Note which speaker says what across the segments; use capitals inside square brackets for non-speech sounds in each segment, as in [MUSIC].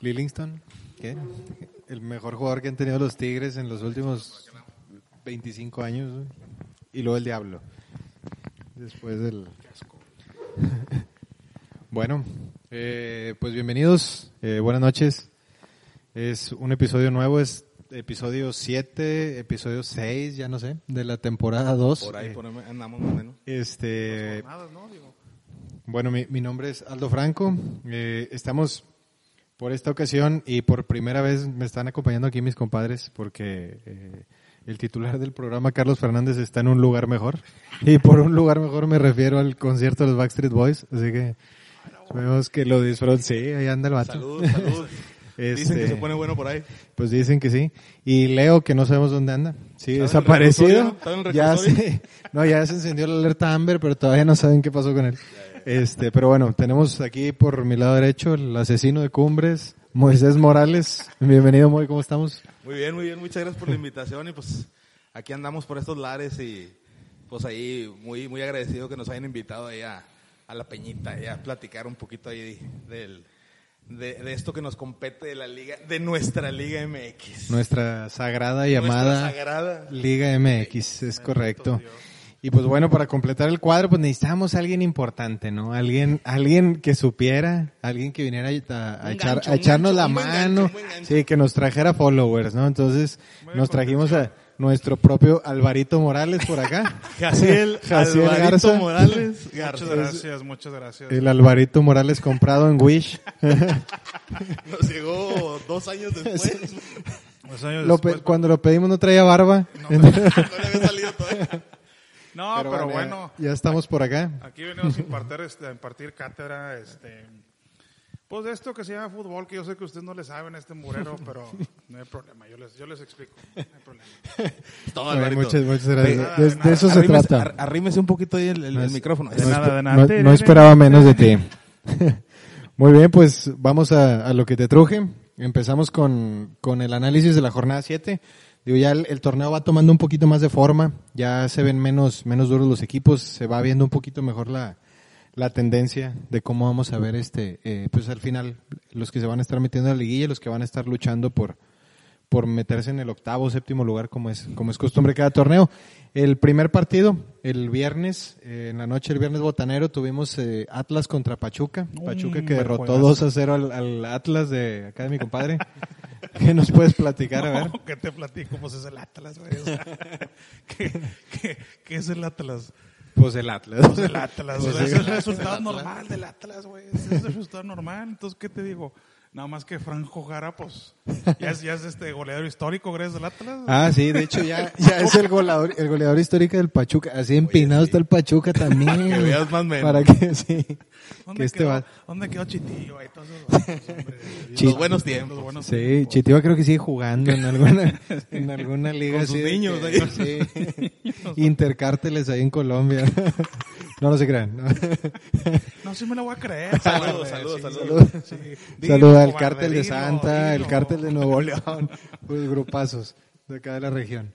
Speaker 1: Lee Livingston, ¿qué? el mejor jugador que han tenido los Tigres en los últimos 25 años, ¿no? y luego el Diablo. Después del... [LAUGHS] bueno, eh, pues bienvenidos, eh, buenas noches. Es un episodio nuevo, es episodio 7, episodio 6, ya no sé, de la temporada 2.
Speaker 2: Por ahí por ahí andamos más o menos.
Speaker 1: Este, bueno, mi, mi nombre es Aldo Franco. Eh, estamos por esta ocasión y por primera vez me están acompañando aquí mis compadres porque eh, el titular del programa, Carlos Fernández, está en un lugar mejor. Y por un lugar mejor me refiero al concierto de los Backstreet Boys. Así que vemos que lo disfruten. Sí, ahí anda el vato.
Speaker 2: Salud, salud. Dicen que
Speaker 1: [LAUGHS] Este,
Speaker 2: se pone bueno por ahí.
Speaker 1: Pues dicen que sí. Y Leo, que no sabemos dónde anda. Sí,
Speaker 2: en el
Speaker 1: desaparecido.
Speaker 2: reclusorio? ¿Está en el
Speaker 1: Ya
Speaker 2: reclusorio?
Speaker 1: se, [LAUGHS] no, ya se encendió la alerta Amber, pero todavía no saben qué pasó con él. Este, pero bueno, tenemos aquí por mi lado derecho el asesino de Cumbres, Moisés Morales. Bienvenido, Moy, ¿cómo estamos?
Speaker 2: Muy bien, muy bien. Muchas gracias por la invitación y pues aquí andamos por estos lares y pues ahí muy muy agradecido que nos hayan invitado ahí a, a la Peñita ahí a platicar un poquito ahí del de, de esto que nos compete de la liga de nuestra liga MX.
Speaker 1: Nuestra sagrada y
Speaker 2: Nuestra
Speaker 1: amada
Speaker 2: sagrada.
Speaker 1: Liga MX, es correcto. Y pues bueno, para completar el cuadro, pues necesitábamos a alguien importante, ¿no? Alguien, alguien que supiera, alguien que viniera a, a
Speaker 2: Un
Speaker 1: echar-
Speaker 2: gancho,
Speaker 1: a
Speaker 2: un
Speaker 1: echarnos
Speaker 2: gancho,
Speaker 1: la
Speaker 2: un buen
Speaker 1: mano,
Speaker 2: gancho, un buen gancho.
Speaker 1: sí, que nos trajera followers, ¿no? Entonces, nos trajimos a nuestro propio Alvarito Morales por
Speaker 2: [LAUGHS]
Speaker 1: acá.
Speaker 3: Jaciel,
Speaker 1: [LAUGHS] Jaciel
Speaker 3: Alvarito
Speaker 1: Garza.
Speaker 3: Morales
Speaker 1: Garza.
Speaker 3: Muchas gracias, muchas gracias.
Speaker 1: El Alvarito Morales comprado en
Speaker 2: [LAUGHS]
Speaker 1: Wish.
Speaker 2: Nos llegó dos años
Speaker 1: [LAUGHS]
Speaker 2: después.
Speaker 3: Unos años
Speaker 1: Lo pe-
Speaker 3: después,
Speaker 1: cuando lo pedimos no traía barba.
Speaker 2: No le había salido todavía.
Speaker 3: no, pero, bueno,
Speaker 1: ya, ya estamos por acá.
Speaker 3: aquí venimos a impartir, este, a impartir cátedra, este, pues de esto que se llama fútbol, que yo sé que ustedes no le saben a este [LAUGHS] murero, pero no hay problema, yo les, yo les explico, no hay problema.
Speaker 2: [LAUGHS] Todo,
Speaker 1: Bueno,
Speaker 2: Alvarito.
Speaker 1: muchas, muchas gracias.
Speaker 3: nada,
Speaker 1: De-
Speaker 3: de
Speaker 1: de,
Speaker 3: nada.
Speaker 1: eso se
Speaker 2: Arrímese-
Speaker 1: trata.
Speaker 2: ar- arrímese un poquito ahí el, el- el micrófono.
Speaker 3: De nada.
Speaker 1: espe- no- no esperaba
Speaker 3: [LAUGHS]
Speaker 1: menos de ti. [LAUGHS] Muy bien, pues vamos a, a lo que te truje. Empezamos con, con el análisis de la jornada 7. Digo, ya el, el torneo va tomando un poquito más de forma, ya se ven menos, menos duros los equipos, se va viendo un poquito mejor la, la tendencia de cómo vamos a ver este, eh, pues al final, los que se van a estar metiendo en la liguilla, los que van a estar luchando por, por meterse en el octavo, séptimo lugar, como es, como es costumbre cada torneo. El primer partido, el viernes, eh, en la noche, el viernes botanero, tuvimos eh, Atlas contra Pachuca.
Speaker 2: Mm,
Speaker 1: Pachuca que
Speaker 3: me
Speaker 1: derrotó
Speaker 3: juegas.
Speaker 1: 2 a 0 al, al Atlas de acá de mi compadre. [LAUGHS] ¿Qué nos puedes platicar? A
Speaker 2: [LAUGHS]
Speaker 1: ver.
Speaker 3: No, [LAUGHS] que te platico, pues es el Atlas, güey, o sea, [LAUGHS] ¿qué, qué, qué es el Atlas?
Speaker 1: Pues el Atlas.
Speaker 3: Pues el Atlas, o sea, es el resultado normal del Atlas, güey. Es el resultado normal. Entonces, ¿qué te digo? Nada más que Franco Jara, pues, ya es, ya es este goleador histórico, gracias al Atlas.
Speaker 1: Ah, sí, de hecho ya, ya es el goleador, el goleador histórico del Pachuca. Así empinado está el Pachuca también. Para
Speaker 2: [LAUGHS] que veas más o menos.
Speaker 1: Para que, sí.
Speaker 3: ¿Dónde,
Speaker 1: Que este
Speaker 3: quedó,
Speaker 1: va.
Speaker 3: ¿Dónde quedó Chitillo? güey?
Speaker 1: [LAUGHS]
Speaker 3: Todos esos vatos, hombre.
Speaker 1: Chi-
Speaker 3: Los buenos tiempos. los buenos
Speaker 1: Sí,
Speaker 3: tiempos.
Speaker 1: Chitiba creo que sigue jugando en
Speaker 2: [LAUGHS]
Speaker 1: alguna, en alguna liga.
Speaker 2: Con sus
Speaker 1: así de
Speaker 2: niños,
Speaker 1: que-
Speaker 2: ahí. [LAUGHS]
Speaker 1: sí. Intercárteles ahí en Colombia. [LAUGHS] No, no se crean. no.
Speaker 3: No, sí me la voy a creer.
Speaker 2: Saludos,
Speaker 3: Sí,
Speaker 2: saludos,
Speaker 3: sí,
Speaker 2: saludos.
Speaker 3: sí. Dilo,
Speaker 1: Saluda al
Speaker 3: cobarde,
Speaker 1: cártel de
Speaker 3: dilo,
Speaker 1: Santa, el
Speaker 3: dilo.
Speaker 1: cártel de Nuevo
Speaker 2: [LAUGHS]
Speaker 1: León, los grupazos de acá de la región.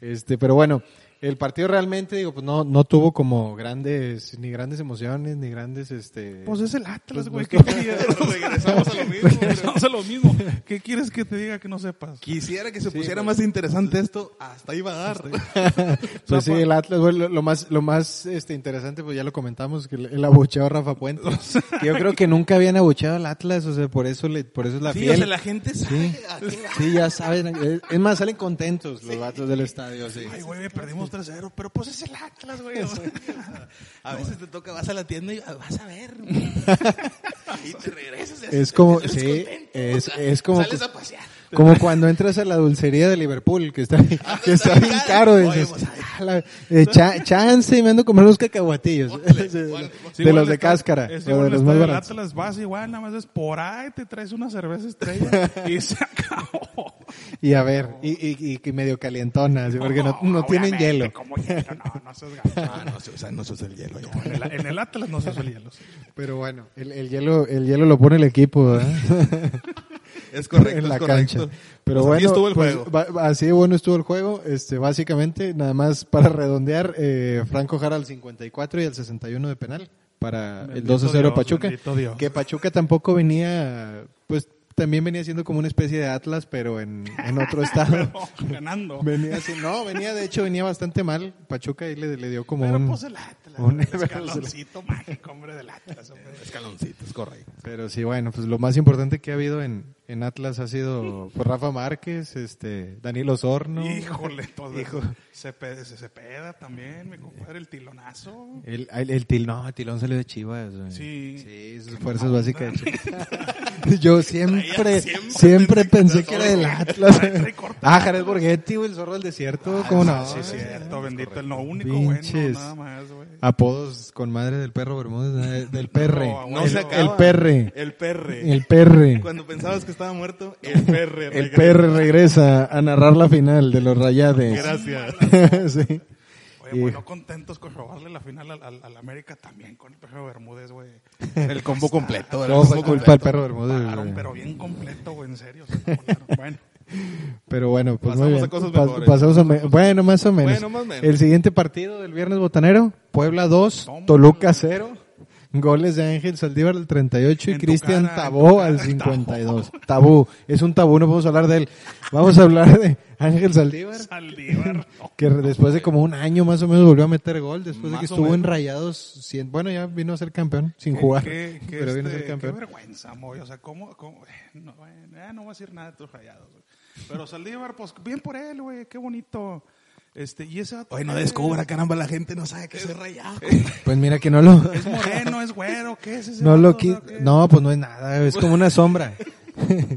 Speaker 1: Este, pero bueno, el partido realmente, digo, pues no, no tuvo como grandes, ni grandes emociones, ni grandes, este...
Speaker 3: Pues es el Atlas, güey. ¿Qué
Speaker 1: Pues,
Speaker 3: quieres?
Speaker 1: [LAUGHS]
Speaker 2: Regresamos a lo
Speaker 3: [LAUGHS]
Speaker 2: mismo.
Speaker 3: Regresamos a lo mismo. ¿Qué quieres que te diga que no sepas?
Speaker 2: Quisiera que se pusiera
Speaker 3: pues.
Speaker 2: más interesante esto, hasta iba a dar.
Speaker 1: Pues sí, el Atlas, güey, lo, lo más, lo más este, interesante, pues ya lo comentamos, que el, el abucheo a Rafa Puente. [LAUGHS] Que yo creo que nunca habían abucheado al Atlas, o sea, por eso, le, por eso es la
Speaker 2: [LAUGHS] Sí,
Speaker 1: fiel.
Speaker 2: o sea, la gente sabe. a qué va.
Speaker 1: Sí, ya saben. eh, Es más, salen contentos los vatos del estadio, sí.
Speaker 3: Ay, güey, perdimos 3-0, pero pues es el
Speaker 2: [LAUGHS]
Speaker 3: Atlas, güey.
Speaker 2: A veces te toca, vas a la tienda y ah, vas a
Speaker 3: [LAUGHS]
Speaker 2: ver. y te regresas. y así
Speaker 1: Es
Speaker 2: te
Speaker 1: como,
Speaker 2: regresas
Speaker 1: sí,
Speaker 2: contento.
Speaker 1: es, es como,
Speaker 2: Sales a pasear.
Speaker 1: Como cuando entras a la dulcería de Liverpool, que está,
Speaker 2: Ah,
Speaker 1: que está bien caro. Dices, "Ah, la- eh, cha- chance, me ando a comer unos cacahuatillos. [LAUGHS]
Speaker 2: Órale,
Speaker 1: Sí,
Speaker 2: órale.
Speaker 3: Sí,
Speaker 1: de
Speaker 3: igual
Speaker 1: los de
Speaker 3: está-
Speaker 1: cáscara,
Speaker 3: es
Speaker 1: o
Speaker 3: igual
Speaker 1: de los
Speaker 3: está
Speaker 1: más
Speaker 3: el
Speaker 1: baratos.
Speaker 3: Atlas vas igual, nada más es por ahí, te traes una cerveza estrella
Speaker 1: [LAUGHS]
Speaker 3: y se acabó.
Speaker 1: Y a ver, y, y, y- y medio calientonas, porque no, no tienen
Speaker 3: obviamente,
Speaker 1: hielo.
Speaker 3: como hielo, no, no seas gacho.
Speaker 2: Ah, no, se usa, no se usa el hielo ya.
Speaker 3: En el, en el Atlas no se usa el hielo.
Speaker 1: Pero bueno, el, el hielo, el hielo lo pone el equipo,
Speaker 3: [LAUGHS]
Speaker 1: ¿verdad?
Speaker 2: Es
Speaker 1: [LAUGHS]
Speaker 2: correcto,
Speaker 1: en la
Speaker 2: es correcto.
Speaker 1: cancha. Pero
Speaker 2: Pues
Speaker 1: bueno,
Speaker 2: así estuvo el
Speaker 1: pues,
Speaker 2: juego.
Speaker 1: va- va- así de bueno estuvo el juego. Este, básicamente, nada más para redondear, eh, Franco Jara al 54 y al 61 de penal para el
Speaker 3: Bendito
Speaker 1: 2 a 0
Speaker 3: Dios,
Speaker 1: Pachuca.
Speaker 3: bendito Dios.
Speaker 1: Que Pachuca tampoco venía, pues también venía siendo como una especie de Atlas, pero en, en
Speaker 3: [LAUGHS]
Speaker 1: otro estado.
Speaker 3: Pero ganando.
Speaker 1: venía así, no, venía de hecho, venía bastante mal. Pachuca ahí le, le dio como
Speaker 3: Pero
Speaker 1: un.
Speaker 3: pues el
Speaker 1: [LAUGHS]
Speaker 3: Atlas,
Speaker 1: un-
Speaker 3: el escaloncito mágico, hombre, del Atlas. hombre.
Speaker 2: Escaloncito, es correcto.
Speaker 1: Pero sí, bueno, pues lo más importante que ha habido en, en Atlas ha sido pues, Rafa Márquez, este, Danilo Sorno.
Speaker 3: Híjole, todo
Speaker 1: Hijo.
Speaker 3: Se, pe- se, se peda también, mi compadre, el tilonazo.
Speaker 1: El, el, el til- no, el tilón salió de Chivas. güey.
Speaker 3: Sí.
Speaker 1: Sí, sus fuerzas básicas de Chivas. Yo siempre,
Speaker 2: Traía-
Speaker 1: siempre,
Speaker 2: siempre
Speaker 1: pensé que
Speaker 2: pensé que
Speaker 1: era del
Speaker 2: era
Speaker 1: Atlas.
Speaker 3: Trae- trae corta.
Speaker 1: Ah, Jared Borghetti, güey, el zorro del desierto, ¿cómo no?
Speaker 3: Sí, sí, cierto, bendito, el no único
Speaker 1: Pinches.
Speaker 3: bueno, nada más, güey.
Speaker 1: Apodos con madre del perro Bermúdez, eh, del perre.
Speaker 3: No, Eh,
Speaker 2: No
Speaker 3: El-
Speaker 2: se
Speaker 1: el,
Speaker 2: acaba.
Speaker 1: el perre.
Speaker 2: El perre.
Speaker 1: El perre.
Speaker 2: Cuando pensabas que estaba muerto, el perre.
Speaker 1: El
Speaker 2: regresa.
Speaker 1: perre regresa a narrar la final de los rayades.
Speaker 2: Gracias.
Speaker 1: [LAUGHS] sí.
Speaker 3: Oye,
Speaker 1: Y-
Speaker 3: pues no contentos con robarle la final al, al, al América también con el perro Bermúdez, güey.
Speaker 2: El combo completo.
Speaker 1: Todo fue culpa del perro Bermúdez.
Speaker 3: Pararon,
Speaker 1: güey.
Speaker 3: pero bien completo, güey, en serio. se la volaron.
Speaker 1: [LAUGHS]
Speaker 3: bueno,
Speaker 1: Pero bueno, pues
Speaker 2: Pasamos
Speaker 1: muy bien.
Speaker 2: a cosas
Speaker 1: Pa-
Speaker 2: mejores.
Speaker 1: pasamos a me- bueno, más o menos.
Speaker 2: Bueno, más o menos.
Speaker 1: El siguiente partido del viernes botanero, Puebla 2,
Speaker 3: Tómala.
Speaker 1: Toluca 0. Goles de Ángel Saldívar al 38 y
Speaker 3: En tu
Speaker 1: Cristian
Speaker 3: cara, en tu
Speaker 1: Tabó
Speaker 3: cara,
Speaker 1: al
Speaker 3: Tabó.
Speaker 1: 52. Tabú, es un tabú, no podemos hablar de él. Vamos a hablar de Ángel Saldívar,
Speaker 3: Saldívar. no.
Speaker 1: que re- después de como un año más o menos volvió a meter gol, después de que
Speaker 2: Más o
Speaker 1: estuvo en
Speaker 2: menos.
Speaker 1: Rayados, cien- bueno, ya vino a ser campeón, sin jugar,
Speaker 3: Qué,
Speaker 1: [LAUGHS]
Speaker 3: qué,
Speaker 1: pero vino a
Speaker 3: este,
Speaker 1: ser
Speaker 3: qué
Speaker 1: campeón.
Speaker 3: vergüenza, Moy. O sea, ¿cómo? cómo? [LAUGHS] No, bueno, ya no voy a decir nada de tus rayados. güey. Pero Saldívar, pues bien por él, güey. Qué bonito. Este, y ese vato-
Speaker 2: Oye, no descubra, caramba, la gente no sabe que soy Ah, rayado.
Speaker 1: Pues mira que no lo...
Speaker 3: Es moreno, es güero, ¿qué es
Speaker 1: [LAUGHS]
Speaker 3: ese?
Speaker 1: No lo
Speaker 3: vato?
Speaker 1: qui-
Speaker 3: ¿Qué?
Speaker 1: No, pues no es nada, es como una sombra. [LAUGHS]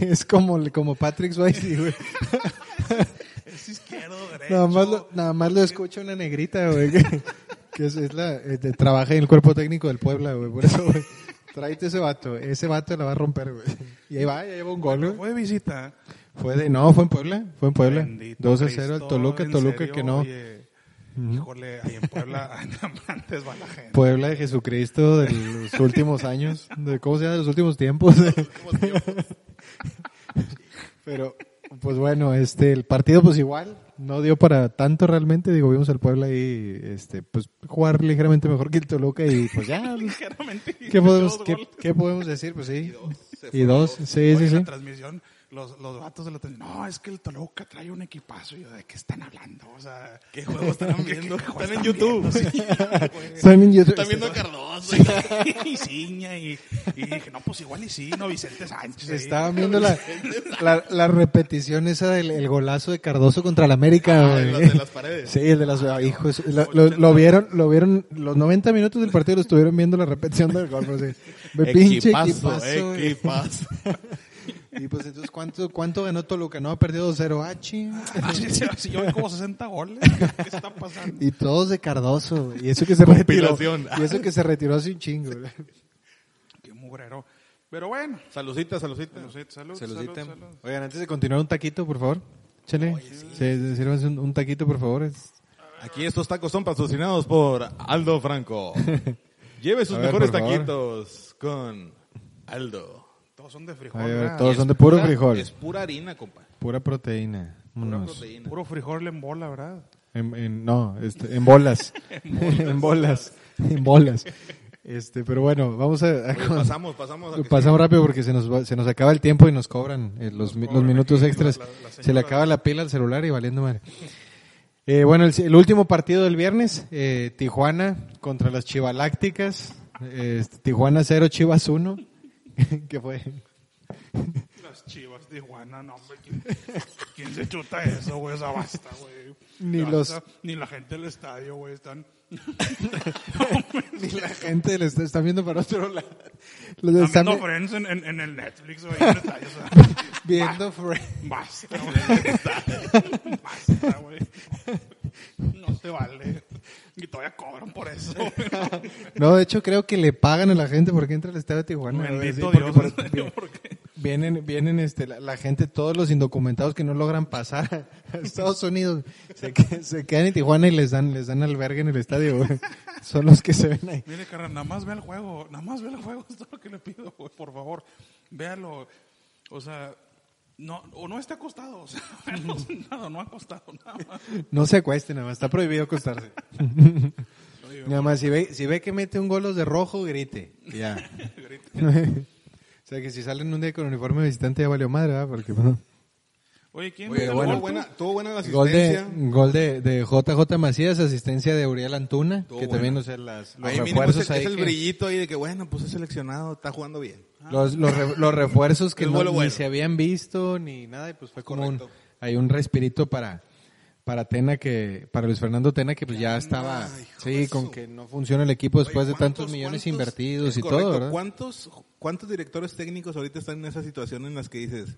Speaker 1: es como, como Patrick Swayze,
Speaker 3: [LAUGHS]
Speaker 1: güey.
Speaker 3: Es izquierdo,
Speaker 1: [LAUGHS]
Speaker 3: derecho.
Speaker 1: Nada más lo, nada más lo escucha una negrita, güey. Que, que es, es la, eh, de- trabaja en el cuerpo técnico del Puebla, güey. Por eso, güey. Tráete ese vato, ese vato la va a romper, güey. Y ahí va, ya lleva un gol, güey.
Speaker 3: Fue de visita.
Speaker 1: Fue de, no, fue en Puebla, fue en Puebla.
Speaker 3: Bendito
Speaker 1: 2 a 0
Speaker 3: Cristo,
Speaker 1: al Toluca,
Speaker 3: ¿en
Speaker 1: Toluca
Speaker 3: serio?
Speaker 1: que no.
Speaker 3: Oye, Híjole, ahí en Puebla [LAUGHS] antes va la gente.
Speaker 1: Puebla de Jesucristo de los últimos años, de cómo se llama de los últimos tiempos. [LAUGHS] Pero pues bueno, este el partido pues igual no dio para tanto realmente, digo, vimos al Puebla ahí este pues jugar ligeramente mejor que el Toluca y pues ya
Speaker 3: [LAUGHS]
Speaker 1: pues,
Speaker 3: Ligeramente.
Speaker 1: ¿qué podemos
Speaker 3: Dos
Speaker 1: qué,
Speaker 3: goles.
Speaker 1: qué podemos decir? Pues sí.
Speaker 2: se
Speaker 1: Y dos, sí,
Speaker 3: Oye,
Speaker 1: sí,
Speaker 3: la
Speaker 1: sí.
Speaker 3: transmisión, los, los vatos de la transmisión, no, es que el Toluca trae un equipazo. Y yo, ¿de qué están hablando? O sea,
Speaker 2: [LAUGHS] ¿Qué juego estarán viendo?
Speaker 3: [LAUGHS] ¿Qué juego
Speaker 2: Están en
Speaker 3: están
Speaker 2: YouTube. [LAUGHS]
Speaker 3: viendo? Sí,
Speaker 1: Están en YouTube.
Speaker 2: Están viendo a Cardoso.
Speaker 3: [LAUGHS] y Ciña, y, y dije, no, pues igual y sí, no, Vicente Sánchez. ahí. [LAUGHS]
Speaker 1: Estaban viendo la, la, la repetición esa del el golazo de Cardoso contra el América.
Speaker 2: Ah, el
Speaker 1: güey.
Speaker 2: de las paredes.
Speaker 1: Sí, el de las ah, hijo, eso- lo, lo- lo vieron, lo vieron, los 90 minutos del partido lo estuvieron viendo la repetición del gol. pero
Speaker 2: [LAUGHS]
Speaker 1: sí. Ve, pinche equipazo, güey.
Speaker 2: equipazo. eh.
Speaker 1: Y pues entonces, ¿cuánto, cuánto ganó Toluca? No, ha perdido 0 H.
Speaker 3: Ah, Sí, sí, sí, yo vi como 60 goles. ¿Qué está pasando?
Speaker 1: [LAUGHS] Y todos de Cardoso. güey. Y eso que se retiró.
Speaker 2: Compilación.
Speaker 1: Y eso que se retiró hace un chingo. güey.
Speaker 3: Qué mugrero. Pero bueno.
Speaker 2: Salucita, salucita.
Speaker 3: Salud, salud,
Speaker 1: Saludita.
Speaker 3: salud, salud.
Speaker 1: Oigan, antes de continuar, un taquito, por favor. Chele, sí, sírvanse un, un taquito, por favor. Es-
Speaker 2: Aquí estos tacos son patrocinados por
Speaker 1: [LAUGHS]
Speaker 2: Aldo Franco. Lleve sus
Speaker 1: A ver,
Speaker 2: mejores
Speaker 1: por favor.
Speaker 2: taquitos con Aldo.
Speaker 3: Todos son de
Speaker 1: a
Speaker 3: frijol.
Speaker 1: ver,
Speaker 3: ¿verdad?
Speaker 1: todos
Speaker 2: Es
Speaker 1: son de puro
Speaker 2: pura-
Speaker 1: frijol.
Speaker 2: Es pura harina, compa.
Speaker 1: Pura proteína.
Speaker 2: Pura
Speaker 1: Vámonos.
Speaker 2: proteína.
Speaker 3: Puro frijol en bola, ¿verdad?
Speaker 1: En, en- no, este, en bolas. [LAUGHS] en bolas. en bolas. Este, pero bueno, vamos a, a-
Speaker 2: Oye, pasamos, pasamos. a que
Speaker 1: pasamos rápido porque se nos, va- se nos acaba el tiempo y nos cobran eh, los, mi- los
Speaker 3: cobran
Speaker 1: minutos
Speaker 3: aquí,
Speaker 1: extras.
Speaker 3: la- la- la
Speaker 1: se le
Speaker 3: señora-
Speaker 1: acaba la pila al celular y valiendo madre. Eh, bueno, el, el último partido del viernes, eh, Tijuana contra las Chivalácticas. Eh, este, Tijuana 0, Chivas [LAUGHS] 1. que [LAUGHS] fue
Speaker 3: Las chivas de Tijuana, no, hombre. ¿Quién, quién se chuta eso, güey? Esa basta, güey.
Speaker 1: Ni
Speaker 3: Basta.
Speaker 1: los-
Speaker 3: Ni la gente del estadio,
Speaker 1: [LAUGHS]
Speaker 3: güey. Están...
Speaker 1: ni la gente le está, están viendo para otro lado. Los
Speaker 3: Están
Speaker 1: están-
Speaker 3: viendo Friends en, en, en el Netflix, güey. en el estadio, o sea.
Speaker 1: [LAUGHS] Viendo Friends.
Speaker 3: Basta, güey. Basta, güey. No se vale. Y todavía cobran por
Speaker 1: [LAUGHS]
Speaker 3: eso. güey.
Speaker 1: No, de hecho creo que le pagan a la gente porque entra al estado de Tijuana. güey,
Speaker 3: Bendito
Speaker 1: sí,
Speaker 3: Dios.
Speaker 1: porque por-
Speaker 3: güey,
Speaker 1: vi-
Speaker 3: [LAUGHS] porque-
Speaker 1: vienen, vienen este, la, la gente, todos los indocumentados que no logran pasar a Estados Unidos, se, que- se quedan en Tijuana y les dan, les dan albergue en el estadio, güey. Son los que se ven ahí.
Speaker 3: Mire, carnal, nada más ve el juego. Nada más ve el juego. [LAUGHS] Es todo lo que le pido, güey. Por favor, véalo. O sea, no, o no está acostado. [LAUGHS] O sea, véalo sentado, no ha acostado nada más.
Speaker 1: No se acuesten, nada más, está prohibido acostarse.
Speaker 3: Oye,
Speaker 1: Nada más, si ve, si ve que mete un golos de rojo, grite. y
Speaker 3: [LAUGHS]
Speaker 1: Ya.
Speaker 3: grita.
Speaker 1: [LAUGHS] o sea que si salen un día con uniforme de visitante ya valió madre, ¿verdad? Porque, pues, bueno.
Speaker 3: Oye, ¿quién
Speaker 2: Oye,
Speaker 3: metió el
Speaker 2: tuvo
Speaker 3: gol,
Speaker 2: buena,
Speaker 3: tú?
Speaker 2: tuvo buena la
Speaker 1: Gol de,
Speaker 2: asistencia.
Speaker 1: gol de, de JJ Macías, asistencia de Uriel Antuna,
Speaker 2: Estuvo
Speaker 1: que
Speaker 2: buena.
Speaker 1: también, o sea, las- los
Speaker 2: Ahí mínimo
Speaker 1: refuerzos
Speaker 2: es el,
Speaker 1: ahí
Speaker 2: es el
Speaker 1: que-
Speaker 2: brillito ahí de que, bueno, pues es seleccionado, está jugando bien.
Speaker 1: los, los re- los refuerzos que
Speaker 2: El
Speaker 1: no,
Speaker 2: vuelo
Speaker 1: ni
Speaker 2: bueno.
Speaker 1: se habían visto ni nada, y pues fue como un,
Speaker 2: Correcto.
Speaker 1: hay un respirito para, para Tena que, para Luis Fernando Tena que pues ya estaba,
Speaker 2: Ay, hijo de
Speaker 1: sí, con
Speaker 2: su-
Speaker 1: que no funciona el equipo después de
Speaker 2: Oye,
Speaker 1: tantos
Speaker 2: ¿cuántos-
Speaker 1: millones
Speaker 2: cuántos-
Speaker 1: invertidos
Speaker 2: es
Speaker 1: y
Speaker 2: correcto,
Speaker 1: todo, ¿verdad?
Speaker 2: ¿Cuántos, ¿Cuántos directores técnicos ahorita están en esa situación en las que dices,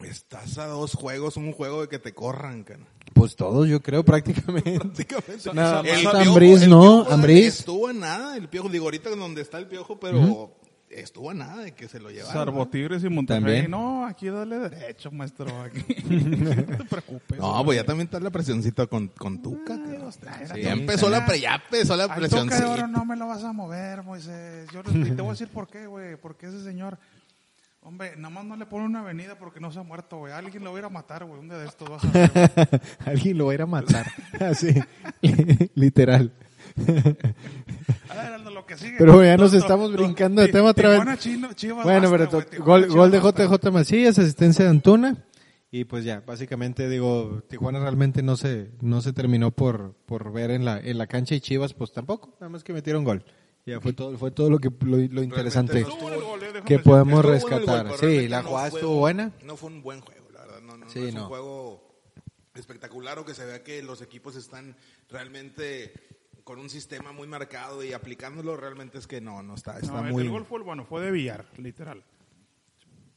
Speaker 2: estás a dos juegos, un juego de que te corran, cara? [LAUGHS]
Speaker 1: Pues todos, yo creo, [LAUGHS] prácticamente.
Speaker 2: Prácticamente.
Speaker 1: Nada
Speaker 2: El
Speaker 1: más
Speaker 2: Piojo-
Speaker 1: Ambriz,
Speaker 2: el
Speaker 1: ¿no?
Speaker 2: Piojo
Speaker 1: Ambriz.
Speaker 2: Estuvo a nada, el piojo. Digo, ahorita donde está el piojo, pero estuvo a nada de que se lo llevaran. ¿no?
Speaker 3: Sarbotigres y Monterrey.
Speaker 1: También.
Speaker 3: No, aquí dale derecho, maestro.
Speaker 2: [LAUGHS]
Speaker 3: Aquí. no te preocupes.
Speaker 2: No, pues ya también está la presioncita con, con Tuca. cara. Sí, ya
Speaker 3: Ya
Speaker 2: empezó la, pre, ya empezó la
Speaker 3: Al toque de oro
Speaker 2: presioncita.
Speaker 3: no me lo vas a mover, Moisés. Yo le- y te voy a decir por qué, güey. Porque ese señor, hombre, nada más no le pone una avenida porque no se ha muerto, güey. Alguien lo va a ir a matar, güey. Un día de estos vas a ver, güey.
Speaker 1: Alguien lo va a ir a matar. [LAUGHS] Así, literal. [LAUGHS]
Speaker 3: A ver, Aldo, lo que sigue.
Speaker 1: Pero ya
Speaker 3: [LAUGHS]
Speaker 1: nos
Speaker 3: Tonto,
Speaker 1: estamos
Speaker 3: tonto.
Speaker 1: brincando de
Speaker 3: Ti-
Speaker 1: tema otra
Speaker 3: Tijuana,
Speaker 1: vez.
Speaker 3: Chino- Chivas,
Speaker 1: Bueno,
Speaker 3: basta,
Speaker 1: pero
Speaker 3: güey.
Speaker 1: to-
Speaker 3: Tijuana,
Speaker 1: gol,
Speaker 3: Chivas,
Speaker 1: gol de
Speaker 3: basta.
Speaker 1: JJ Macías, asistencia de Antuna. Y pues ya, básicamente digo, Tijuana realmente no se, no se terminó por, por ver en la, en la cancha y Chivas pues tampoco, nada más que metieron gol. Ya fue todo, fue todo lo que lo, lo interesante
Speaker 2: no
Speaker 3: Estuvo bueno el gol, eh, déjame
Speaker 1: que
Speaker 3: decirte.
Speaker 1: podemos
Speaker 2: Estuvo bueno el
Speaker 1: rescatar.
Speaker 2: gol, pero
Speaker 1: sí,
Speaker 2: realmente
Speaker 1: la
Speaker 2: no
Speaker 1: jugada
Speaker 2: fue
Speaker 1: estuvo
Speaker 2: un-
Speaker 1: buena.
Speaker 2: No fue un buen juego, la verdad. No, no,
Speaker 1: Sí,
Speaker 2: no es
Speaker 1: no.
Speaker 2: un juego espectacular o que se vea que los equipos están realmente con un sistema muy marcado y aplicándolo realmente es que no, no está, está
Speaker 3: No, el-
Speaker 2: muy...
Speaker 3: El gol fue el bueno, fue de Villar, literal.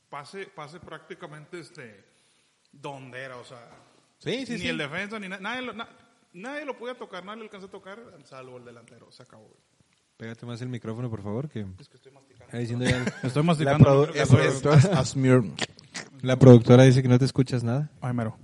Speaker 3: Pase, pase prácticamente este donde era, o sea.
Speaker 2: Sí, sí,
Speaker 3: ni
Speaker 2: sí.
Speaker 3: el defensa, ni na- nadie lo, na- nadie lo podía tocar, nadie le alcanzó a tocar, salvo el delantero, se acabó.
Speaker 1: Pégate más el micrófono, por favor, que
Speaker 3: Es que estoy masticando.
Speaker 1: está diciendo ya-
Speaker 3: Estoy
Speaker 1: la,
Speaker 3: masticando,
Speaker 1: produ-
Speaker 3: no
Speaker 1: la
Speaker 3: creo que-
Speaker 1: productora,
Speaker 2: Asmir.
Speaker 1: [LAUGHS] la productora dice que no te escuchas nada.
Speaker 3: Ay, mero.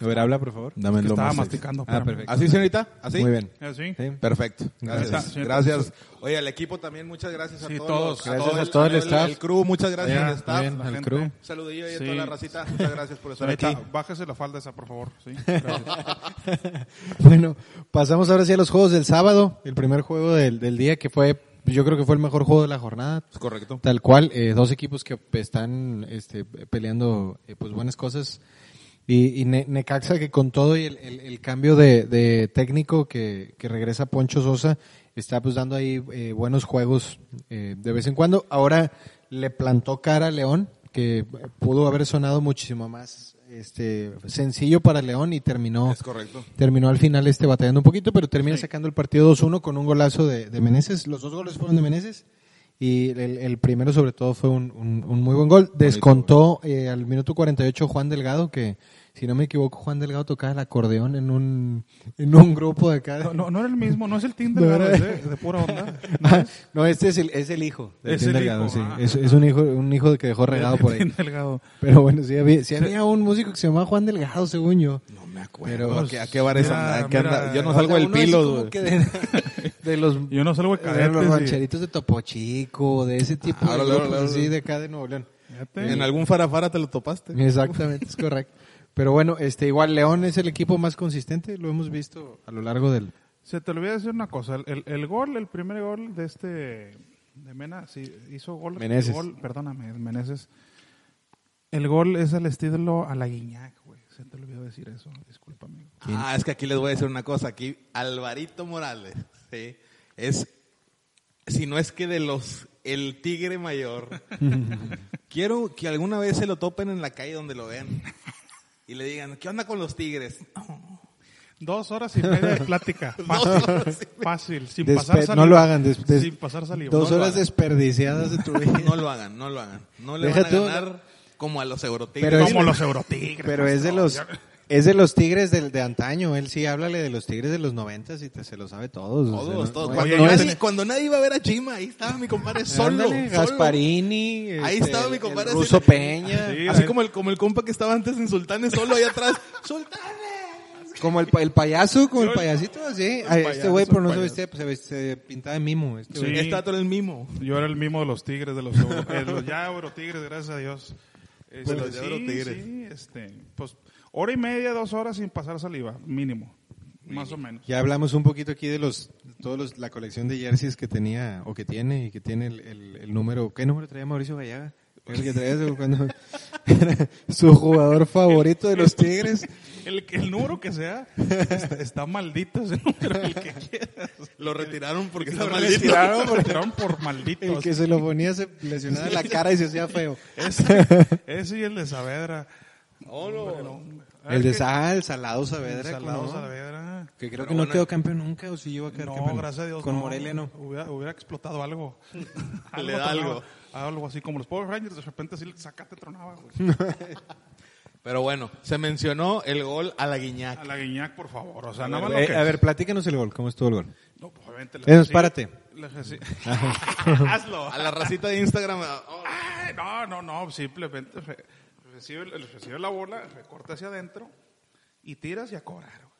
Speaker 1: A ver, habla, por favor.
Speaker 2: Dame
Speaker 3: que estaba masticando.
Speaker 1: Ah,
Speaker 3: espérame. Eh,
Speaker 1: perfecto.
Speaker 2: ¿Así, señorita? ¿Así?
Speaker 1: Muy bien.
Speaker 3: ¿Así?
Speaker 1: Sí.
Speaker 2: Perfecto.
Speaker 3: Ahí
Speaker 2: Gracias.
Speaker 3: está,
Speaker 2: gracias. Oye, al equipo también, muchas gracias a
Speaker 3: Sí,
Speaker 2: todos.
Speaker 3: todos.
Speaker 2: los-
Speaker 1: Gracias a todo el staff.
Speaker 2: El crew, muchas gracias
Speaker 3: Ya,
Speaker 2: al staff.
Speaker 1: bien,
Speaker 3: la
Speaker 1: al
Speaker 3: gente.
Speaker 1: crew.
Speaker 2: Saludillo y a
Speaker 3: Sí.
Speaker 2: toda la racita. Muchas gracias por estar
Speaker 3: Señorita,
Speaker 2: aquí.
Speaker 3: bájese la falda esa, por favor.
Speaker 1: [LAUGHS]
Speaker 3: Sí, gracias.
Speaker 1: [LAUGHS] Bueno, pasamos ahora sí a los juegos del sábado. El primer juego del, del día que fue, yo creo que fue el mejor juego de la jornada.
Speaker 2: Es correcto.
Speaker 1: Tal cual, eh, dos equipos que están este, peleando eh, pues buenas cosas. Y, y Ne- Necaxa que con todo y el, el- el cambio de, de técnico que, que regresa Poncho Sosa, está pues dando ahí eh, buenos juegos eh, de vez en cuando. Ahora le plantó cara a León, que pudo haber sonado muchísimo más este sencillo para León y terminó
Speaker 2: Es correcto.
Speaker 1: Terminó al final este batallando un poquito, pero termina sacando el partido 2-1 con un golazo de, de Meneses. Los dos goles fueron de Meneses y el, el primero sobre todo fue un, un- un muy buen gol. Descontó eh, al minuto 48 Juan Delgado, que si no me equivoco Juan Delgado tocaba el acordeón en un, en un grupo de acá.
Speaker 3: No, no, no era el mismo, no es el Tinder,
Speaker 1: No
Speaker 3: no
Speaker 1: era-
Speaker 3: es de, de pura onda.
Speaker 1: [LAUGHS] Ah, no, este es el, es el hijo de
Speaker 3: Es
Speaker 1: Tim
Speaker 3: el
Speaker 1: Delgado,
Speaker 3: hijo,
Speaker 1: sí.
Speaker 3: ah.
Speaker 1: es, es un hijo, un hijo que dejó regado por ahí.
Speaker 3: [LAUGHS] Delgado.
Speaker 1: Pero bueno, sí había, sí había un músico que se llamaba Juan Delgado, según yo.
Speaker 2: No me
Speaker 1: Pero-
Speaker 2: acuerdo. ¿A qué, a qué bares
Speaker 3: Mira,
Speaker 2: anda? ¿A qué anda?
Speaker 3: mira, eh,
Speaker 2: Yo no
Speaker 1: O
Speaker 2: salgo
Speaker 1: sea,
Speaker 2: del
Speaker 1: uno así
Speaker 2: pilo.
Speaker 1: como
Speaker 2: dude.
Speaker 1: que de, de
Speaker 2: [LAUGHS]
Speaker 1: los,
Speaker 3: Yo no salgo de
Speaker 1: de los
Speaker 3: cadetes,
Speaker 1: rancheritos de Topo Chico, de ese tipo
Speaker 2: Ah,
Speaker 1: de
Speaker 2: lo, lo,
Speaker 1: grupos
Speaker 2: lo, lo.
Speaker 1: así de acá de Nuevo León.
Speaker 3: Fíjate.
Speaker 2: En algún farafara te lo topaste.
Speaker 1: Exactamente, es correcto. Pero bueno, este igual León es el equipo más consistente, lo hemos visto a lo largo del...
Speaker 3: Se te olvida decir una cosa, el, el, el gol, el primer gol de este de Mena, sí, hizo gol,
Speaker 1: Meneses.
Speaker 3: gol, perdóname, Meneses. El gol es al estilo a la Guiñac, güey. Se te olvidó decir eso, discúlpame.
Speaker 2: Ah, es que aquí les voy a decir una cosa. Aquí, Alvarito Morales, ¿sí? Es, si no es que de los, el
Speaker 1: [LAUGHS]
Speaker 2: tigre mayor. Quiero que alguna vez se lo topen en la calle donde lo vean. Y le digan, ¿qué onda con los tigres?
Speaker 3: Dos horas y media de
Speaker 1: [LAUGHS]
Speaker 3: plática. Fácil, fácil, sin
Speaker 1: Despe-
Speaker 3: pasar saliva.
Speaker 1: no lo hagan, des- des-
Speaker 3: sin pasar saliva.
Speaker 1: Dos
Speaker 3: No lo
Speaker 1: horas
Speaker 2: [LAUGHS]
Speaker 3: hagan. [LAUGHS]
Speaker 1: desperdiciadas de tu vida.
Speaker 2: No lo hagan, no lo hagan. No le
Speaker 1: Deja
Speaker 2: van a
Speaker 1: tú,
Speaker 2: ganar como a los eurotigres.
Speaker 1: Pero es-
Speaker 3: Como los eurotigres.
Speaker 1: Pero es de
Speaker 3: no,
Speaker 1: los
Speaker 3: ya-
Speaker 1: es de los tigres del de antaño. Él sí háblale de los tigres de los noventas y te, se lo sabe todos. o sea,
Speaker 2: Todos,
Speaker 1: no-
Speaker 2: todos.
Speaker 1: no-
Speaker 2: Cuando,
Speaker 1: no
Speaker 3: yo
Speaker 1: es-
Speaker 2: nadie, cuando nadie iba a ver a Chima, ahí estaba mi compadre solo.
Speaker 1: Ándale,
Speaker 2: solo.
Speaker 1: Gasparini. este,
Speaker 2: Ahí estaba mi
Speaker 1: el
Speaker 2: compadre
Speaker 1: Ruso
Speaker 2: así-
Speaker 1: Peña.
Speaker 3: Sí,
Speaker 2: Así
Speaker 3: ahí-
Speaker 2: como el, como el compa que estaba antes en Sultanes, solo ahí atrás. [LAUGHS] ¡Sultanes!
Speaker 1: Como el, pa- el payaso, como el payasito, así. Ah, este
Speaker 2: payaso,
Speaker 1: güey, pero
Speaker 2: el
Speaker 1: no se
Speaker 2: payaso.
Speaker 1: vestía, pues, se, vest- se pintaba de mimo. Este
Speaker 3: Sí.
Speaker 1: güey.
Speaker 2: Este vato era el mimo.
Speaker 3: Yo era el mismo de los tigres, de los, euro- de los ya eurotigres, gracias a Dios. Este,
Speaker 2: Pues los ya
Speaker 3: sí,
Speaker 2: eurotigres.
Speaker 3: sí, este, pues hora y media, dos horas sin pasar saliva, mínimo, más o menos.
Speaker 1: Ya hablamos un poquito aquí de los, todos los, la colección de jerseys que tenía, o que tiene, y que tiene el, el- el número. ¿Qué número traía Mauricio Gallaga? El que traía su- cuando era su jugador favorito de los Tigres.
Speaker 3: El, que- el número que sea, está, está maldito ese número, el que quieras.
Speaker 2: [LAUGHS] Lo retiraron porque está
Speaker 3: Lo
Speaker 2: maldito.
Speaker 3: retiraron, lo retiraron por malditos.
Speaker 1: El que se lo ponía se lesionaba la cara y se hacía feo. [LAUGHS]
Speaker 3: Ese, ese y el de Saavedra. Hombre, no, hombre.
Speaker 1: El de
Speaker 3: Ay,
Speaker 1: Sa- el Salado Saavedra.
Speaker 3: Salado
Speaker 1: ¿cómo no?
Speaker 3: Saavedra.
Speaker 1: Que creo
Speaker 2: Pero
Speaker 1: que no
Speaker 2: bueno.
Speaker 1: quedó campeón nunca, o si llegó a quedar
Speaker 3: No,
Speaker 1: campeón.
Speaker 2: pues,
Speaker 3: gracias a Dios.
Speaker 1: Con
Speaker 3: no.
Speaker 1: Morelia no.
Speaker 3: Hubiera, hubiera explotado algo.
Speaker 2: [LAUGHS] Le da
Speaker 3: tronaba.
Speaker 2: algo.
Speaker 3: Algo así como los Power Rangers, de repente así sacate tronaba, güey.
Speaker 2: Pero bueno, se mencionó el gol a la guiñac.
Speaker 3: A la Guiñac, por favor. O sea,
Speaker 1: A
Speaker 3: nada más lo
Speaker 1: ver,
Speaker 3: que
Speaker 1: eh, a ver, platícanos el gol, ¿cómo estuvo el gol?
Speaker 3: No, pues, obviamente. la
Speaker 1: Es,
Speaker 3: sí-
Speaker 1: párate.
Speaker 3: la
Speaker 1: [LAUGHS]
Speaker 3: que sí- Hazlo.
Speaker 2: A la racita de Instagram. oh,
Speaker 3: Ay, No, no, no. Simplemente re- recibe, el- recibe la bola, recorta hacia adentro y tiras y a cobrar. güey.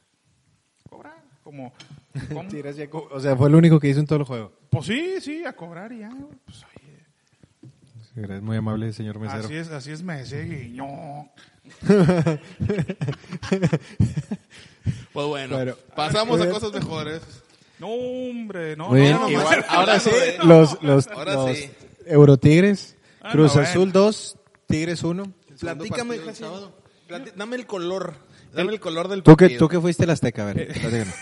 Speaker 3: Cobrar. Como.
Speaker 1: [LAUGHS]
Speaker 3: ¿cómo?
Speaker 1: O sea, fue el único que hizo en todo el juego.
Speaker 3: Pues sí, sí, a cobrar y ya. güey. Pues oye.
Speaker 1: Gracias, muy amable, señor mesero. [LAUGHS]
Speaker 3: Así es, así es, me decía Guiñón.
Speaker 2: Pues bueno,
Speaker 1: Bueno.
Speaker 2: pasamos a cosas mejores.
Speaker 3: No, hombre, no.
Speaker 1: Muy bien,
Speaker 3: [LAUGHS] no, no,
Speaker 1: igual,
Speaker 3: bueno,
Speaker 2: ahora sí.
Speaker 3: bueno,
Speaker 1: Los, los,
Speaker 2: Ahora
Speaker 1: los
Speaker 2: sí.
Speaker 1: Eurotigres,
Speaker 3: Ah,
Speaker 1: Cruz
Speaker 3: no,
Speaker 1: Azul
Speaker 3: bueno.
Speaker 1: 2, Tigres 1.
Speaker 2: Platícame, Jaciel, platí- dame el color. Dame el color del
Speaker 1: ¿Tú que,
Speaker 2: partido.
Speaker 1: tú que fuiste al Azteca, a [LAUGHS] ver, platícanos.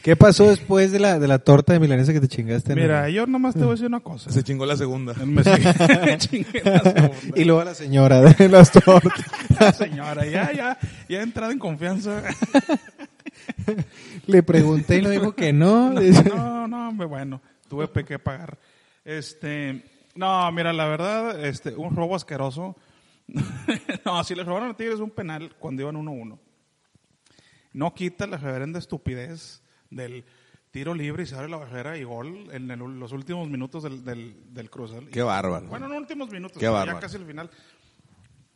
Speaker 1: ¿Qué pasó después de la, de la torta de milanesa que te chingaste? en [LAUGHS]
Speaker 3: Mira,
Speaker 1: el-
Speaker 3: yo nomás te voy a decir una
Speaker 1: [LAUGHS]
Speaker 3: cosa.
Speaker 2: Se chingó la segunda.
Speaker 3: Me [LAUGHS] chingué la segunda.
Speaker 1: y luego a la señora de [LAUGHS] las tortas.
Speaker 3: [LAUGHS] señora, ya, ya, ya he entrado
Speaker 2: [LAUGHS]
Speaker 3: en confianza.
Speaker 1: Le pregunté y no dijo que [LAUGHS] no.
Speaker 3: No, no, hombre, bueno, tuve pe- que pagar. Este, no, mira, la verdad, este, un robo asqueroso. [LAUGHS] no, si le robaron a Tigres un penal cuando iban 1-1. No quita la reverenda estupidez del tiro libre y se abre la barrera y gol en el- los últimos minutos del, del, del Cruzal.
Speaker 2: Qué bárbaro.
Speaker 3: Bueno, en últimos minutos,
Speaker 2: Qué
Speaker 3: pero ya
Speaker 2: bárbaro.
Speaker 3: casi el final.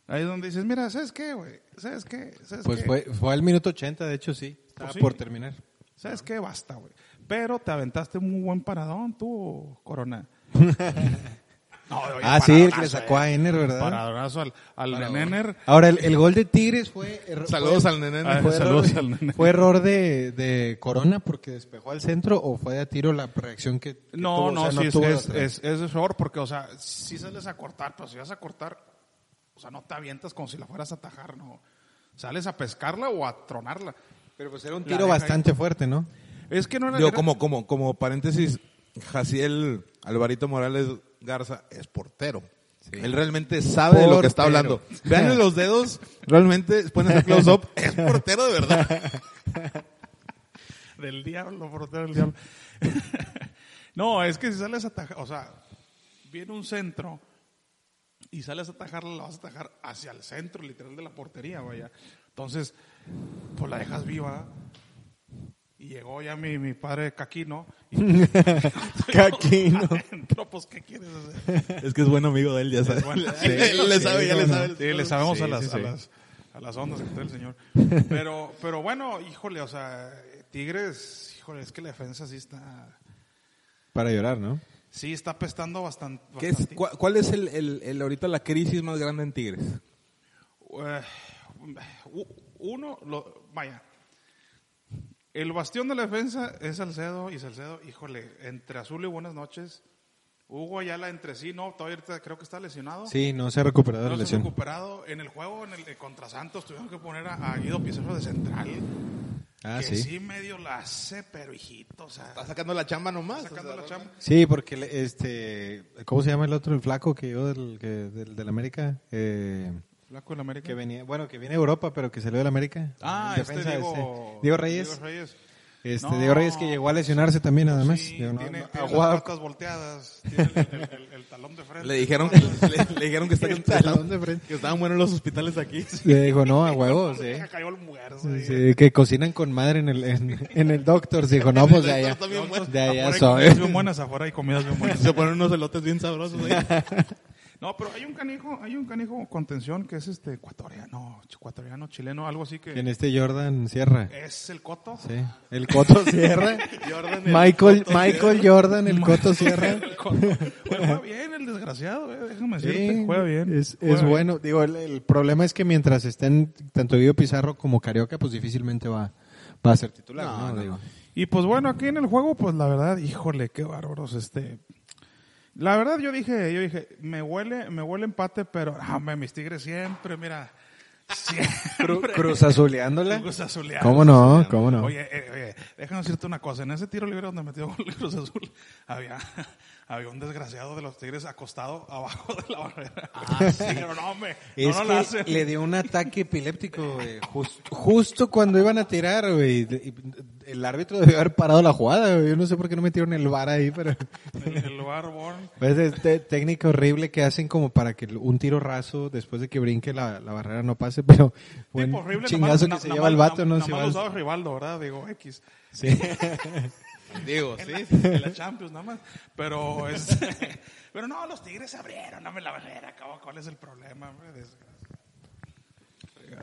Speaker 3: Ahí es donde dices, mira, ¿sabes qué, güey? ¿Sabes qué? ¿Sabes
Speaker 1: Pues
Speaker 3: qué?
Speaker 1: fue, fue al minuto 80, de hecho, Pues sí. Estaba
Speaker 3: sí.
Speaker 1: por terminar.
Speaker 3: ¿Sabes qué? Basta, güey. Pero te aventaste un muy buen paradón tú, Corona. No, oye,
Speaker 1: ah, sí, el que le
Speaker 3: paradonazo,
Speaker 1: sacó
Speaker 3: eh.
Speaker 1: a Ener, ¿verdad?
Speaker 3: Paradonazo al, al Ah, Nener.
Speaker 1: Ahora, el, el gol de Tigres fue... er-
Speaker 2: Saludos
Speaker 1: fue-
Speaker 2: al nene.
Speaker 3: Ah,
Speaker 1: Fue
Speaker 3: Saludos
Speaker 1: error,
Speaker 3: al nene.
Speaker 1: pues, ¿Fue error de, de Corona porque despejó al centro o fue de a tiro la reacción que, que tuvo?
Speaker 3: No,
Speaker 1: O sea,
Speaker 3: no, sí, es-
Speaker 1: tuvo
Speaker 3: es,
Speaker 1: otra.
Speaker 3: es, es error porque, o sea, si sales a cortar, pero si vas a cortar, o sea, no te avientas como si la fueras a atajar, no. Sales a pescarla o a tronarla. Pero pues era
Speaker 1: un tiro bastante fuerte, ¿no?
Speaker 3: Es que no era...
Speaker 2: Digo,
Speaker 3: era-
Speaker 2: como, como, como paréntesis, Jaciel Alvarito Morales Garza es portero. Él realmente sabe de lo que está
Speaker 1: Portero.
Speaker 2: hablando. Vean los dedos, realmente, después de close up, es portero de verdad.
Speaker 3: Del diablo, portero del diablo. [LAUGHS] no, es que si sales a atajar, o sea, viene un centro y sales a atajarla, la vas a atajar hacia el centro, literal, de la portería, vaya. Entonces, pues la dejas viva. Y llegó ya mi, mi padre Caquino. Y [LAUGHS]
Speaker 1: Caquino.
Speaker 3: Adentro, pues, ¿qué quieres hacer?
Speaker 2: Es que es buen amigo de él, ya sabe. [LAUGHS] Él le sabe, ya le sabe. el-
Speaker 3: Sí, le sabemos
Speaker 1: Sí,
Speaker 3: a, las,
Speaker 1: sí, sí.
Speaker 3: a las a las ondas que trae el señor. Pero, pero bueno, híjole, o sea, Tigres, híjole, es que la defensa sí está...
Speaker 1: Para llorar, ¿no?
Speaker 3: Sí, está apestando bastante.
Speaker 2: ¿Qué es- cua- ¿Cuál es el, el- el- ahorita la crisis más grande en Tigres?
Speaker 3: Eh, uno, lo- vaya. El bastión de la defensa es Salcedo y Salcedo, híjole, entre Azul y Buenas noches. Hugo Ayala entre sí, no, todavía ahorita creo que está lesionado.
Speaker 1: Sí, no se ha recuperado la
Speaker 3: no se ha
Speaker 1: lesión.
Speaker 3: recuperado. En el juego en el, eh, contra Santos tuvieron que poner a, a Guido Pizarro de central.
Speaker 1: Ah,
Speaker 3: que
Speaker 1: sí.
Speaker 3: sí. medio la hace, pero hijito, o sea,
Speaker 2: Está sacando la chamba nomás.
Speaker 3: sacando la chamba.
Speaker 1: Sí, porque le- este, ¿cómo se llama el otro, el flaco que yo del, que, del, del América? Eh,
Speaker 3: Flaco del América.
Speaker 1: que venía, bueno, que viene de Europa, pero que salió del América.
Speaker 3: Ah,
Speaker 1: El
Speaker 3: este
Speaker 1: defensa,
Speaker 3: Diego,
Speaker 1: este, Diego Reyes.
Speaker 3: Diego Reyes.
Speaker 1: Este,
Speaker 3: No.
Speaker 1: Diego Reyes que llegó a lesionarse también, nada más. Ah,
Speaker 3: Sí,
Speaker 1: Digo, no,
Speaker 3: tiene,
Speaker 1: no,
Speaker 3: tiene
Speaker 1: aguado.
Speaker 3: las patas volteadas, tiene el, el- el- el talón de frente.
Speaker 2: Le dijeron, que- le, le dijeron que, está- que
Speaker 1: El [LAUGHS]
Speaker 2: está-
Speaker 1: talón de frente.
Speaker 2: que estaban buenos los hospitales aquí.
Speaker 1: Le dijo, no, a huevos,
Speaker 3: Se
Speaker 1: eh.
Speaker 3: cayó el muerzo.
Speaker 1: Sí, que cocinan con madre en el, en, en el doctor. Se dijo, no, pues de allá,
Speaker 2: Está bien bueno.
Speaker 1: de allá
Speaker 3: afuera hay
Speaker 1: soy.
Speaker 3: comidas bien buenas, afuera hay comidas
Speaker 1: [LAUGHS]
Speaker 3: bien buenas.
Speaker 2: Se ponen unos elotes bien sabrosos ahí.
Speaker 3: No, pero hay un canijo, hay un canijo contención que es este ecuatoriano, ch- ecuatoriano, chileno, algo así que
Speaker 1: En este Jordan Sierra.
Speaker 3: es el coto.
Speaker 1: Sí. El Coto Sierra.
Speaker 2: Jordan, el
Speaker 1: Michael,
Speaker 2: Coto
Speaker 1: Michael Jordan, el Coto
Speaker 2: [LAUGHS]
Speaker 1: Sierra.
Speaker 3: [LAUGHS] El Coto. Juega bien el desgraciado, eh, déjame decirte,
Speaker 1: Sí,
Speaker 3: juega bien.
Speaker 1: Es,
Speaker 3: juega
Speaker 1: es
Speaker 3: bien.
Speaker 1: bueno. Digo, el, el problema es que mientras estén tanto Guido Pizarro como Carioca, pues difícilmente va, va a ser titular.
Speaker 2: No,
Speaker 1: ¿no?
Speaker 2: no,
Speaker 1: Digo.
Speaker 3: Y pues bueno, aquí en el juego, pues la verdad, híjole, qué bárbaros este. La verdad yo dije, yo dije, me huele, me huele empate, pero ah, hombre, mis Tigres siempre, mira, siempre
Speaker 1: Cruz Azuleándola.
Speaker 3: Cruz Azuleados.
Speaker 1: ¿Cómo no? ¿Cómo no?
Speaker 3: Oye, eh, oye, déjame decirte una cosa. En ese tiro libre donde metió gol el Cruz Azul, había, [LAUGHS] había un desgraciado de los Tigres acostado abajo de la barrera. Ah, sí. [LAUGHS] Pero no, hombre, no,
Speaker 1: Es
Speaker 3: no
Speaker 1: que
Speaker 3: la hace.
Speaker 1: le dio un ataque epiléptico, güey, just- justo cuando iban a tirar, güey. Y- y- El árbitro debió haber parado la jugada, güey. Yo no sé por qué no metieron el VAR ahí, pero...
Speaker 3: El, el
Speaker 1: [LAUGHS]
Speaker 3: Warborn.
Speaker 1: Pues este técnica horrible que hacen como para que un tiro raso después de que brinque la, la barrera no pase, pero buen
Speaker 3: Tipo horrible.
Speaker 1: chingazo
Speaker 3: nomás-
Speaker 1: que se
Speaker 3: na-
Speaker 1: lleva el
Speaker 3: nomás-
Speaker 1: vato, ¿no?
Speaker 3: Nomás
Speaker 1: Se
Speaker 3: lo
Speaker 1: va al-
Speaker 3: usaba Rivaldo, ¿verdad? Digo, X.
Speaker 1: [LAUGHS] Sí.
Speaker 2: Diego, sí.
Speaker 3: En la, en la Champions nada más. Pero, este, [LAUGHS] pero no, los Tigres se abrieron, dame la barrera. cabo, ¿Cuál es el problema? hombre? Desgracia.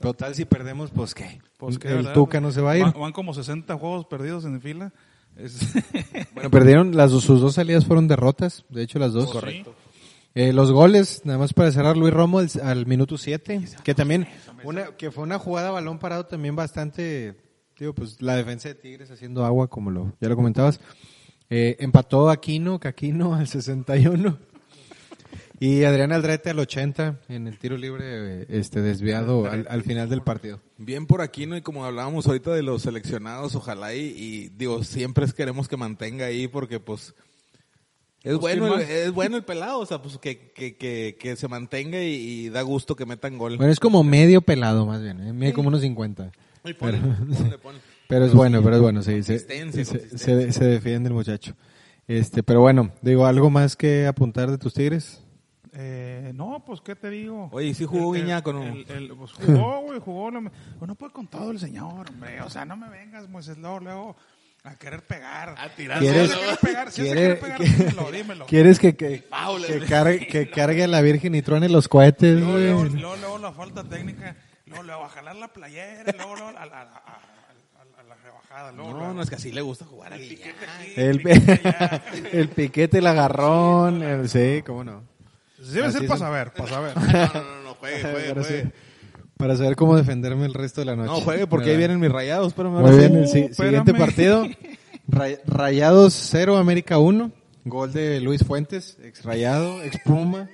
Speaker 1: Total, si perdemos, pues qué.
Speaker 3: Pues que,
Speaker 1: el
Speaker 3: ¿verdad?
Speaker 1: Tuca no se va a ir.
Speaker 3: Van, van como 60 juegos perdidos en fila. Es- [LAUGHS]
Speaker 1: Bueno, perdieron, las, sus dos salidas fueron derrotas, de hecho las dos.
Speaker 3: Correcto.
Speaker 1: Eh, los goles, nada más para cerrar, Luis Romo al, al minuto 7, que también, una, que fue una jugada a balón parado también bastante, digo, pues la defensa de Tigres haciendo agua, como lo ya lo comentabas. Eh, empató Aquino, Caquino al 61 y Adrián Aldrete al 80 en el tiro libre eh, este desviado al, al final del partido.
Speaker 2: Bien por aquí, ¿no? Y como hablábamos ahorita de los seleccionados, ojalá y, y, digo, siempre es- queremos que mantenga ahí porque pues es
Speaker 1: Pues
Speaker 2: bueno, el,
Speaker 3: más?
Speaker 2: es bueno el pelado, o sea, pues que, que, que, que se mantenga y, y da gusto que metan gol.
Speaker 1: Bueno, es como medio pelado más bien, eh, mide como unos 50.
Speaker 2: Y ponle,
Speaker 1: Pero-
Speaker 2: ponle, ponle.
Speaker 1: [LAUGHS] Pero es bueno, pero es bueno, sí, se,
Speaker 2: Consistencia,
Speaker 1: se-
Speaker 2: consistencia.
Speaker 1: se- se defiende el muchacho. Este, pero bueno, digo, ¿algo más que apuntar de tus tigres?
Speaker 3: Eh, no, pues, ¿qué te digo?
Speaker 2: Oye, ¿y si jugó
Speaker 3: El- el-
Speaker 2: Guiñac o no?
Speaker 3: el- el- pues, jugó, güey, jugó. No, me- pues, no puede con todo el señor, hombre. O sea, no me vengas, Moisés, luego, luego a querer pegar.
Speaker 2: A tirar.
Speaker 3: Si
Speaker 2: ¿Quieres-
Speaker 3: vas a querer pegar, si vas a
Speaker 1: quiere-
Speaker 3: querer pegar, dímelo, dímelo.
Speaker 1: ¿Quieres que, que,
Speaker 2: Paula.
Speaker 1: que cargue, que cargue a la Virgen y truene los cohetes?
Speaker 3: Luego, luego,
Speaker 1: güey?
Speaker 3: luego, luego la falta técnica, luego, luego a jalar la playera, luego, luego a, la- a- a- a- a la rebajada. Luego,
Speaker 2: No,
Speaker 3: luego.
Speaker 2: no, es que así le gusta jugar a
Speaker 3: El
Speaker 2: Guiñac.
Speaker 3: piquete aquí,
Speaker 1: El,
Speaker 3: piquete
Speaker 2: [LAUGHS]
Speaker 3: allá.
Speaker 1: el piquete, el agarrón, el, sí, cómo no.
Speaker 3: Debe
Speaker 1: Así
Speaker 3: ser
Speaker 1: es
Speaker 3: para
Speaker 1: un-
Speaker 3: saber, para saber.
Speaker 2: No, no, no, no, juegue, juegue,
Speaker 1: [LAUGHS] Para,
Speaker 2: juegue.
Speaker 1: sa- para saber cómo defenderme el resto de la noche.
Speaker 2: No, juegue porque ahí
Speaker 1: ¿Verdad?
Speaker 2: vienen mis rayados, pero me
Speaker 1: Muy bien, el
Speaker 3: Uh,
Speaker 1: si- siguiente
Speaker 3: espérame.
Speaker 1: partido. [LAUGHS] Ray- Rayados 0, América 1. Gol de Luis Fuentes, ex Rayado, ex Puma.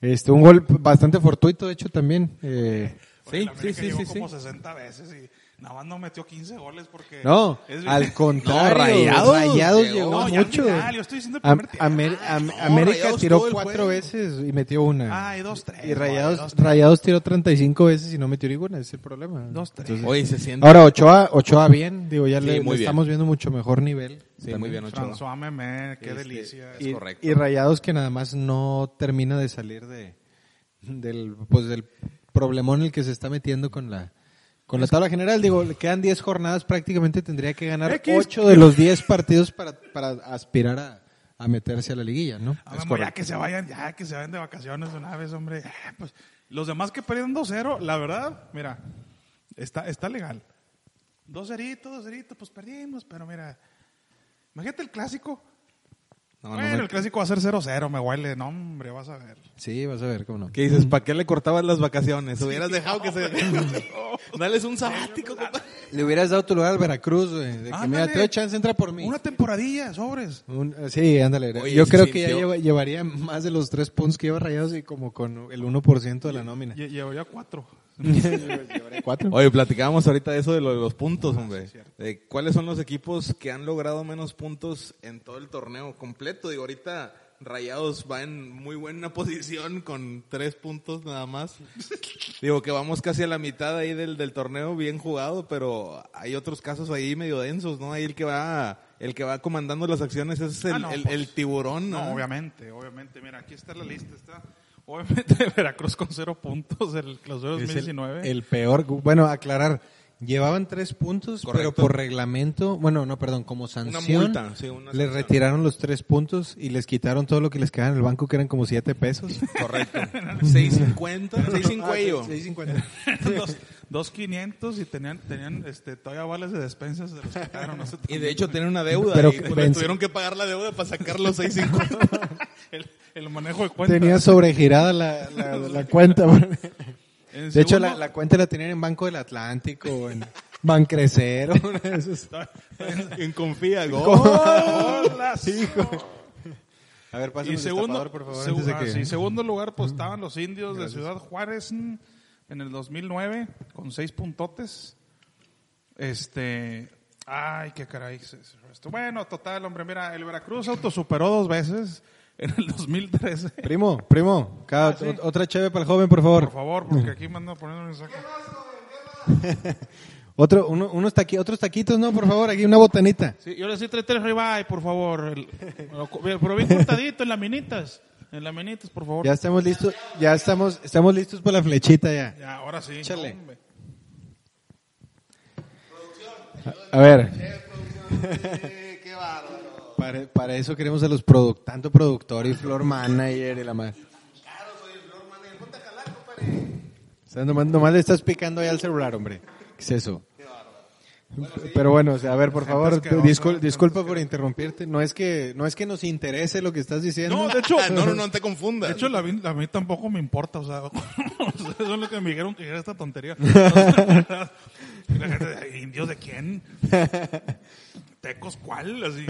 Speaker 1: Este, un gol bastante fortuito, de hecho, también. Eh,
Speaker 2: Sí,
Speaker 3: Porque el
Speaker 2: sí,
Speaker 3: América
Speaker 2: sí,
Speaker 3: llegó
Speaker 2: sí, sí.
Speaker 3: como 60 veces y nada más no metió 15 goles porque...
Speaker 1: no,
Speaker 3: es- [LAUGHS]
Speaker 1: al contrario.
Speaker 2: No, Rayados
Speaker 1: llegó
Speaker 2: llegó.
Speaker 3: No, ya al
Speaker 1: mucho.
Speaker 3: final, yo estoy diciendo el
Speaker 1: Am-
Speaker 3: primer tiempo.
Speaker 1: Amer- Am-
Speaker 2: No,
Speaker 1: América
Speaker 2: Rayados
Speaker 1: tiró
Speaker 2: todo el
Speaker 1: cuatro
Speaker 2: juego.
Speaker 1: veces y metió una.
Speaker 3: Ah, y dos, tres.
Speaker 1: y Rayados,
Speaker 3: Dos, tres.
Speaker 1: Rayados tiró 35 veces y no metió ninguna, ese es el problema.
Speaker 3: Dos, tres.
Speaker 1: Entonces-
Speaker 2: Oye, se siente.
Speaker 1: Ahora, Ochoa, Ochoa bien, digo, ya
Speaker 2: Sí,
Speaker 1: le, le
Speaker 2: muy bien.
Speaker 1: estamos viendo mucho mejor nivel.
Speaker 2: sí, muy bien, Ochoa.
Speaker 3: François Memé, qué
Speaker 2: Este,
Speaker 3: delicia.
Speaker 2: Es
Speaker 1: y,
Speaker 2: correcto.
Speaker 1: y Rayados que nada más no termina de salir de del pues del problemón en el que se está metiendo con la con la tabla general, digo, le quedan 10 jornadas, prácticamente tendría que ganar
Speaker 3: X.
Speaker 1: 8 de los 10 partidos para, para aspirar a, a meterse a la liguilla, ¿no?
Speaker 3: Ah, vamos, ya que se vayan, ya que se vayan de vacaciones de una vez, hombre. Ah, Pues, los demás que perdieron 2-0, la verdad, mira, está, está legal. 2-0, 2-0, pues perdimos, pero mira, imagínate el clásico.
Speaker 2: No, no,
Speaker 3: bueno,
Speaker 2: no.
Speaker 3: el clásico va a ser 0-0, me huele, no, hombre, vas a ver.
Speaker 1: Sí, vas a ver cómo no.
Speaker 2: ¿Qué dices? ¿Para qué le cortabas las vacaciones? Hubieras dejado que se... [LAUGHS] Dales un sabático, compa.
Speaker 1: Le hubieras dado tu lugar al Veracruz, güey, de que mira,
Speaker 3: Ándale.
Speaker 1: te doy chance, entra por mí.
Speaker 3: Una temporadilla, sobres.
Speaker 1: Un- eh, sí, ándale.
Speaker 2: Oye,
Speaker 1: Yo
Speaker 2: se
Speaker 1: creo que ya
Speaker 2: sintió-
Speaker 1: lleva- llevaría más de los 3 puntos que lleva Rayados y como con el 1% de la nómina.
Speaker 3: Lle- Llevo ya cuatro.
Speaker 1: Llevaría
Speaker 3: [LAUGHS]
Speaker 1: cuatro.
Speaker 2: Oye, platicábamos ahorita de eso de, lo de los puntos, hombre. De ¿Cuáles son los equipos que han logrado menos puntos en todo el torneo completo? Digo, ahorita Rayados va en muy buena [LAUGHS] posición con tres puntos nada más. Digo que vamos casi a la mitad ahí del, del torneo, bien jugado, pero hay otros casos ahí medio densos, ¿no? Ahí el que va, el que va comandando las acciones es el,
Speaker 3: Ah, no,
Speaker 2: el-
Speaker 3: pues.
Speaker 2: el tiburón, ¿no?
Speaker 3: No, obviamente, obviamente. Mira, aquí está la lista. Está, obviamente, [LAUGHS] Veracruz con cero puntos del clausura
Speaker 1: Es el-
Speaker 3: 2019.
Speaker 1: El, peor. gu- Bueno, aclarar. Llevaban tres puntos,
Speaker 2: Correcto.
Speaker 1: pero por reglamento, bueno, no, perdón, como sanción,
Speaker 2: multa, sí, una
Speaker 1: les
Speaker 2: sanción.
Speaker 1: retiraron los tres puntos y les quitaron todo lo que les quedaba en el banco, que eran como siete pesos.
Speaker 2: [LAUGHS]
Speaker 3: [LAUGHS]
Speaker 1: Ah,
Speaker 2: Correcto. 650, 6 sin
Speaker 3: Ah,
Speaker 2: cuello.
Speaker 3: [LAUGHS]
Speaker 2: [LAUGHS]
Speaker 3: dos, dos 500 y tenían, tenían este, todavía vales de despensas de los que quedaron. No sé,
Speaker 2: Y
Speaker 3: [LAUGHS]
Speaker 2: de hecho tienen una deuda.
Speaker 1: Pero
Speaker 2: y,
Speaker 1: que
Speaker 2: pues, le
Speaker 1: vence.
Speaker 2: tuvieron que pagar la deuda para sacar los
Speaker 3: [LAUGHS]
Speaker 2: 650.
Speaker 3: el, el manejo de cuentas.
Speaker 1: Tenía sobregirada la, la- la cuenta.
Speaker 2: [LAUGHS]
Speaker 1: De
Speaker 3: En
Speaker 1: hecho, la,
Speaker 3: segundo-
Speaker 1: la cuenta la tenían en Banco del Atlántico, o en
Speaker 2: [LAUGHS]
Speaker 1: Bancrecero. una de esas.
Speaker 3: [LAUGHS]
Speaker 2: en confía, gol.
Speaker 3: ¡Hola!
Speaker 1: Hijo. A ver, pásame
Speaker 3: Y
Speaker 1: el
Speaker 3: segundo,
Speaker 1: destapador, por favor,
Speaker 3: segu-
Speaker 1: antes de
Speaker 3: ah,
Speaker 1: que- [LAUGHS]
Speaker 3: sí, segundo lugar, pues estaban los indios de Ciudad Juárez mm, en el 2009 con seis puntotes. Este, ay, qué caray. se- se- esto- Bueno, total, hombre, mira, el Veracruz autosuperó dos veces en el 2013.
Speaker 1: Primo, primo,
Speaker 2: Ah,
Speaker 1: cada-
Speaker 3: sí.
Speaker 1: ot- otra cheve para el joven, por favor.
Speaker 3: Por favor, porque aquí me andan poniendo un mensaje.
Speaker 1: Otro, uno- unos taqui- otros taquitos, no, por favor, aquí una botanita.
Speaker 3: Sí, yo les di tres tres ribeye, por favor. El- pero bien cortadito en las minitas. En las minitas, por favor.
Speaker 1: Ya estamos listos, ya estamos, estamos listos para la flechita ya.
Speaker 3: Ya, ahora sí.
Speaker 1: Échale.
Speaker 3: hombre.
Speaker 1: A ver. Para, para eso queremos a los productores, tanto productor y floor manager y la madre. Estás nomás, nomás le estás picando ahí al celular, hombre. ¿Qué es eso? Pero bueno, o sea, a ver, por favor,
Speaker 3: asquerosa,
Speaker 1: discul-
Speaker 3: gente
Speaker 1: disculpa por interrumpirte. No es que no es que nos interese lo que estás diciendo.
Speaker 3: No, de hecho,
Speaker 2: [LAUGHS] no, no, no te confundas.
Speaker 3: De hecho, la vi- a mí tampoco me importa, o sea, [LAUGHS] ustedes son los que me dijeron que era esta tontería. [LAUGHS] Y la gente, ¿indios de quién? ¿Tecos cuál? Así,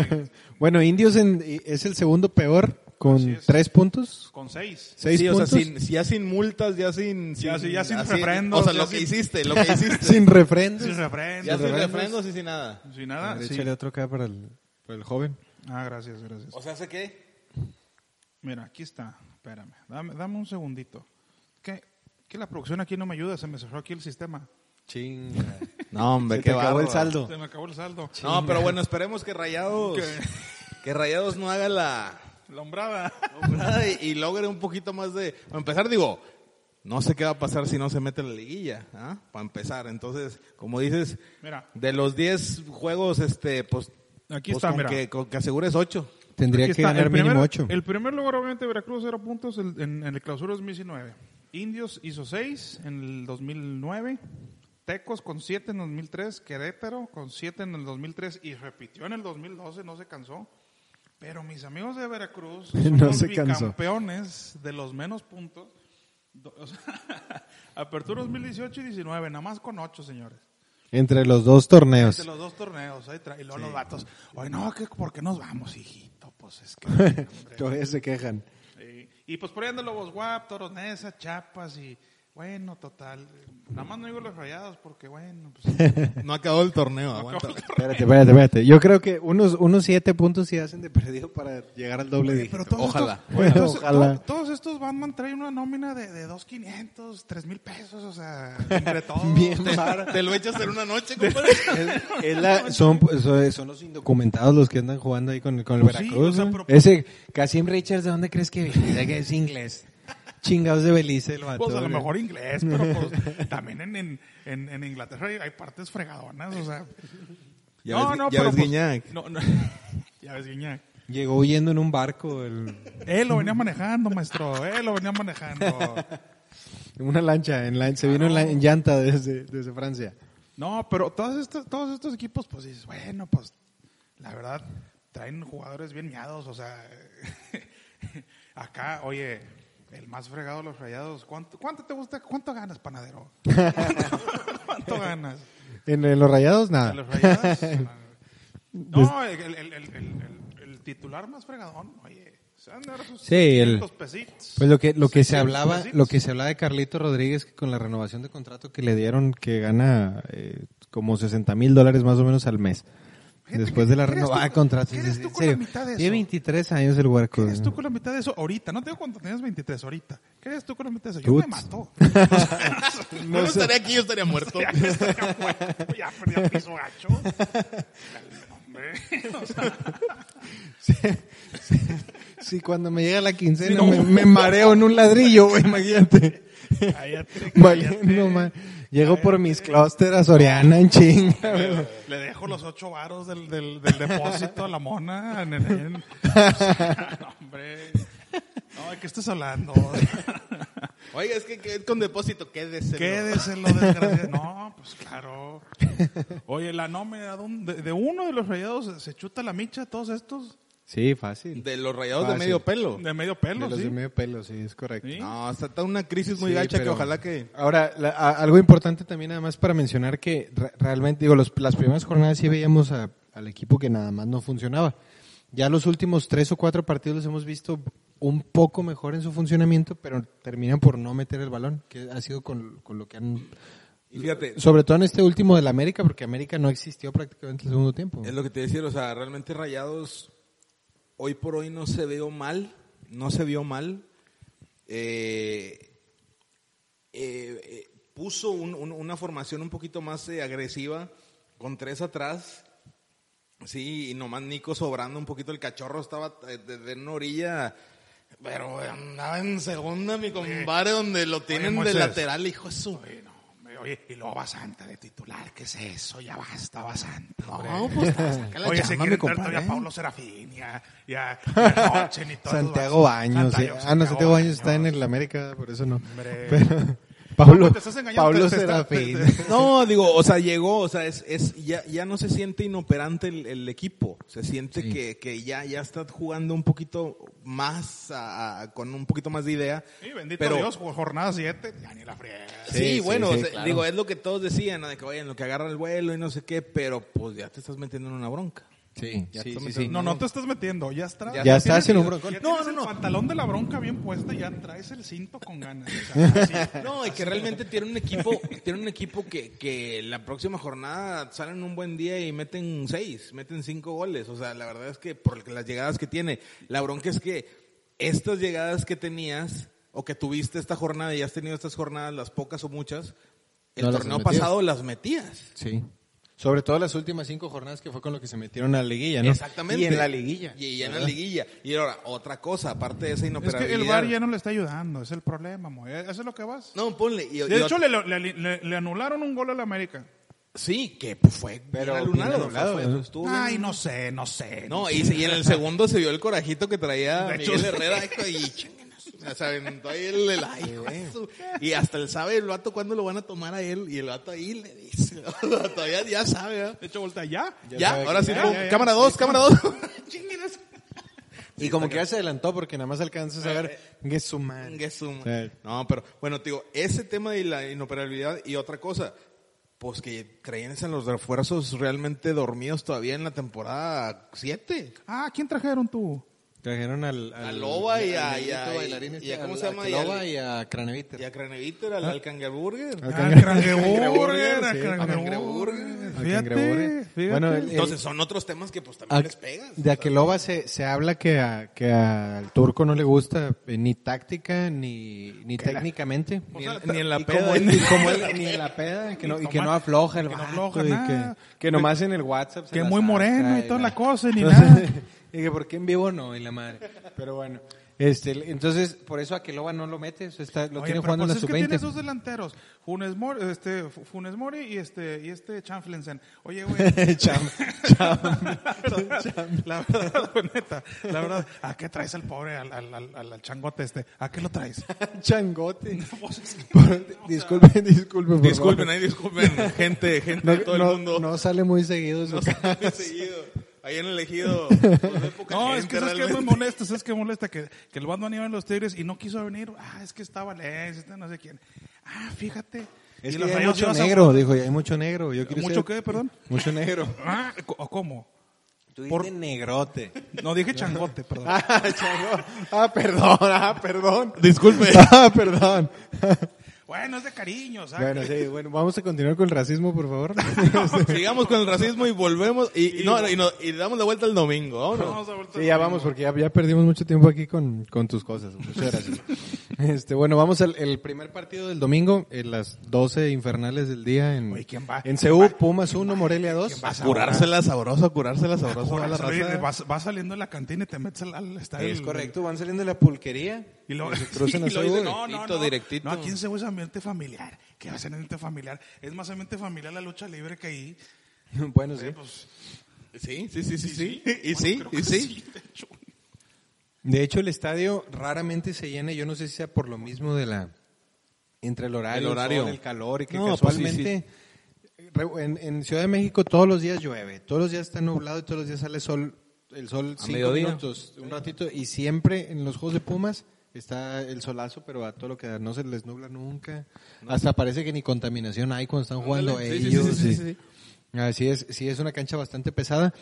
Speaker 1: Bueno, Indios en- es el segundo peor con tres puntos,
Speaker 3: con seis.
Speaker 1: seis
Speaker 2: sí, o sea,
Speaker 1: puntos,
Speaker 2: sin, ya sin multas, ya sin...
Speaker 3: Ya sí, ya sin
Speaker 2: así-
Speaker 3: refrendos,
Speaker 2: O sea,
Speaker 3: ya
Speaker 2: lo
Speaker 3: sin-
Speaker 2: que hiciste, lo que hiciste.
Speaker 1: [LAUGHS] sin refrendos.
Speaker 3: Sin
Speaker 2: ya
Speaker 3: refrendo,
Speaker 2: sin
Speaker 1: refrendos.
Speaker 2: refrendos y sin nada.
Speaker 3: sin nada. Ah, sí.
Speaker 1: Échale otro acá para el, para el joven.
Speaker 3: Ah, gracias, gracias.
Speaker 2: O sea, ¿hace qué?
Speaker 3: Mira, aquí está. Espérame, dame, dame un segundito. ¿Qué? Que la producción aquí no me ayuda, se me cerró aquí el sistema.
Speaker 1: Chinga.
Speaker 2: No, hombre,
Speaker 1: Se te acabó el saldo.
Speaker 3: Se me acabó el saldo.
Speaker 2: No, pero bueno, esperemos que Rayados... Que Rayados no haga la...
Speaker 3: La hombrada.
Speaker 2: nombrada y, y logre un poquito más de... Para empezar, digo, no sé qué va a pasar si no se mete en la liguilla, ¿ah? Para empezar. Entonces, como dices,
Speaker 3: Mira.
Speaker 2: de los 10 juegos, este, pues...
Speaker 3: Aquí
Speaker 2: pues,
Speaker 3: está,
Speaker 2: con
Speaker 3: mira.
Speaker 2: Que, con que asegures 8.
Speaker 1: Tendría
Speaker 3: Aquí
Speaker 1: que
Speaker 3: está,
Speaker 1: ganar
Speaker 3: el primer-
Speaker 1: mínimo ocho.
Speaker 3: El primer lugar, obviamente, Veracruz, cero puntos el- en, en el clausura 2019. Indios hizo seis en el 2009. Tecos con siete en 2003. Querétaro con siete en el 2003. Y repitió en el 2012, no se cansó. Pero mis amigos de Veracruz
Speaker 1: [LAUGHS]
Speaker 3: son
Speaker 1: No
Speaker 3: los
Speaker 1: se cansó.
Speaker 3: bicampeones de los menos puntos. Do- o sea, [LAUGHS] apertura 2018 y 19, nada más con ocho, señores.
Speaker 1: Entre los dos torneos.
Speaker 3: De los dos torneos, ahí tra- y luego los vatos. Oye, no, ¿qué, ¿por qué nos vamos, hijito? Pues
Speaker 1: [LAUGHS]
Speaker 3: es que... hombre".
Speaker 1: Todavía se quejan.
Speaker 3: Sí. Y pues por ahí andan Lobos Guap, Toros Nesa, Chapas y bueno, total. Nada más no digo los rayados porque bueno,
Speaker 2: [LAUGHS]
Speaker 3: pues
Speaker 2: No acabó el torneo, aguanta. [LAUGHS]
Speaker 1: Espérate, espérate, espérate. Yo creo que unos, unos siete puntos sí hacen de perdido para llegar al doble dígito.
Speaker 2: Ojalá.
Speaker 3: Oye, todos,
Speaker 1: Ojalá.
Speaker 3: to- todos estos Batman traen una nómina de, de 2.500, 3.000 pesos, o sea,
Speaker 2: [LAUGHS]
Speaker 3: entre todos.
Speaker 1: Bien
Speaker 3: Te-
Speaker 1: bárbaro.
Speaker 2: Te lo echas en una
Speaker 3: [LAUGHS]
Speaker 2: noche, compadre.
Speaker 1: Es- es la- son, son- son los indocumentados los que andan jugando ahí con, el- con el
Speaker 3: Pues sí,
Speaker 1: Veracruz.
Speaker 3: o sea,
Speaker 1: ¿no?
Speaker 3: pero-
Speaker 1: Ese Casim Richards, ¿de dónde crees que viene? De que es inglés. Chingados de Belice, el vato,
Speaker 3: Pues a lo
Speaker 1: güey.
Speaker 3: mejor inglés,
Speaker 2: [LAUGHS]
Speaker 3: pero pues también en, en, en- en Inglaterra hay, hay partes fregadonas, o sea.
Speaker 2: Ya ves- ya ves
Speaker 3: pues,
Speaker 2: Guiñac.
Speaker 3: no, [LAUGHS] no. ya ves Guiñac.
Speaker 1: Llegó huyendo en un barco, el-
Speaker 3: Él lo venía manejando, maestro, él lo venía manejando.
Speaker 1: en una lancha, en la-
Speaker 3: Ah,
Speaker 1: se vino en, la- en llanta desde, desde Francia.
Speaker 3: No, pero todos estos, todos estos equipos, pues dices, bueno, pues la verdad, traen jugadores bien miados, o sea, [LAUGHS] acá, oye, el más fregado de los rayados, ¿cuánto, cuánto te gusta, cuánto ganas, panadero? [LAUGHS] ¿Cuánto, cuánto ganas?
Speaker 1: En, en los rayados,
Speaker 3: ¿De
Speaker 1: nada.
Speaker 3: los
Speaker 1: [LAUGHS]
Speaker 3: rayados? No, el, el- el- el- el- el titular más fregadón, oye, se han de dar sus
Speaker 1: Sí, el-
Speaker 3: 600 pesitos.
Speaker 1: Pues lo que lo que se
Speaker 3: 600
Speaker 1: hablaba,
Speaker 3: pesitos.
Speaker 1: lo que se hablaba de Carlito Rodríguez que con la renovación de contrato que le dieron que gana eh, como 60 mil dólares más o menos al mes.
Speaker 3: Gente,
Speaker 1: Después
Speaker 3: ¿qué-
Speaker 1: de la
Speaker 3: qué eres
Speaker 1: renovada
Speaker 3: tú
Speaker 1: de
Speaker 3: con-
Speaker 1: contrato.
Speaker 3: qué
Speaker 1: sí,
Speaker 3: eres
Speaker 1: sí,
Speaker 3: tú
Speaker 1: en
Speaker 3: con la
Speaker 1: serio.
Speaker 3: mitad de
Speaker 1: Tiene
Speaker 3: eso?
Speaker 1: 23 años el huerco.
Speaker 3: ¿Qué eres tú
Speaker 1: güey.
Speaker 3: con la mitad de eso ahorita? No te digo cuando tenías 23 ahorita. ¿Qué eres tú con la mitad de eso? Yo
Speaker 1: Ups. [LAUGHS]
Speaker 3: me mató.
Speaker 2: No, estaría aquí, yo estaría
Speaker 3: [LAUGHS]
Speaker 2: muerto.
Speaker 3: Ya que estaría muerto, ya perdía piso gacho. Hombre, o sea,
Speaker 1: Sí, cuando me llega la quincena
Speaker 3: No.
Speaker 1: me, me mareo en un ladrillo, güey, imagínate.
Speaker 3: cállate,
Speaker 1: Vaya, [LAUGHS]
Speaker 3: cállate.
Speaker 1: no, ma- Llego por mis clústeres a Soriana en chinga, güey.
Speaker 3: Le, le dejo los ocho varos del, del, del depósito a la mona. En el,
Speaker 1: [LAUGHS]
Speaker 3: en- No, hombre. No, ¿de qué estás hablando?
Speaker 2: Oiga, es que, que con depósito, quédese.
Speaker 3: Quédese lo desgraciado. No, pues claro. Oye, la nómina de, un- de- de uno de los rayados se chuta la micha, todos estos
Speaker 1: Sí, fácil.
Speaker 2: De los rayados
Speaker 1: Fácil.
Speaker 2: de medio pelo.
Speaker 3: de medio
Speaker 1: De
Speaker 3: pelo,
Speaker 1: los
Speaker 3: ¿sí?
Speaker 1: de medio pelo, sí, es correcto.
Speaker 3: Sí.
Speaker 2: No, está, está una crisis muy
Speaker 1: Sí,
Speaker 2: gacha que
Speaker 1: pero-
Speaker 2: ojalá que...
Speaker 1: Ahora, la- a- algo importante también, además, para mencionar que re- realmente, digo, los- las primeras jornadas sí veíamos a- al equipo que nada más no funcionaba. Ya los últimos tres o cuatro partidos los hemos visto un poco mejor en su funcionamiento, pero terminan por no meter el balón, que ha sido con, con lo que han.
Speaker 2: Y fíjate,
Speaker 1: Sobre todo en este último del América, porque América no existió prácticamente el segundo tiempo.
Speaker 2: Es lo que te decía, o sea, realmente Rayados hoy por hoy no se vio mal, no se vio mal. Eh, eh, eh, puso un- un- una formación un poquito más eh, agresiva con tres atrás. Sí, y nomás Nico sobrando un poquito el cachorro estaba eh, de, de una orilla, pero andaba en segunda mi compadre donde lo tienen de
Speaker 3: Moisés.
Speaker 2: lateral, hijo de su.
Speaker 3: Oye, no, hombre, oye, y luego va Santa de titular, ¿qué es eso? Ya basta, va Santa.
Speaker 2: No,
Speaker 3: hombre.
Speaker 2: pues saca la
Speaker 3: Oye, se
Speaker 2: chamba,
Speaker 3: quiere
Speaker 2: mi
Speaker 3: entrar todavía
Speaker 2: compadre. ¿eh?
Speaker 1: ¿eh?
Speaker 3: Pablo Serafín, ya, ya,
Speaker 1: [LAUGHS]
Speaker 3: ya Nochen y todo.
Speaker 1: Santiago Baños.
Speaker 3: Santiago-
Speaker 1: sí. Ah, no, Santiago Baños está en el América, por eso no.
Speaker 3: Hombre.
Speaker 1: [LAUGHS] Pero, Pablo,
Speaker 3: No, te estás engañando,
Speaker 1: Pablo
Speaker 3: te- te está-
Speaker 1: Serafín.
Speaker 3: te- te-
Speaker 2: No, digo, o sea, llegó, o sea, es, es ya, ya no se siente inoperante el, el equipo, se siente que, que ya, ya está jugando un poquito más, a- a- con un poquito más de idea.
Speaker 3: Sí, bendito
Speaker 2: pero,
Speaker 3: Dios, jornada 7, ya ni la friega.
Speaker 2: Sí,
Speaker 1: Sí, sí,
Speaker 2: bueno,
Speaker 1: sí,
Speaker 2: o sea,
Speaker 1: claro.
Speaker 2: digo, es lo que todos decían, ¿no? de que oye, en lo que agarra el vuelo y no sé qué, pero pues ya te estás metiendo en una bronca.
Speaker 1: Sí,
Speaker 2: Ya
Speaker 1: sí,
Speaker 2: estamos
Speaker 1: sí, sí.
Speaker 2: en-
Speaker 3: No, no te estás metiendo, ya estás.
Speaker 1: Ya
Speaker 2: Ya
Speaker 3: tienes-
Speaker 1: estás en un
Speaker 3: ya
Speaker 1: broncón.
Speaker 3: tienes
Speaker 2: No, no,
Speaker 3: el
Speaker 2: no.
Speaker 3: pantalón de la bronca bien puesta, ya traes el cinto
Speaker 1: [LAUGHS]
Speaker 3: con ganas. o sea, así.
Speaker 2: No, y que realmente tiene un equipo, tiene un equipo que, que la próxima jornada salen un buen día y meten seis, meten cinco goles. O sea, la verdad es que por las llegadas que tiene, la bronca es que estas llegadas que tenías o que tuviste esta jornada y has tenido estas jornadas, las pocas o muchas, el
Speaker 1: No las
Speaker 2: torneo
Speaker 1: metías.
Speaker 2: pasado las metías.
Speaker 1: [LAUGHS] Sí. Sobre todo las últimas cinco jornadas que fue con lo que se metieron a la liguilla, ¿no?
Speaker 2: Exactamente.
Speaker 1: Y en la liguilla.
Speaker 2: Y, en la liguilla. Y ahora, otra cosa, aparte de esa
Speaker 3: Es
Speaker 2: inoperabilidad.
Speaker 3: que el bar ya no le está ayudando, es el problema, mo, eh, Eso es lo que vas.
Speaker 2: No, ponle. y- y
Speaker 3: De hecho,
Speaker 2: otra-
Speaker 3: le, le- le- le anularon un gol al América.
Speaker 2: sí, que pues, fue
Speaker 1: Pero
Speaker 2: bien
Speaker 1: bien
Speaker 2: alunado, o sea,
Speaker 1: anulado,
Speaker 2: fue-
Speaker 1: ¿no?
Speaker 2: estuvo bien-
Speaker 3: Ay, no sé, no sé.
Speaker 2: No,
Speaker 3: sé.
Speaker 2: y, se- y en el segundo se vio el corajito que traía
Speaker 3: De hecho,
Speaker 2: Miguel
Speaker 3: sí.
Speaker 2: Herrera hijo, y chinguenos, o sea, se aventó ahí el, el- ay, hijo de su- y hasta él sabe el vato cuándo lo van a tomar a él y el vato ahí le dice, [LAUGHS] o sea, todavía ya sabe, ¿verdad?
Speaker 3: De hecho, voltea ya.
Speaker 2: Ya,
Speaker 1: sabe
Speaker 2: ahora
Speaker 1: que-
Speaker 2: sí,
Speaker 3: ya,
Speaker 2: pum,
Speaker 3: ya, ya.
Speaker 2: cámara 2, cámara [LAUGHS] 2.
Speaker 1: Y como que ya se adelantó porque nada más alcanzas a
Speaker 2: Eh,
Speaker 1: ver que su madre. Sí.
Speaker 2: No, pero bueno, te digo, ese tema de la inoperabilidad y otra cosa, pues que traían en los refuerzos realmente dormidos todavía en la temporada 7.
Speaker 3: Ah, ¿quién trajeron tú?
Speaker 1: Trajeron al, al-
Speaker 2: A Loba y a- y a-
Speaker 1: al bailarín este,
Speaker 2: y a- ¿cómo
Speaker 1: al-
Speaker 2: se llama?
Speaker 1: a
Speaker 2: Y al-
Speaker 1: Loba y a
Speaker 2: Y
Speaker 1: Craneviter.
Speaker 2: a Craneviter,
Speaker 3: Ah.
Speaker 2: al, al Kangaburger.
Speaker 1: Al
Speaker 3: Al
Speaker 1: cangre-
Speaker 3: Cangreburger,
Speaker 1: sí,
Speaker 3: al
Speaker 1: al
Speaker 3: Cangreburger.
Speaker 1: al
Speaker 3: Fíjate,
Speaker 1: Cangreburger.
Speaker 3: fíjate.
Speaker 1: Bueno, el-
Speaker 2: Entonces son otros temas que pues también
Speaker 1: A-
Speaker 2: les pegas.
Speaker 1: Eh, de Aqueloba se, se habla que, a- que al turco no le gusta eh, ni táctica ni, ni técnicamente.
Speaker 2: Ni, en- ni en la
Speaker 1: Y
Speaker 2: peda.
Speaker 1: como él- y como él- ni
Speaker 3: [LAUGHS]
Speaker 1: en la peda, que no, y que
Speaker 3: toma-
Speaker 1: no afloja el
Speaker 3: que no
Speaker 1: vato,
Speaker 3: afloja
Speaker 1: y
Speaker 3: nada.
Speaker 1: que, que nomás en el WhatsApp se
Speaker 3: que
Speaker 1: la
Speaker 3: muy
Speaker 1: saca
Speaker 3: moreno y toda la cosa, y ni
Speaker 1: [LAUGHS]
Speaker 3: nada.
Speaker 1: y que porque en vivo no, y la madre. Pero bueno, este, entonces, por eso a Aqueloba no lo mete, o sea, está- lo
Speaker 3: Oye,
Speaker 1: tiene
Speaker 3: pero
Speaker 1: jugando en
Speaker 3: pues
Speaker 1: la
Speaker 3: es que tienes dos
Speaker 1: sub-20.
Speaker 3: delanteros, Funes Mori, este, Fu- Funes Mori y este, y este Chanflensen. Oye, güey.
Speaker 1: [LAUGHS] Cham-
Speaker 3: la verdad, güey, neta, la verdad, ¿a qué traes al pobre, al, al, al, al- al changote este? ¿A qué lo traes?
Speaker 1: Changote.
Speaker 3: pues
Speaker 1: [LAUGHS] Por- disculpen, [LAUGHS] disculpen. por
Speaker 2: Disculpen,
Speaker 1: favor. [LAUGHS]
Speaker 2: ahí disculpen, gente, gente de todo
Speaker 1: no,
Speaker 2: el mundo. [LAUGHS]
Speaker 1: no sale muy seguido su
Speaker 2: No se
Speaker 1: cara.
Speaker 2: han seguido. Ahí
Speaker 1: [LAUGHS]
Speaker 2: han elegido. pues, de poca
Speaker 3: No,
Speaker 2: gente,
Speaker 3: es que es que es muy
Speaker 2: realmente.
Speaker 3: molesta, es que molesta que, que el bando anima en los Tigres y no quiso venir. Ah, es que estaba Lex, este no sé quién. Ah, fíjate.
Speaker 1: Es que
Speaker 3: Y los
Speaker 1: ya hay
Speaker 3: Rayados
Speaker 1: mucho
Speaker 3: Chivas-
Speaker 1: negro, dijo, ya hay mucho negro. Yo quiero
Speaker 3: ¿Mucho
Speaker 1: ser-
Speaker 3: qué, perdón?
Speaker 1: Mucho negro.
Speaker 3: Ah, ¿O cómo?
Speaker 1: [LAUGHS] Tú
Speaker 3: Por-
Speaker 1: dijiste [LAUGHS] negrote.
Speaker 3: No, dije changote, perdón.
Speaker 1: [LAUGHS] Ah, chango. Ah, perdón, ah, perdón.
Speaker 2: Disculpe.
Speaker 1: Ah, perdón.
Speaker 3: Bueno, es de cariño, ¿sabes?
Speaker 1: Bueno, sí, bueno, vamos a continuar con el racismo, por
Speaker 3: [LAUGHS]
Speaker 1: favor.
Speaker 2: [LAUGHS] Sigamos con el racismo y volvemos. Y, y no, y, no- y le damos la vuelta el domingo. vámonos.
Speaker 3: Vamos a voltear.
Speaker 1: Sí, ya vamos, porque ya, ya perdimos mucho tiempo aquí con, con tus cosas. Muchas
Speaker 3: [LAUGHS]
Speaker 1: gracias. Este, bueno, vamos al el primer partido del domingo, en las 12 infernales del día en,
Speaker 3: Oye, ¿quién va?
Speaker 1: en CU, Pumas 1, Morelia 2.
Speaker 2: A curársela sabroso, a curársela sabroso. va la
Speaker 3: Vas- oye,
Speaker 2: raza.
Speaker 3: vas, vas saliendo de la cantina y te metes al, al estadio.
Speaker 1: Es correcto, van saliendo de la pulquería.
Speaker 3: Y luego, [LAUGHS]
Speaker 1: se cruzan
Speaker 3: y
Speaker 1: a
Speaker 3: luego
Speaker 1: CU.
Speaker 3: dice, no, no,
Speaker 2: directito,
Speaker 3: no,
Speaker 2: directito.
Speaker 3: No, aquí en Seúl es ambiente familiar. ¿Qué va a ser ambiente familiar? Es más ambiente familiar la lucha libre que ahí.
Speaker 1: Bueno, sí.
Speaker 2: Sí, sí, sí, sí, sí. Y sí,
Speaker 3: Creo que
Speaker 2: y sí.
Speaker 3: de hecho.
Speaker 1: De hecho, el estadio raramente se llena, yo no sé si sea por lo mismo de la entre el horario,
Speaker 2: El horario.
Speaker 1: sol, el calor y que
Speaker 2: No, pues
Speaker 1: casualmente re- en, en Ciudad de México todos los días llueve, todos los días está nublado y todos los días sale sol, el sol
Speaker 2: A
Speaker 1: cinco
Speaker 2: mediodía.
Speaker 1: minutos, un ratito y siempre en los juegos de Pumas está el solazo, pero a todo lo que da, no se les nubla nunca. Hasta parece que ni contaminación hay cuando están jugando
Speaker 2: Ándale, sí, sí,
Speaker 1: ellos.
Speaker 2: sí, sí,
Speaker 1: y-
Speaker 2: sí, sí.
Speaker 1: Así es, sí es una cancha bastante pesada,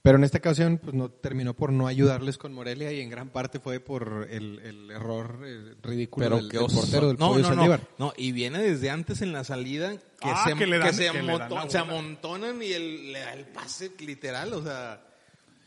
Speaker 1: pero en esta ocasión pues no terminó por no ayudarles con Morelia y en gran parte fue por el, el error eh, ridículo del,
Speaker 2: qué
Speaker 1: del
Speaker 2: oso.
Speaker 1: portero del
Speaker 2: no,
Speaker 1: Pollo
Speaker 2: no, no,
Speaker 1: Saldívar.
Speaker 2: no, y viene desde antes en la salida que
Speaker 3: Ah,
Speaker 2: se,
Speaker 3: que le dan-
Speaker 2: se
Speaker 3: que le dan
Speaker 2: amonto-
Speaker 3: la
Speaker 2: se
Speaker 3: bola.
Speaker 2: amontonan y el, le da el pase literal, o sea,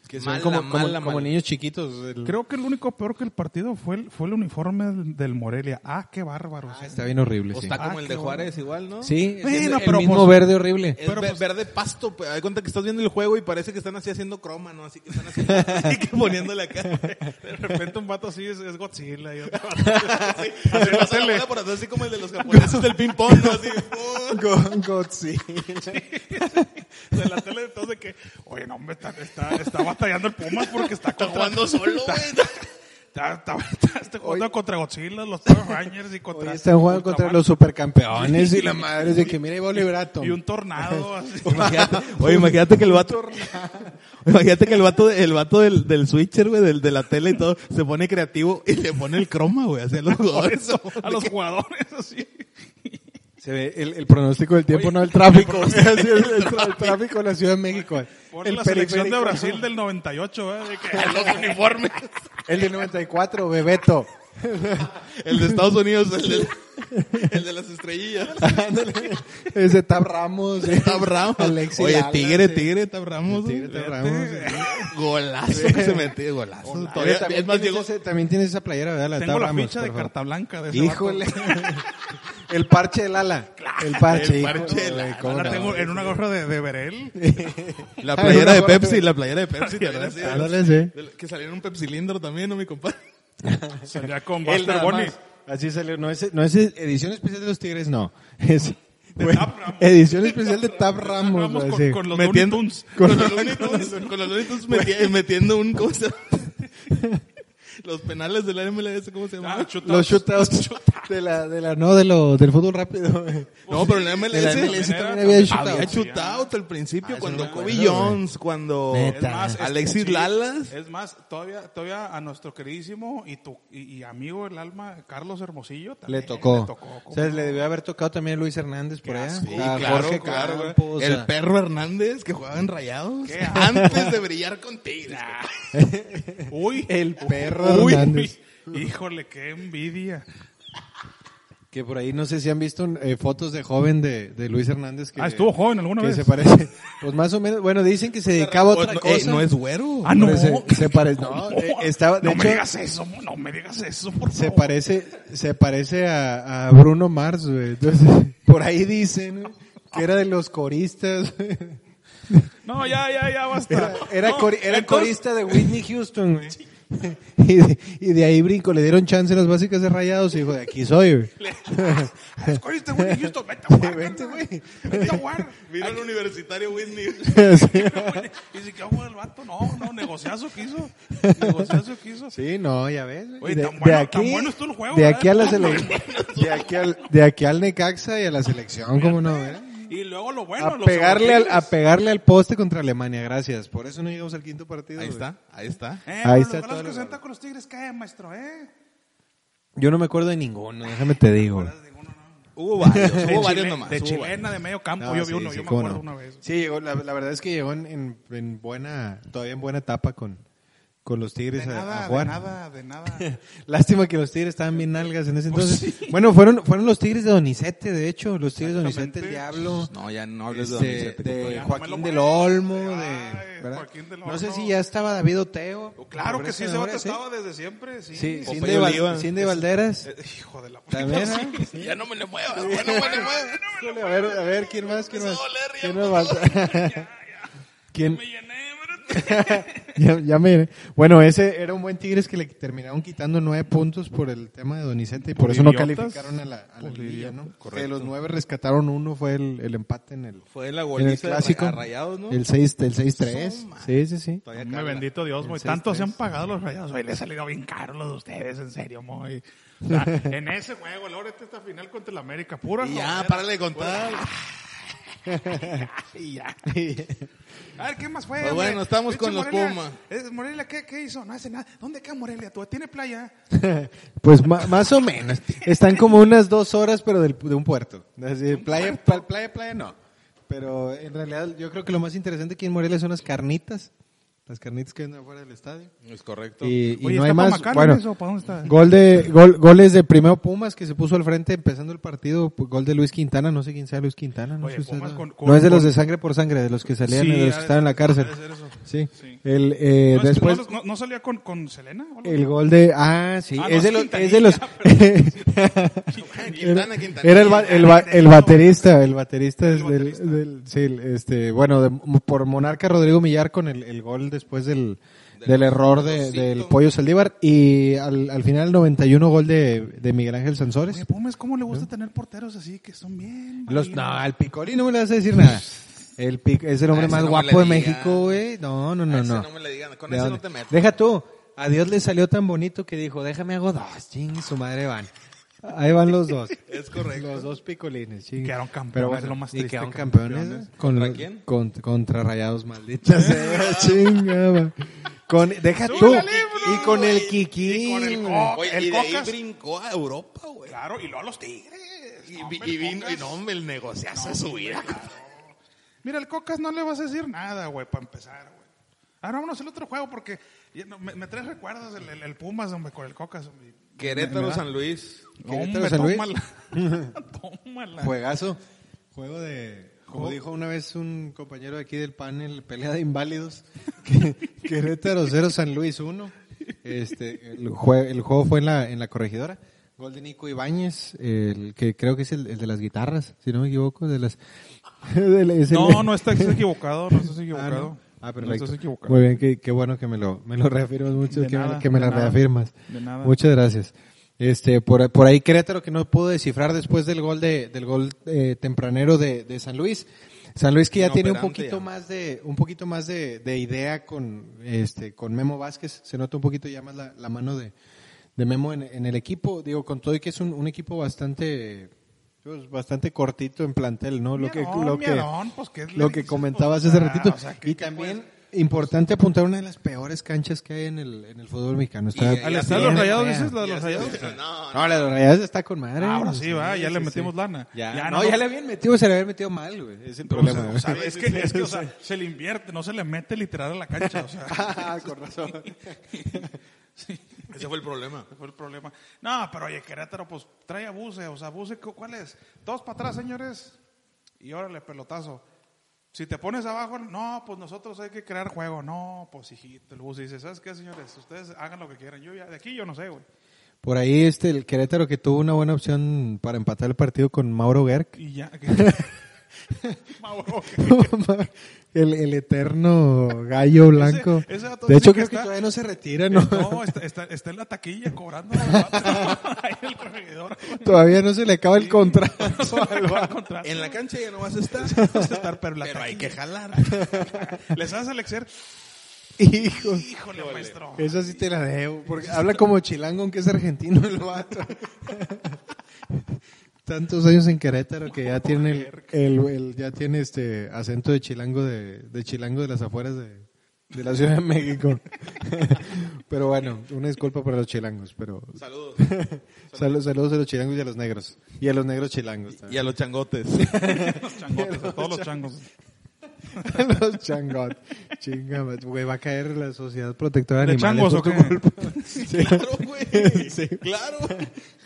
Speaker 1: Que son
Speaker 2: mala,
Speaker 1: como, como-
Speaker 2: mala,
Speaker 1: como
Speaker 2: mala.
Speaker 1: niños chiquitos. el-
Speaker 3: Creo que el único peor que el partido fue el, fue el uniforme del, del Morelia. Ah, qué bárbaro.
Speaker 1: Ah, está bien horrible,
Speaker 2: O
Speaker 1: sí.
Speaker 2: está
Speaker 3: Ah,
Speaker 2: como el de
Speaker 3: qué
Speaker 2: Juárez igual, ¿no?
Speaker 1: Sí, es el-
Speaker 3: Bueno,
Speaker 1: el,
Speaker 3: pero
Speaker 1: mismo
Speaker 3: pues-
Speaker 1: verde horrible.
Speaker 2: Es ve- verde pasto, pues, hay cuenta que estás viendo el juego y parece que están así haciendo croma, ¿no? Así que están
Speaker 1: [LAUGHS]
Speaker 2: así y que poniéndole acá.
Speaker 3: De
Speaker 2: [LAUGHS]
Speaker 3: repente un vato así es, es Godzilla y otro vato-
Speaker 2: Así, así pasa la bola por atrás, así como el de los japoneses del ping-pong, ¿no?
Speaker 1: [LAUGHS]
Speaker 2: Así, ¡oh! ¡pum!
Speaker 3: de la tele de todos de que, oye, no, hombre, está, está, está batallando el Pumas porque está,
Speaker 2: Está
Speaker 3: contra-
Speaker 2: jugando solo,
Speaker 3: está-
Speaker 2: güey.
Speaker 3: Está, está- está- está jugando contra Godzilla, los Power Rangers y
Speaker 1: Hoy
Speaker 3: contra.
Speaker 1: están jugando contra
Speaker 3: Ultraman-
Speaker 1: los supercampeones
Speaker 3: [LAUGHS]
Speaker 1: y la madre es de que mira, iba Oliver Atom.
Speaker 3: Y
Speaker 1: [LAUGHS]
Speaker 3: un tornado. así. [LAUGHS]
Speaker 2: Imagínate, oye, imagínate que el vato. [LAUGHS] Imagínate que el vato, el vato del, del switcher, güey, del, de la tele y todo, se pone creativo y le pone el croma, güey, hacia los jugadores. [LAUGHS]
Speaker 3: a los jugadores así.
Speaker 1: Se ve el, el pronóstico del tiempo,
Speaker 3: Oye,
Speaker 1: no
Speaker 3: [LAUGHS]
Speaker 1: el tráfico. [LAUGHS] Así es, el, el tráfico en la Ciudad de México.
Speaker 3: Por
Speaker 1: el
Speaker 3: la selección de
Speaker 1: periférico.
Speaker 3: Brasil del 98, ¿eh? De [LAUGHS] que-
Speaker 2: los uniformes.
Speaker 1: El del 94, Bebeto.
Speaker 2: [LAUGHS] El de Estados Unidos, el de, el de las estrellillas.
Speaker 1: Ese Tab Ramos. eh.
Speaker 2: Tab Ramos.
Speaker 1: Alexis
Speaker 2: Oye,
Speaker 1: Lalas,
Speaker 2: tigre,
Speaker 1: eh.
Speaker 2: tigre, Tab Ramos.
Speaker 1: Tigre,
Speaker 2: güey.
Speaker 1: Tab Ramos. eh.
Speaker 2: Golazo que se metió, golazo. Todavía-
Speaker 1: También
Speaker 2: es más,
Speaker 1: tienes
Speaker 2: llegó.
Speaker 1: ese- también tienes esa playera, ¿verdad? La de
Speaker 3: [LAUGHS] Tengo
Speaker 1: Tab
Speaker 3: la
Speaker 1: Ramos,
Speaker 3: ficha
Speaker 1: por
Speaker 3: de
Speaker 1: favor.
Speaker 3: carta blanca de ese
Speaker 2: [LAUGHS]
Speaker 1: Híjole. el parche del ala. El parche.
Speaker 2: El parche del
Speaker 1: híjole,
Speaker 2: ala.
Speaker 1: ¿cómo
Speaker 3: vato. La
Speaker 1: no?
Speaker 3: tengo en una gorra de, de Berel.
Speaker 1: [LAUGHS]
Speaker 2: La playera
Speaker 1: Ahora,
Speaker 2: de
Speaker 1: ahora,
Speaker 2: Pepsi, la playera de Pepsi. también así,
Speaker 1: Ándale, sí.
Speaker 2: del- Que salió en un Pepsi cilindro también, ¿no, mi compadre?
Speaker 3: Salía con
Speaker 1: Él
Speaker 3: Buster
Speaker 1: nada
Speaker 3: Bunny.
Speaker 1: más. Así salió. No es, no es edición especial de los Tigres,
Speaker 2: [LAUGHS]
Speaker 1: no. Es,
Speaker 3: De Tab Ramos.
Speaker 1: edición especial de Tab Ramos.
Speaker 3: Ramos
Speaker 1: güey,
Speaker 3: con,
Speaker 1: sí.
Speaker 3: con los Looney
Speaker 2: metiendo,
Speaker 3: Tunes.
Speaker 2: Con, los Looney Tunes, con los Looney Tunes meti- metiendo un. ¿Cómo se llama? Los penales de la MLS, ¿cómo se llama?
Speaker 3: Ah, shootouts.
Speaker 1: los shootouts de la, de la no de lo, del fútbol rápido. güey.
Speaker 2: no, pero en la MLS,
Speaker 1: De la MLS
Speaker 3: era-
Speaker 1: también había
Speaker 2: había
Speaker 1: shootouts.
Speaker 2: shootout al principio
Speaker 1: Ah,
Speaker 2: cuando
Speaker 1: eso no me
Speaker 2: Kobe
Speaker 1: acuerdo, güey.
Speaker 2: Jones, cuando
Speaker 1: Neta.
Speaker 3: Es más, este,
Speaker 2: Alexis
Speaker 3: sí,
Speaker 2: Lalas.
Speaker 3: Es más, todavía, todavía a nuestro queridísimo y, tu, y, y amigo el alma, Carlos Hermosillo, también
Speaker 1: Le tocó.
Speaker 3: ¿cómo
Speaker 1: o sea, le
Speaker 3: no?
Speaker 1: debió haber tocado también a Luis Hernández por
Speaker 3: Qué
Speaker 1: allá.
Speaker 3: asco.
Speaker 2: Sí,
Speaker 1: A
Speaker 2: claro,
Speaker 1: Ah, Jorge
Speaker 2: claro, güey.
Speaker 1: Campos,
Speaker 2: ah, el
Speaker 1: a-
Speaker 2: perro Hernández que jugaba en Rayados [LAUGHS]
Speaker 3: Qué
Speaker 2: antes de brillar con Tigres.
Speaker 3: [LAUGHS] Uy,
Speaker 1: el perro
Speaker 3: uy,
Speaker 1: Hernández.
Speaker 3: uy. híjole, qué envidia.
Speaker 1: Que por ahí no sé si han visto eh, fotos de joven de, de Luis Hernández. Que,
Speaker 3: Ah, estuvo joven alguna
Speaker 1: que
Speaker 3: vez.
Speaker 1: se parece. [LAUGHS] Pues más o menos. Bueno, dicen que se dedicaba a
Speaker 2: O-
Speaker 1: otra
Speaker 2: no,
Speaker 1: cosa.
Speaker 2: eh, no es güero.
Speaker 3: Ah, no.
Speaker 1: Se, se parece. No, eh, estaba, de
Speaker 3: no me
Speaker 1: hecho,
Speaker 3: digas eso, no me digas eso, por
Speaker 1: se
Speaker 3: favor.
Speaker 1: parece, se parece a, a Bruno Mars, güey. Entonces, [LAUGHS] por ahí dicen güey, que era de los coristas. güey.
Speaker 3: No, ya, ya, ya, basta.
Speaker 1: Era, era
Speaker 3: No,
Speaker 1: cori- era
Speaker 3: entonces-
Speaker 1: corista de Whitney Houston, güey. [LAUGHS] Y de, y de ahí brinco, le dieron chance en las básicas de rayados y dijo, de aquí soy, güey. [LAUGHS]
Speaker 3: [LAUGHS] Ah, Es corista, güey, de Houston, vete a jugar.
Speaker 1: Vente,
Speaker 3: carnal,
Speaker 1: güey.
Speaker 3: Vete a jugar.
Speaker 2: Vino el universitario Whitney.
Speaker 3: [LAUGHS] Y dice, ¿qué hago del vato? No, no, negociazo que hizo. Negociazo que hizo.
Speaker 1: Sí, no, ya ves. güey.
Speaker 3: Oye,
Speaker 1: de,
Speaker 3: tan bueno-
Speaker 1: de
Speaker 3: tan bueno estuvo el juego,
Speaker 1: de
Speaker 3: ¿verdad?
Speaker 1: aquí a
Speaker 3: [LAUGHS]
Speaker 1: la
Speaker 3: Tan
Speaker 1: sele- de aquí al, de aquí al Necaxa y a la selección, ¿cómo no? eh?
Speaker 3: Y luego lo bueno,
Speaker 1: A
Speaker 3: los
Speaker 1: pegarle al, a
Speaker 3: eurotigres.
Speaker 1: pegarle al poste contra Alemania, gracias. Por eso no llegamos al quinto partido.
Speaker 2: Ahí
Speaker 1: güey.
Speaker 2: está, ahí está.
Speaker 3: Eh,
Speaker 1: Ahí
Speaker 3: Ahí
Speaker 1: está
Speaker 3: está
Speaker 1: todo el
Speaker 3: Velasco se
Speaker 1: valor.
Speaker 3: entra con los Tigres, ¿qué, maestro? ¿Eh?
Speaker 1: Yo no me acuerdo de ninguno, déjame te digo. güey.
Speaker 2: Hubo varios, hubo
Speaker 3: de,
Speaker 2: varios
Speaker 3: Chile-
Speaker 2: nomás.
Speaker 3: de
Speaker 2: hubo varios.
Speaker 3: chilena, de medio campo,
Speaker 1: No,
Speaker 3: yo vi
Speaker 1: sí,
Speaker 3: uno,
Speaker 1: sí,
Speaker 3: yo me
Speaker 1: cómo
Speaker 3: acuerdo
Speaker 1: no.
Speaker 3: una vez.
Speaker 1: Sí, llegó, la, la verdad es que llegó en, en- en buena, todavía en buena etapa con, con los Tigres
Speaker 3: De
Speaker 1: a- a,
Speaker 3: nada, de
Speaker 1: jugar.
Speaker 3: nada, de nada.
Speaker 1: [LAUGHS] Lástima que los Tigres estaban bien nalgas en ese
Speaker 3: Pues
Speaker 1: entonces.
Speaker 3: sí.
Speaker 1: Bueno, fueron fueron los Tigres de Donizete, de hecho, los Tigres de Donizete, el
Speaker 3: Exactamente.
Speaker 1: Diablo.
Speaker 2: No, ya no hables de
Speaker 1: este,
Speaker 2: 2007.
Speaker 1: de
Speaker 2: compadre.
Speaker 3: Ya no me lo
Speaker 1: Joaquín del
Speaker 3: muevas.
Speaker 1: Olmo, de,
Speaker 3: Ay,
Speaker 1: ¿verdad?
Speaker 3: Joaquín del
Speaker 1: No sé
Speaker 3: Olmo. Oh,
Speaker 1: si ya estaba David Oteo.
Speaker 3: [LAUGHS] Claro que sí, ese vato
Speaker 1: ahora sí.
Speaker 3: estaba desde siempre. Sí,
Speaker 1: Sí,
Speaker 3: Pues,
Speaker 1: Cindy, Val-
Speaker 2: Oliva.
Speaker 1: Cindy Valderas.
Speaker 3: eh, [LAUGHS] hijo de la puta.
Speaker 1: También,
Speaker 3: Sí,
Speaker 1: ¿eh?
Speaker 3: [LAUGHS] sí, Ya no me le muevas, güey, no me le muevas.
Speaker 1: Híjole, a ver, a ver, ¿quién más? ¿Quién más?
Speaker 3: Empezó a doler, ya
Speaker 1: ¿Quién
Speaker 3: me
Speaker 1: me falta? [LAUGHS] ¿Quién?
Speaker 3: [LAUGHS] Me llené, brother.
Speaker 1: [LAUGHS]
Speaker 3: [LAUGHS]
Speaker 1: Ya, ya me... Bueno, ese era un buen Tigres que le terminaron quitando nueve puntos por el tema de Donizete y por,
Speaker 3: Por
Speaker 1: eso no
Speaker 3: idiotas.
Speaker 1: calificaron a la, a la
Speaker 3: Por
Speaker 1: liguilla, ¿no?
Speaker 3: idiotas.
Speaker 1: Que De los nueve rescataron uno, fue el, el empate en el,
Speaker 2: [LAUGHS] Fue la
Speaker 1: en el
Speaker 2: goliza
Speaker 1: clásico.
Speaker 2: de Ra- pues, a Rayados, ¿no?
Speaker 1: El 6 el 6-3.
Speaker 2: Soma.
Speaker 1: Sí, sí, [LAUGHS] sí.
Speaker 2: Todavía
Speaker 3: Me
Speaker 2: Carla.
Speaker 3: bendito Dios, muy
Speaker 1: seis,
Speaker 3: tanto se
Speaker 1: tres.
Speaker 3: han pagado los rayados. Hoy le ha salido bien caro los de ustedes, en serio, muy.
Speaker 2: [LAUGHS]
Speaker 3: O sea, en ese juego, ahora está esta final contra el América, pura.
Speaker 2: Y ya,
Speaker 3: jodera.
Speaker 2: párale de contar.
Speaker 3: Y ya. A ver, ¿qué más fue?
Speaker 2: Pues
Speaker 3: hombre?
Speaker 2: bueno, estamos
Speaker 3: Pinche
Speaker 2: con los
Speaker 3: Morelia,
Speaker 2: Pumas.
Speaker 3: eh, Morelia, ¿qué, ¿qué hizo? No hace nada. ¿Dónde queda Morelia? ¿Tú tiene playa?
Speaker 1: Pues ma- más o menos. Están como unas dos horas, pero del- de un puerto. Así, [LAUGHS] playa, pla- playa, playa no. Pero en realidad yo creo que lo más interesante aquí en Morelia son las carnitas. Las carnitas que venden afuera del estadio.
Speaker 2: Es correcto.
Speaker 1: Y, y
Speaker 3: Oye,
Speaker 1: no
Speaker 3: ¿está
Speaker 1: hay más.
Speaker 3: Pamacán
Speaker 1: Bueno,
Speaker 3: en eso? ¿Para dónde está?
Speaker 1: Gol de, gol- goles de primero Pumas que se puso al frente empezando el partido. pues, Gol de Luis Quintana, no sé quién sea Luis Quintana. No,
Speaker 3: Oye,
Speaker 1: sé usted,
Speaker 3: Pumas
Speaker 1: no.
Speaker 3: con- con-
Speaker 1: No es de los
Speaker 3: con-
Speaker 1: de sangre por sangre, de los que salían,
Speaker 3: Sí,
Speaker 1: de los
Speaker 3: ha
Speaker 1: que
Speaker 3: de
Speaker 1: estaban en la
Speaker 3: ser- ha de
Speaker 1: cárcel.
Speaker 3: ser eso.
Speaker 1: Sí.
Speaker 3: Sí.
Speaker 1: El, eh,
Speaker 3: No, es que
Speaker 1: después.
Speaker 3: no, no- no salía con, con Selena? o algo?
Speaker 1: El gol de. Ah, sí.
Speaker 3: Ah, no,
Speaker 1: es, de
Speaker 3: es
Speaker 1: los,
Speaker 3: Quintanilla,
Speaker 1: es de los. [LAUGHS]
Speaker 2: Quintana,
Speaker 1: era
Speaker 2: Quintanilla.
Speaker 1: era el, ba- el, ba- el baterista. El baterista es del. del- sí, el- este, bueno, de- por Monarca Rodrigo Millar con el, el gol después del, del error de- del Pollo Saldívar. Y al, al final, el 91 gol de, de Miguel Ángel Sansores.
Speaker 3: Oye, Pumas, ¿cómo le gusta tener porteros así que son bien?
Speaker 2: pues,
Speaker 1: Los,
Speaker 3: valientes?
Speaker 1: no, al Piccoli no me le vas a decir nada. El Pic- es el hombre
Speaker 2: Ah, ese
Speaker 1: más
Speaker 2: no me
Speaker 1: guapo de
Speaker 2: le diga.
Speaker 1: México, güey. No, no, no,
Speaker 2: A ese
Speaker 1: no.
Speaker 2: no me le digan, con
Speaker 1: ¿De
Speaker 2: ese no
Speaker 1: dónde?
Speaker 2: te metas.
Speaker 1: Deja tú. A Dios le salió tan bonito que dijo, déjame hago dos. Ching, su madre van. Ahí van los
Speaker 3: [LAUGHS]
Speaker 1: dos.
Speaker 2: Es correcto.
Speaker 1: Los dos picolines. ching.
Speaker 3: Quedaron campeones,
Speaker 1: Pero
Speaker 3: es lo más
Speaker 1: y
Speaker 3: triste,
Speaker 1: quedaron
Speaker 3: que campeones.
Speaker 1: campeones. Con
Speaker 2: ¿Contra
Speaker 1: los-
Speaker 2: quién?
Speaker 1: con- contra rayados [LAUGHS]
Speaker 3: [LAUGHS]
Speaker 1: malditas. Chingada. Con, deja tú.
Speaker 3: ¡Súbele, bro!
Speaker 1: Y con el
Speaker 3: Y con el
Speaker 1: Kikín.
Speaker 3: co-
Speaker 2: Oye,
Speaker 3: El
Speaker 2: y de ahí
Speaker 3: Cocas.
Speaker 2: brincó a Europa, güey.
Speaker 3: Claro, y luego los Tigres.
Speaker 2: Y,
Speaker 3: No,
Speaker 2: vi-
Speaker 3: hombre,
Speaker 2: y
Speaker 3: el
Speaker 2: vino, y
Speaker 3: Cocas.
Speaker 2: no, hombre, el negociazo de su vida.
Speaker 3: Mira, el Cocas no le vas a decir nada, güey, para empezar, güey. Ahora vámonos al otro juego porque ya no- me, me traes recuerdos el, el- el Pumas, hombre, con el Cocas. hombre.
Speaker 2: Querétaro, San Luis.
Speaker 3: No,
Speaker 1: Querétaro,
Speaker 3: hombre,
Speaker 1: San Luis. Pues, [LAUGHS]
Speaker 3: tómala. tómala.
Speaker 1: Juegazo. Juego de. Como dijo una vez un compañero de aquí del panel, pelea de inválidos. [LAUGHS] que- Querétaro 0, San Luis 1. Este, el, jue- el juego fue en la, en la corregidora. Gol de Nico Ibáñez, el que creo que es el, el de las guitarras, si no me equivoco. De las, [LAUGHS] del- es el- [LAUGHS]
Speaker 3: [LAUGHS] No, no estás equivocado, no estás
Speaker 1: Ah,
Speaker 3: equivocado.
Speaker 1: no. Ah,
Speaker 3: No
Speaker 1: perfecto.
Speaker 3: estás equivocado.
Speaker 1: Muy bien, qué, qué bueno que me lo, me lo reafirmas mucho,
Speaker 3: De
Speaker 1: que, me-
Speaker 3: nada,
Speaker 1: que me
Speaker 3: de
Speaker 1: la
Speaker 3: nada.
Speaker 1: reafirmas.
Speaker 3: De nada.
Speaker 1: Muchas gracias. Este, por, por ahí Querétaro que no pudo descifrar después del gol de, del gol eh, tempranero de, de San Luis. San Luis que ya tiene un
Speaker 2: Inoperante
Speaker 1: poquito
Speaker 2: ya.
Speaker 1: más de, un poquito más de, de idea con este, con Memo Vázquez, se nota un poquito ya más la, la mano de, de Memo en, en el equipo, digo, con todo y que es un, un equipo bastante, pues, bastante cortito en plantel, ¿no? Lo que,
Speaker 3: Miadón,
Speaker 1: lo que,
Speaker 3: miadón, pues, ¿qué le
Speaker 1: lo que
Speaker 3: dices?
Speaker 1: comentabas
Speaker 3: Pues,
Speaker 1: hace
Speaker 3: ah,
Speaker 1: ratito.
Speaker 3: o sea, ¿qué-
Speaker 1: y
Speaker 3: qué
Speaker 1: también
Speaker 3: puedes?
Speaker 1: importante apuntar una de las peores canchas que hay en el, en el fútbol mexicano. Está
Speaker 2: Y- y
Speaker 3: ¿Al
Speaker 2: la
Speaker 3: estar los
Speaker 1: bien
Speaker 3: rayados
Speaker 1: fea.
Speaker 3: dices? ¿La de los rayados?
Speaker 2: No,
Speaker 1: No, la de los rayados está con madre.
Speaker 3: Ah, Ahora sí, va, ya le
Speaker 1: sí,
Speaker 3: metimos
Speaker 1: sí.
Speaker 3: lana.
Speaker 1: Ya,
Speaker 3: no,
Speaker 1: no, ya le habían metido, se le habían metido mal, güey. Es el problema.
Speaker 3: O
Speaker 1: güey.
Speaker 3: sea,
Speaker 1: [LAUGHS]
Speaker 3: es que, es que, o sea, se le invierte, no se le mete literal a la cancha, o sea.
Speaker 1: [LAUGHS] Ah, con razón.
Speaker 2: [LAUGHS]
Speaker 3: Sí,
Speaker 2: ese fue el problema.
Speaker 3: ese fue el problema. No, pero oye, Querétaro, pues trae a Buse, o sea, Buse, ¿cu- ¿cuál es? Dos para atrás, señores, y órale, pelotazo. Si te pones abajo, no, pues nosotros hay que crear juego. No, pues hijito, el Buse dice, ¿sabes qué, señores? Ustedes hagan lo que quieran. Yo ya, de aquí yo no sé, güey.
Speaker 1: Por ahí este, el Querétaro que tuvo una buena opción para empatar el partido con Mauro Gerk.
Speaker 3: Y [LAUGHS] ya. que- Mauro, que-
Speaker 1: [LAUGHS] el, el eterno gallo blanco.
Speaker 3: Ese- ese vato
Speaker 1: de hecho,
Speaker 3: dice que
Speaker 1: creo que
Speaker 3: está- Eh,
Speaker 1: todavía no se retira, ¿no?
Speaker 3: No, está, está, está en la taquilla cobrando. el vato. [LAUGHS] Ahí el [LAUGHS] corregidor, güey.
Speaker 1: todavía no se le acaba el contrato.
Speaker 3: [LAUGHS] No se le va a contratar.
Speaker 2: En la cancha ya no vas
Speaker 1: [LAUGHS]
Speaker 2: a estar.
Speaker 3: Vas a estar, pero la
Speaker 2: pero hay que
Speaker 3: taquilla.
Speaker 2: jalar.
Speaker 3: Les haces el Excel.
Speaker 1: [LAUGHS] Hijo.
Speaker 3: Híjole, maestro.
Speaker 1: Esa sí te la debo, porque habla como chilango, aunque es argentino el vato. [LAUGHS] Tantos años en Querétaro que ya tiene el, el- el- ya tiene este acento de chilango de, de chilango de las afueras de, de la Ciudad de México. [LAUGHS] pero bueno, una disculpa para los chilangos, pero [LAUGHS]
Speaker 2: Saludos.
Speaker 1: saludos, saludos a los chilangos y a los negros y a los negros chilangos
Speaker 2: Y
Speaker 1: también. [LAUGHS]
Speaker 2: a los changotes.
Speaker 3: Los changotes, a todos los changos.
Speaker 1: los changot, Chinga, güey, va a caer la Sociedad Protectora de
Speaker 3: ¿De
Speaker 1: Animales.
Speaker 3: changos o
Speaker 1: por tu
Speaker 3: qué?
Speaker 1: culpa. Sí.
Speaker 2: Claro, güey.
Speaker 1: [LAUGHS] Sí.
Speaker 2: Claro.
Speaker 1: [LAUGHS]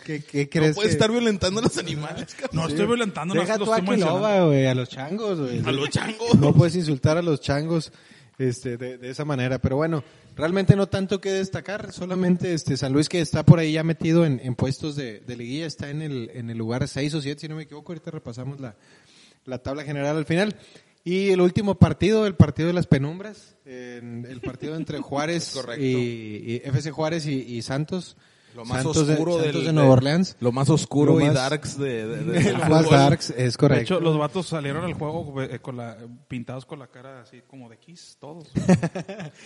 Speaker 1: ¿Qué, qué
Speaker 2: No
Speaker 1: crees
Speaker 2: puedes
Speaker 1: que-
Speaker 2: estar violentando a los animales, cabrón.
Speaker 3: No estoy violentando, no
Speaker 1: Deja
Speaker 3: los
Speaker 1: tú a
Speaker 3: estoy mencionando.
Speaker 1: Quiloba, güey, a los changos, güey.
Speaker 2: A los changos.
Speaker 1: No puedes insultar a los changos este, de, de esa manera. Pero bueno, realmente no tanto que destacar. Solamente este San Luis que está por ahí ya metido en, en puestos de, de liguilla. Está en el, en el lugar 6 o 7, si no me equivoco. Ahorita repasamos la, la tabla general al final. Y el último partido, el partido de las penumbras. en el partido
Speaker 2: [LAUGHS]
Speaker 1: entre Juárez
Speaker 2: correcto.
Speaker 1: y, y FC Juárez y, y Santos.
Speaker 2: Lo más
Speaker 1: Santos de-
Speaker 2: oscuro
Speaker 1: Santos
Speaker 2: del-
Speaker 1: de Nueva
Speaker 2: de-
Speaker 1: Orleans.
Speaker 2: Lo más oscuro
Speaker 1: Lo
Speaker 2: y
Speaker 1: más-
Speaker 2: darks de, de- de-
Speaker 1: [LAUGHS]
Speaker 2: del
Speaker 1: Lo más
Speaker 2: fútbol.
Speaker 1: darks, es
Speaker 3: De
Speaker 1: correcto.
Speaker 3: hecho, los vatos salieron
Speaker 1: Mm.
Speaker 3: al juego eh, con la, pintados con la cara así como de Kiss, todos.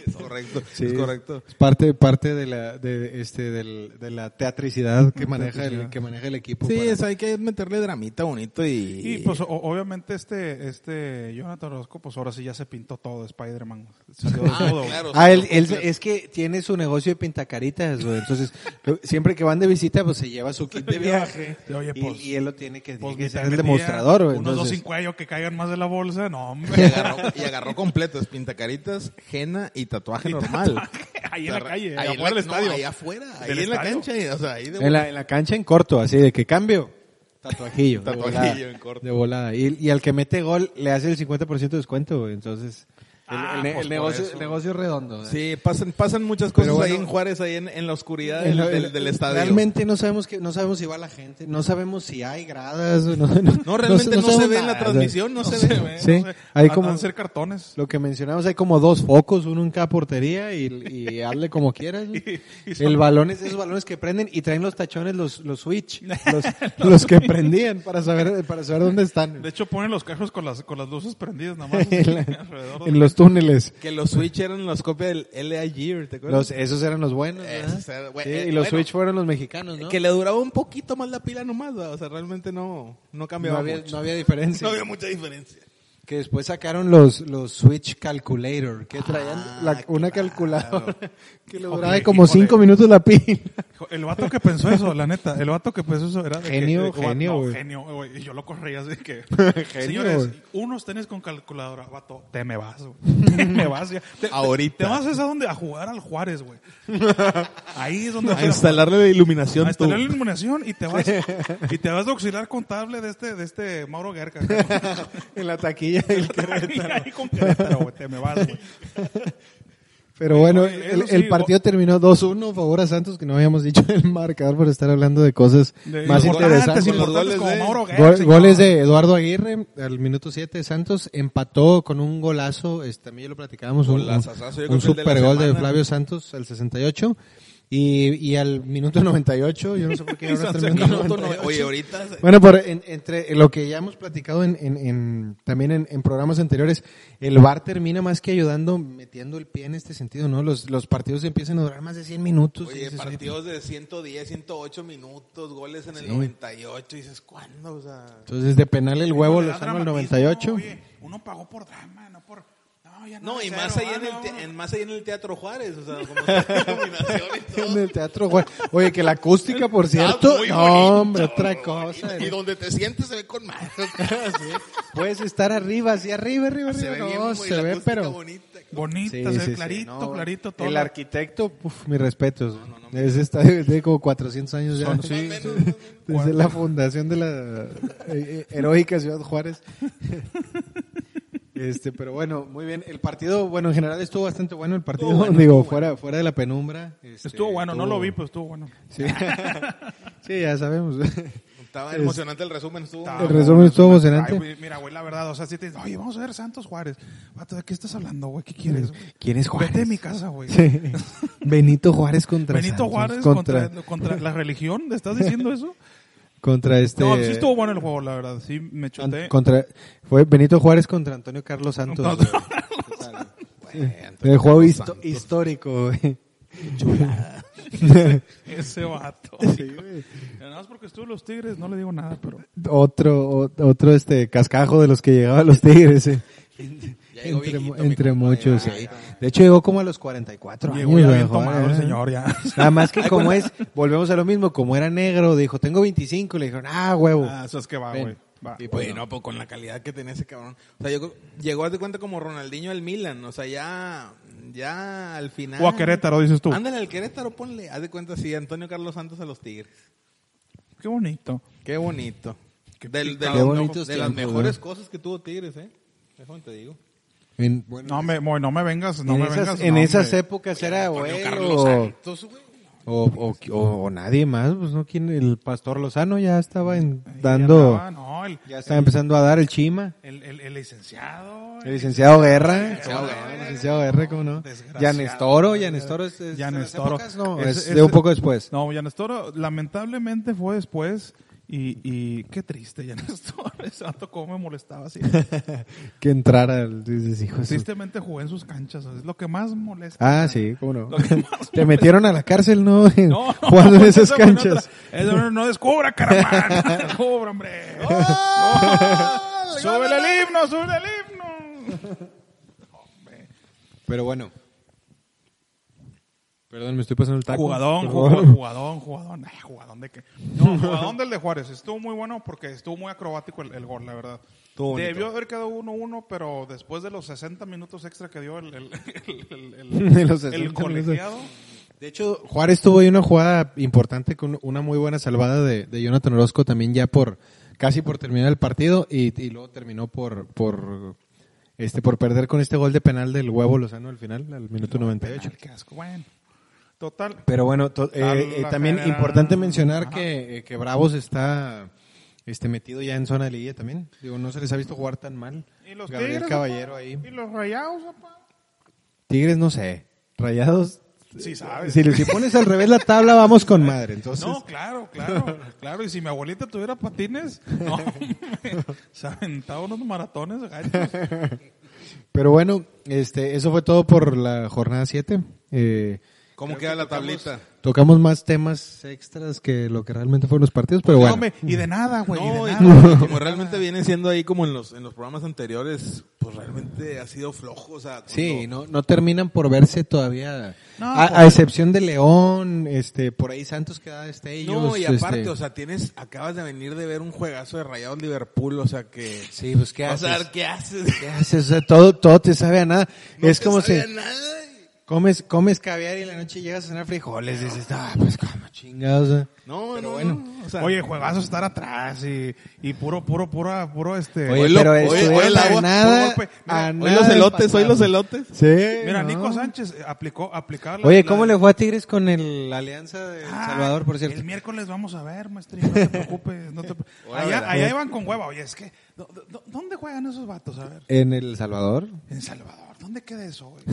Speaker 2: Es correcto,
Speaker 1: Sí.
Speaker 2: es correcto.
Speaker 1: Es parte, parte de la, de, este, del, de la teatricidad que maneja el, que maneja el equipo.
Speaker 2: Sí,
Speaker 1: para-
Speaker 2: eso hay que meterle dramita bonito y...
Speaker 3: [LAUGHS] Y pues o- obviamente este, este Jonathan Orozco, pues ahora sí ya se pintó todo de Spider-Man. Se dio de
Speaker 2: Ah,
Speaker 3: todo.
Speaker 2: claro.
Speaker 1: Ah, él, él- es que tiene su negocio de pintacaritas, güey. Entonces, lo- siempre que van de visita, pues se lleva su kit
Speaker 3: [LAUGHS]
Speaker 1: de viaje.
Speaker 3: De, oye,
Speaker 1: y-
Speaker 3: pues,
Speaker 1: y, él lo tiene que,
Speaker 3: Pues,
Speaker 1: tiene que
Speaker 3: ni
Speaker 1: ser
Speaker 3: te
Speaker 1: el
Speaker 3: metía
Speaker 1: demostrador, güey.
Speaker 3: Unos dos
Speaker 1: Entonces,
Speaker 3: sin cuello que caigan más de la bolsa, no,
Speaker 2: Y
Speaker 3: hombre.
Speaker 2: agarró, y agarró completo, es pintacaritas, jena y tatuaje normal.
Speaker 3: [LAUGHS] Ahí en la calle,
Speaker 2: Ahí en
Speaker 3: afuera
Speaker 2: la-
Speaker 3: del
Speaker 2: no,
Speaker 3: estadio.
Speaker 2: ahí afuera, ahí
Speaker 3: Del
Speaker 2: en la
Speaker 3: estadio.
Speaker 2: cancha, y, o sea, ahí de
Speaker 1: en, la, en la cancha en corto, así de que cambio. Tatuajillo. de
Speaker 2: Tatuajillo
Speaker 1: volada,
Speaker 2: en corto.
Speaker 1: De volada. Y, y al que mete gol le hace el 50% de descuento, güey. Entonces, el,
Speaker 3: Ah,
Speaker 1: el ne- el
Speaker 3: pues por
Speaker 1: negocio,
Speaker 3: eso.
Speaker 1: el negocio es redondo. güey.
Speaker 2: Sí, pasan, pasan muchas cosas
Speaker 1: Pero bueno,
Speaker 2: ahí en Juárez, ahí en, en la oscuridad
Speaker 1: El-
Speaker 2: del,
Speaker 1: el-
Speaker 2: del- del estadio.
Speaker 1: Realmente no sabemos que no sabemos si va la gente, no sabemos si hay gradas, no, [LAUGHS] no-
Speaker 2: No, realmente no, se
Speaker 1: sabemos
Speaker 2: ve en la
Speaker 1: nada,
Speaker 2: transmisión, no,
Speaker 3: No
Speaker 2: se,
Speaker 3: se
Speaker 2: ve.
Speaker 3: ve,
Speaker 1: Sí,
Speaker 3: no sé.
Speaker 1: ahí
Speaker 3: Ah,
Speaker 1: como-
Speaker 3: han de ser cartones.
Speaker 1: o sea, Lo que mencionamos, hay como dos focos, uno en cada portería y, y hazle como
Speaker 2: [LAUGHS]
Speaker 1: quieras. ¿no?
Speaker 3: y son-
Speaker 1: El balón es esos balones que prenden y traen los tachones, los, los switch,
Speaker 2: [LAUGHS]
Speaker 1: los, los que prendían para saber, para saber dónde están.
Speaker 3: De hecho, ponen los carros con las, con las luces prendidas nada más.
Speaker 1: [LAUGHS] En la-
Speaker 3: alrededor de-
Speaker 1: en los túneles.
Speaker 2: Que los Switch eran las copias del L.A. Year, ¿te acuerdas?
Speaker 1: Los, esos eran los buenos. ¿verdad?
Speaker 2: Esos eran- güey,
Speaker 1: Sí,
Speaker 2: eh,
Speaker 1: y los
Speaker 2: bueno.
Speaker 1: switch fueron los mexicanos, ¿no?
Speaker 2: Que le duraba un poquito más la pila nomás, ¿verdad? o sea, realmente no, no
Speaker 1: no,
Speaker 2: cambiaba
Speaker 1: había,
Speaker 2: mucho.
Speaker 1: no había diferencia.
Speaker 2: No había mucha diferencia.
Speaker 1: Que después sacaron los, los Switch Calculator,
Speaker 3: Ah,
Speaker 1: que traían la- una
Speaker 3: [LAUGHS]
Speaker 1: calculadora que le duraba
Speaker 3: Híjole,
Speaker 1: como
Speaker 3: híjole.
Speaker 1: cinco minutos la
Speaker 3: [LAUGHS]
Speaker 1: pila.
Speaker 3: Hijo, El vato que pensó eso, la neta, el vato que pensó eso era de que-
Speaker 1: Genio,
Speaker 3: de que, va-
Speaker 1: genio,
Speaker 3: no,
Speaker 1: güey.
Speaker 3: genio, güey. Y yo lo corría así
Speaker 1: [LAUGHS]
Speaker 3: que, señores,
Speaker 1: güey.
Speaker 3: unos tenis con calculadora, vato, te me vas, güey.
Speaker 1: [LAUGHS]
Speaker 3: Te me vas ya. Te,
Speaker 2: Ahorita.
Speaker 3: Te vas es a donde a jugar al Juárez,
Speaker 1: [LAUGHS]
Speaker 3: güey. Ahí es donde vas
Speaker 2: A
Speaker 3: a
Speaker 2: instalarle la iluminación
Speaker 3: a
Speaker 2: tú.
Speaker 3: instalar la iluminación y
Speaker 1: [LAUGHS]
Speaker 3: te vas y te vas de auxiliar contable de este de este Mauro
Speaker 1: [LAUGHS]
Speaker 3: Guerca.
Speaker 1: en la taquilla del Querétaro.
Speaker 3: Ahí con Querétaro, güey, te me vas, güey.
Speaker 1: Pero bueno,
Speaker 3: Oye,
Speaker 1: el,
Speaker 3: eso
Speaker 1: el
Speaker 3: sí,
Speaker 1: partido terminó 2-1 favor a Santos, que no habíamos dicho el marcador por estar hablando de cosas
Speaker 3: De-
Speaker 1: más
Speaker 3: importantes,
Speaker 1: interesantes.
Speaker 2: Los goles
Speaker 3: importantes como
Speaker 2: de-
Speaker 3: Mauro Guerca,
Speaker 1: Gol-
Speaker 3: señor.
Speaker 1: goles de Eduardo Aguirre al minuto 7 Santos empató con un golazo, este, también ya lo platicábamos, un,
Speaker 2: Golazazazo, yo
Speaker 1: un
Speaker 2: creo que el de la
Speaker 1: super gol de
Speaker 2: semana.
Speaker 1: Flavio Santos al 68 y, y al minuto 98, yo no sé por
Speaker 2: [LAUGHS]
Speaker 1: qué ahora hasta el minuto
Speaker 2: Minuto
Speaker 1: 98.
Speaker 2: no- Oye, ahorita...
Speaker 1: Bueno, por en- entre lo que ya hemos platicado en, en- en- también en, en programas anteriores, el VAR termina más que ayudando metiendo el pie en este sentido, ¿no? Los, los partidos empiezan a durar más de 100 minutos. Y
Speaker 2: Oye,
Speaker 1: dices,
Speaker 2: partidos de 110, 108 minutos, goles en el
Speaker 1: Sí.
Speaker 2: 98, y dices, ¿cuándo? O sea...
Speaker 1: Entonces, de penal el huevo
Speaker 3: Le
Speaker 1: lo
Speaker 3: da
Speaker 1: sano al
Speaker 3: dramatismo,
Speaker 1: 98.
Speaker 3: oye, uno pagó por drama, no por No, ya
Speaker 2: No,
Speaker 3: es
Speaker 2: y
Speaker 3: cero,
Speaker 2: más ahí,
Speaker 3: ah,
Speaker 2: en el
Speaker 3: no,
Speaker 2: te-
Speaker 3: no.
Speaker 2: en- más ahí en el Teatro Juárez, o [LAUGHS] sea, como está la iluminación y
Speaker 1: [LAUGHS] En
Speaker 2: todo.
Speaker 1: el teatro, güey. Oye, que la acústica, por cierto.
Speaker 2: Ah, muy
Speaker 1: no,
Speaker 2: bonito,
Speaker 1: hombre, otra
Speaker 2: güey.
Speaker 1: cosa. eh.
Speaker 2: Y, y donde te sientes se ve con más.
Speaker 1: Puedes estar arriba, así arriba, arriba,
Speaker 2: Ah, se
Speaker 1: arriba.
Speaker 2: ve bien,
Speaker 1: no,
Speaker 2: güey, la
Speaker 1: se ve,
Speaker 2: acústica
Speaker 1: pero.
Speaker 2: bonita.
Speaker 3: Bonita,
Speaker 1: Sí,
Speaker 3: se ve
Speaker 1: sí, sí,
Speaker 3: clarito,
Speaker 1: no.
Speaker 3: clarito todo.
Speaker 1: El arquitecto, uf, mis respetos. Ese está [LAUGHS] de, de como 400 años ya.
Speaker 3: Son- sí,
Speaker 1: Desde
Speaker 3: sí.
Speaker 1: la fundación de la eh, eh, heroica ciudad Juárez. [LAUGHS] Este, pero bueno, muy bien. El partido, bueno, en general estuvo bastante bueno el partido. digo, fuera, fuera de la penumbra. este,
Speaker 3: estuvo bueno, no
Speaker 1: estuvo-
Speaker 3: lo vi, pero estuvo bueno.
Speaker 1: Sí, [LAUGHS] Sí, ya [LAUGHS] sabemos.
Speaker 2: Estaba
Speaker 1: Es-
Speaker 2: emocionante el resumen, estuvo.
Speaker 1: El resumen estuvo emocionante.
Speaker 3: Ay, güey, mira, güey, la verdad, o sea, si te dicen, oye, vamos a ver Santos Juárez. Vato, ¿de qué estás hablando, güey? ¿Qué quieres? güey?
Speaker 1: ¿Quién es Juárez?
Speaker 3: Vete de mi casa, güey.
Speaker 1: Sí. [LAUGHS] Benito Juárez contra
Speaker 3: Benito
Speaker 1: Santos,
Speaker 3: Juárez
Speaker 1: contra
Speaker 3: contra... Contra, la religión, ¿te estás
Speaker 1: [LAUGHS]
Speaker 3: diciendo eso?
Speaker 1: contra este
Speaker 3: No, sí estuvo ¿eh? bueno el juego, la verdad. Sí, me chuté.
Speaker 1: Ant- contra fue Benito Juárez contra Antonio Carlos Santos.
Speaker 3: Antonio
Speaker 1: güey. El juego histo- histórico. güey. [LAUGHS]
Speaker 3: Ese vato. Nada más porque estuvo en los Tigres, no le digo nada, pero...
Speaker 1: otro o- otro este cascajo de los que llegaba a los Tigres. eh.
Speaker 2: llegó
Speaker 1: Entre,
Speaker 2: viejito,
Speaker 1: mu- entre
Speaker 2: mi compa,
Speaker 1: muchos. eh.
Speaker 2: ya,
Speaker 1: sí.
Speaker 2: ya.
Speaker 1: De hecho llegó como a los 44
Speaker 3: Llegó
Speaker 1: años.
Speaker 3: ya
Speaker 1: güey,
Speaker 3: bien
Speaker 1: Juárez,
Speaker 3: tomado el
Speaker 1: ¿eh?
Speaker 3: señor, ya.
Speaker 1: [LAUGHS] Nada más que como es, volvemos a lo mismo, como era negro, dijo, tengo 25, le dijeron, ah, huevo.
Speaker 3: Ah, eso es que va,
Speaker 1: Ven,
Speaker 3: güey. Va.
Speaker 2: Y pues, no, pues con la calidad que tenía ese cabrón. O sea, yo creo- llegó a de cuenta como Ronaldinho al Milan. O sea, ya, ya al final.
Speaker 3: O a Querétaro, dices tú.
Speaker 2: Ándale al Querétaro, ponle. Haz de cuenta, sí, Antonio Carlos Santos a los Tigres.
Speaker 3: Qué bonito.
Speaker 2: Qué bonito.
Speaker 3: Qué
Speaker 2: Del- de
Speaker 3: picado.
Speaker 2: los-
Speaker 1: Qué bonitos
Speaker 2: de las
Speaker 1: tiempos,
Speaker 2: mejores
Speaker 1: ¿eh?
Speaker 2: cosas que tuvo Tigres, ¿eh? Eso te digo.
Speaker 1: En, bueno,
Speaker 3: No me, Moy, no me vengas, no
Speaker 1: en
Speaker 3: me
Speaker 1: esas,
Speaker 3: vengas.
Speaker 1: en
Speaker 3: no,
Speaker 1: esas
Speaker 3: hombre.
Speaker 1: épocas era,
Speaker 2: Antonio
Speaker 1: güey,
Speaker 2: Carlos
Speaker 1: o,
Speaker 2: Santos, güey.
Speaker 1: o- o- o- o nadie más, pues no, ¿Quién? el Pastor Lozano ya estaba en-
Speaker 3: Ahí
Speaker 1: dando,
Speaker 3: andaba, no, el,
Speaker 1: ya estaba empezando a dar el chima.
Speaker 3: el- el- el licenciado.
Speaker 1: El licenciado Guerra,
Speaker 2: Licenciado
Speaker 1: ¿cómo no?
Speaker 2: Guerra.
Speaker 1: El licenciado Guerra, ¿cómo no?
Speaker 3: Desgraciado.
Speaker 1: Yanes Toro, Yanes Toro es, es de
Speaker 3: Jan
Speaker 1: las
Speaker 3: Estoro.
Speaker 1: épocas, no,
Speaker 3: Ese-
Speaker 1: es,
Speaker 3: ese-
Speaker 1: de un poco
Speaker 3: [LAUGHS]
Speaker 1: después.
Speaker 3: No, Jan Estoro lamentablemente fue después. Y, y qué triste, Jan Estoro. [LAUGHS] Ese vato cómo me
Speaker 1: [LAUGHS]
Speaker 3: molestaba así.
Speaker 1: Que entrara, el- dices, hijo, eso-
Speaker 3: Tristemente jugué en sus canchas. Es lo que más molesta.
Speaker 1: Ah, sí, ¿cómo no?
Speaker 3: Lo que más-
Speaker 1: Te metieron a la cárcel, ¿no?
Speaker 3: [LAUGHS] No,
Speaker 1: [LAUGHS]
Speaker 3: no, [LAUGHS]
Speaker 1: Jugando en
Speaker 3: eso
Speaker 1: esas
Speaker 3: fue en otra.
Speaker 1: canchas.
Speaker 3: Eso no, no descubra, caramba. No
Speaker 1: [LAUGHS]
Speaker 3: descubra, hombre. No. Súbele el himno, súbele el himno.
Speaker 1: Pero bueno. Perdón, me estoy pasando el taco.
Speaker 3: Jugadón,
Speaker 1: Por
Speaker 3: jugadón,
Speaker 1: favor.
Speaker 3: jugadón, jugadón. Ay, jugadón de qué. No, jugadón del de Juárez. Estuvo muy bueno porque estuvo muy acrobático el, el gol, la verdad.
Speaker 2: Estuvo bonito.
Speaker 3: Debió haber quedado 1-1, pero después de los 60 minutos extra que dio el, el, el, el,
Speaker 1: De los 60
Speaker 3: el colegiado,
Speaker 1: De hecho, Juárez tuvo ahí una jugada importante con una muy buena salvada de, de Jonathan Orozco también ya por casi por terminar el partido y, y luego terminó por por este por perder con este gol de penal del huevo Lozano al final al minuto 98.
Speaker 3: Ay, ah, qué asco. Bueno, total.
Speaker 1: Pero bueno, to-
Speaker 3: Tal
Speaker 1: eh, eh,
Speaker 3: la
Speaker 1: también
Speaker 3: general-
Speaker 1: importante mencionar
Speaker 3: Ajá.
Speaker 1: que, eh, que Bravos está este metido ya en zona de liga también. Digo, no se les ha visto jugar tan mal.
Speaker 3: Y los
Speaker 1: Gabriel
Speaker 3: Tigres,
Speaker 1: Caballero
Speaker 3: apa?
Speaker 1: ahí.
Speaker 3: Y los Rayados, apa?
Speaker 1: Tigres no sé, Rayados
Speaker 3: Sí, sabes.
Speaker 1: Si, le- si pones al revés la tabla, vamos con madre. Entonces,
Speaker 3: [LAUGHS] No, claro, claro, claro. Y si mi abuelita tuviera patines, no, hombre, se aventaba unos maratones gachos.
Speaker 1: Pero bueno, este, eso fue todo por la jornada 7.
Speaker 2: ¿Cómo queda la tablita?
Speaker 1: tocamos más temas extras que lo que realmente fueron los partidos, pero bueno.
Speaker 3: Hombre, Y de nada, güey.
Speaker 2: No,
Speaker 3: y
Speaker 2: y
Speaker 3: Pues, de nada.
Speaker 2: como- como realmente viene siendo ahí como en los, en los programas anteriores, pues realmente ha sido flojo. O pues. sea, cuando-
Speaker 1: Sí, no, no terminan por verse todavía.
Speaker 3: No,
Speaker 1: a,
Speaker 3: por-
Speaker 1: a excepción de León, este, por ahí Santos queda destellos.
Speaker 2: No, y aparte,
Speaker 1: este-
Speaker 2: o sea, tienes, acabas de venir de ver un juegazo de Rayados Liverpool, o sea que.
Speaker 1: Sí, pues qué
Speaker 2: o
Speaker 1: haces.
Speaker 2: sea, ¿qué haces? [LAUGHS]
Speaker 1: ¿Qué haces? O sea, todo, todo te sabe a nada.
Speaker 2: No
Speaker 1: es
Speaker 2: te
Speaker 1: como si
Speaker 2: sabía nada.
Speaker 1: comes, comes caviar y en la noche llegas a cenar frijoles. Dices, ah, pues como chingados. eh".
Speaker 2: No,
Speaker 1: Pero
Speaker 2: no,
Speaker 1: bueno.
Speaker 2: no, o sea,
Speaker 3: Oye, juegazo estar atrás y, y puro, puro, puro, puro este.
Speaker 1: Oye,
Speaker 2: Hoy lo-
Speaker 1: pero
Speaker 2: hoy-
Speaker 1: estuvieron
Speaker 2: hoy el
Speaker 1: a
Speaker 2: agua-
Speaker 1: nada,
Speaker 3: hoy golpe-
Speaker 1: a
Speaker 3: mira,
Speaker 2: hoy
Speaker 1: nada
Speaker 2: los
Speaker 1: de
Speaker 2: elotes, hoy
Speaker 1: pasar.
Speaker 2: los elotes.
Speaker 1: Sí.
Speaker 3: Mira,
Speaker 1: no.
Speaker 3: Nico Sánchez eh, aplicó, aplicaba la-
Speaker 1: Oye, ¿cómo
Speaker 3: la-
Speaker 1: le fue a Tigres con el, la alianza de El
Speaker 3: Ah,
Speaker 1: Salvador, por cierto?
Speaker 3: El miércoles vamos a ver, maestrillo,
Speaker 1: [LAUGHS]
Speaker 3: no te preocupes. No te... pre-
Speaker 2: Ahora
Speaker 3: allá,
Speaker 2: verás.
Speaker 3: allá iban con hueva, oye, es que, ¿dó- dó- ¿dónde juegan esos vatos? A ver,
Speaker 1: En El
Speaker 2: [LAUGHS]
Speaker 1: Salvador.
Speaker 3: en Salvador, ¿dónde queda eso, güey?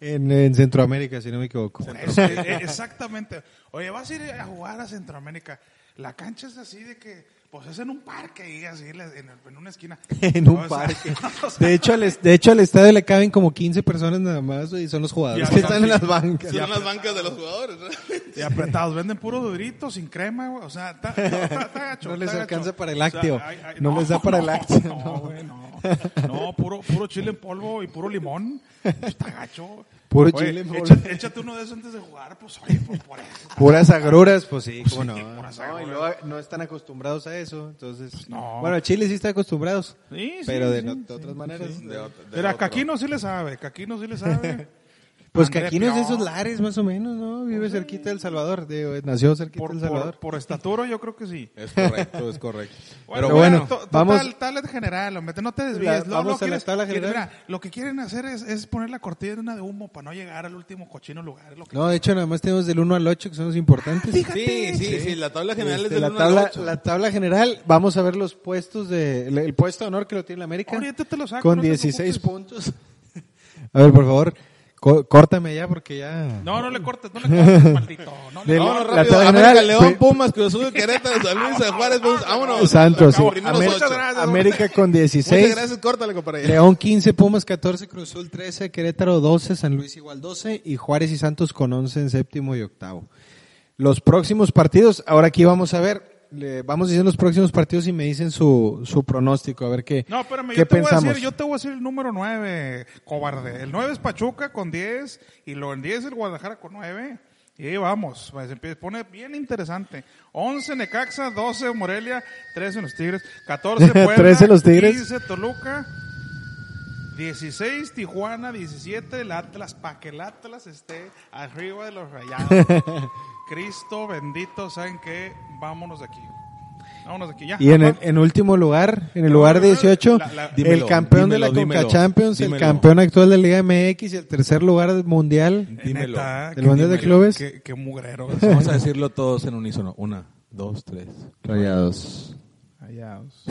Speaker 1: En, en Centroamérica, si no me equivoco.
Speaker 3: Eso, eh, exactamente. Oye, vas a ir a jugar a Centroamérica. La cancha es así de que, pues es en un parque y así, en, la- en una esquina.
Speaker 1: [LAUGHS] En un
Speaker 3: O sea,
Speaker 1: parque.
Speaker 3: [LAUGHS] o sea,
Speaker 1: De hecho, al, es- de hecho, al estadio le caben como 15 personas nada más y son los jugadores
Speaker 3: Ya,
Speaker 1: que
Speaker 3: ya,
Speaker 1: están
Speaker 3: sí.
Speaker 1: en las bancas.
Speaker 2: Son las bancas de los jugadores. ¿no?
Speaker 3: Y apretados, venden puro durito, sin crema, güey. O sea, está, está, está
Speaker 1: [LAUGHS]
Speaker 3: gacho,
Speaker 1: No les
Speaker 3: está
Speaker 1: alcanza
Speaker 3: gacho.
Speaker 1: para el
Speaker 3: O sea,
Speaker 1: lácteo. No les da para el lácteo,
Speaker 3: No,
Speaker 1: no.
Speaker 3: güey, no. No, puro, puro chile en polvo y puro limón. Está gacho.
Speaker 1: Puro
Speaker 3: Oye,
Speaker 1: chile en polvo.
Speaker 3: Échate, échate uno de esos antes de jugar, pues, oye, por, por eso.
Speaker 1: Puras agruras, pues sí, cómo no.
Speaker 3: puras
Speaker 1: No,
Speaker 3: agruras. Pues
Speaker 1: y luego no están acostumbrados a eso, entonces...
Speaker 3: no.
Speaker 1: Bueno, Chile sí está acostumbrados,
Speaker 3: Sí, sí,
Speaker 1: pero de,
Speaker 3: sí,
Speaker 1: no-
Speaker 3: sí,
Speaker 1: de otras
Speaker 3: sí.
Speaker 1: maneras.
Speaker 2: De otro- de
Speaker 3: Mira,
Speaker 2: otro.
Speaker 3: Caquino sí le sabe, Caquino sí le sabe.
Speaker 1: [LAUGHS] Pues que
Speaker 3: André
Speaker 1: aquí no es de
Speaker 3: Pion.
Speaker 1: esos lares, más o menos, ¿no? Vive cerquita del Salvador, digo, eh, nació cerquita
Speaker 3: Pues
Speaker 1: del
Speaker 3: Por, por,
Speaker 1: Salvador.
Speaker 3: por estatura yo creo que sí.
Speaker 2: Es correcto, es [LAUGHS] correcto.
Speaker 3: Bueno,
Speaker 1: Pero bueno,
Speaker 3: to- total,
Speaker 1: vamos-
Speaker 3: tabla general, hombre, no te
Speaker 1: La-
Speaker 3: desvíes. Lo,
Speaker 1: vamos
Speaker 3: lo
Speaker 1: a la
Speaker 3: quieres-
Speaker 1: tabla
Speaker 3: quiere-
Speaker 1: general.
Speaker 3: mira, lo que quieren hacer es, es poner la cortina de una de humo para no llegar al último cochino lugar. es lo que-
Speaker 1: No, de hecho, nada más tenemos del 1 al 8, que son los importantes.
Speaker 2: Sí, sí, sí, la tabla general
Speaker 1: Este,
Speaker 2: es del
Speaker 1: la,
Speaker 2: 1 al
Speaker 1: tabla,
Speaker 2: 8.
Speaker 1: la tabla general, vamos a ver los puestos de. El, el puesto de honor que lo tiene la América.
Speaker 3: Ahorita te lo saco,
Speaker 1: con
Speaker 3: no te
Speaker 1: 16
Speaker 3: preocupes.
Speaker 1: puntos. [LAUGHS] A ver, por favor, co- córtame ya porque ya.
Speaker 3: No, no le cortes, no le cortes, maldito. No le
Speaker 1: De la-
Speaker 2: Vámonos
Speaker 1: la
Speaker 2: rápido.
Speaker 1: tabla
Speaker 2: América,
Speaker 1: general,
Speaker 2: León,
Speaker 1: pues-
Speaker 2: Pumas, Cruz Azul, Querétaro, San Luis, San Juárez, Pumas. Vámonos.
Speaker 1: Santos, sí.
Speaker 2: Los primeros
Speaker 1: Amer-
Speaker 2: ocho.
Speaker 3: gracias.
Speaker 1: América con
Speaker 2: Muchas
Speaker 1: 16.
Speaker 2: gracias, córtale, compadre.
Speaker 1: León 15, Pumas 14, Cruzul 13, Querétaro 12, San Luis igual 12 y Juárez y Santos con 11 en séptimo y octavo. Los próximos partidos, ahora aquí vamos a ver, le vamos diciendo los próximos partidos y me dicen su, su pronóstico, a ver qué,
Speaker 3: No, espérame,
Speaker 1: qué
Speaker 3: yo te, voy a
Speaker 1: pensamos.
Speaker 3: decir, yo te voy a decir el número 9, cobarde. El 9 es Pachuca con 10 y luego en 10 el Guadalajara con 9 Y ahí vamos, pues, se pone bien interesante. 11 Necaxa, 12 Morelia, 13 los Tigres,
Speaker 1: [LAUGHS]
Speaker 3: 14 Puebla,
Speaker 1: 13 los Tigres.
Speaker 3: 15 Toluca, 16 Tijuana, 17 el Atlas, para que el Atlas esté arriba de
Speaker 1: [LAUGHS]
Speaker 3: los rayados. Cristo bendito, ¿saben qué? Vámonos de aquí. Vámonos de aquí, ya.
Speaker 1: Y en, el-
Speaker 3: Aparte-
Speaker 1: en último lugar, en el lugar 18,
Speaker 3: La- la-
Speaker 1: el
Speaker 2: Dímelo,
Speaker 1: campeón de la
Speaker 2: dímelo,
Speaker 1: Conca
Speaker 2: dímelo,
Speaker 1: Champions, el
Speaker 2: dímelo.
Speaker 1: campeón actual de la Liga MX y el tercer lugar mundial.
Speaker 2: Dímelo.
Speaker 3: Neta,
Speaker 1: ¿Del
Speaker 3: qué
Speaker 1: Mundial de
Speaker 3: dímelo,
Speaker 1: Clubes?
Speaker 3: Qué,
Speaker 1: [LAUGHS]
Speaker 3: qué mugrero.
Speaker 2: Vamos a decirlo todos en unísono. Una, dos, tres.
Speaker 1: Rayados.
Speaker 3: Rayados.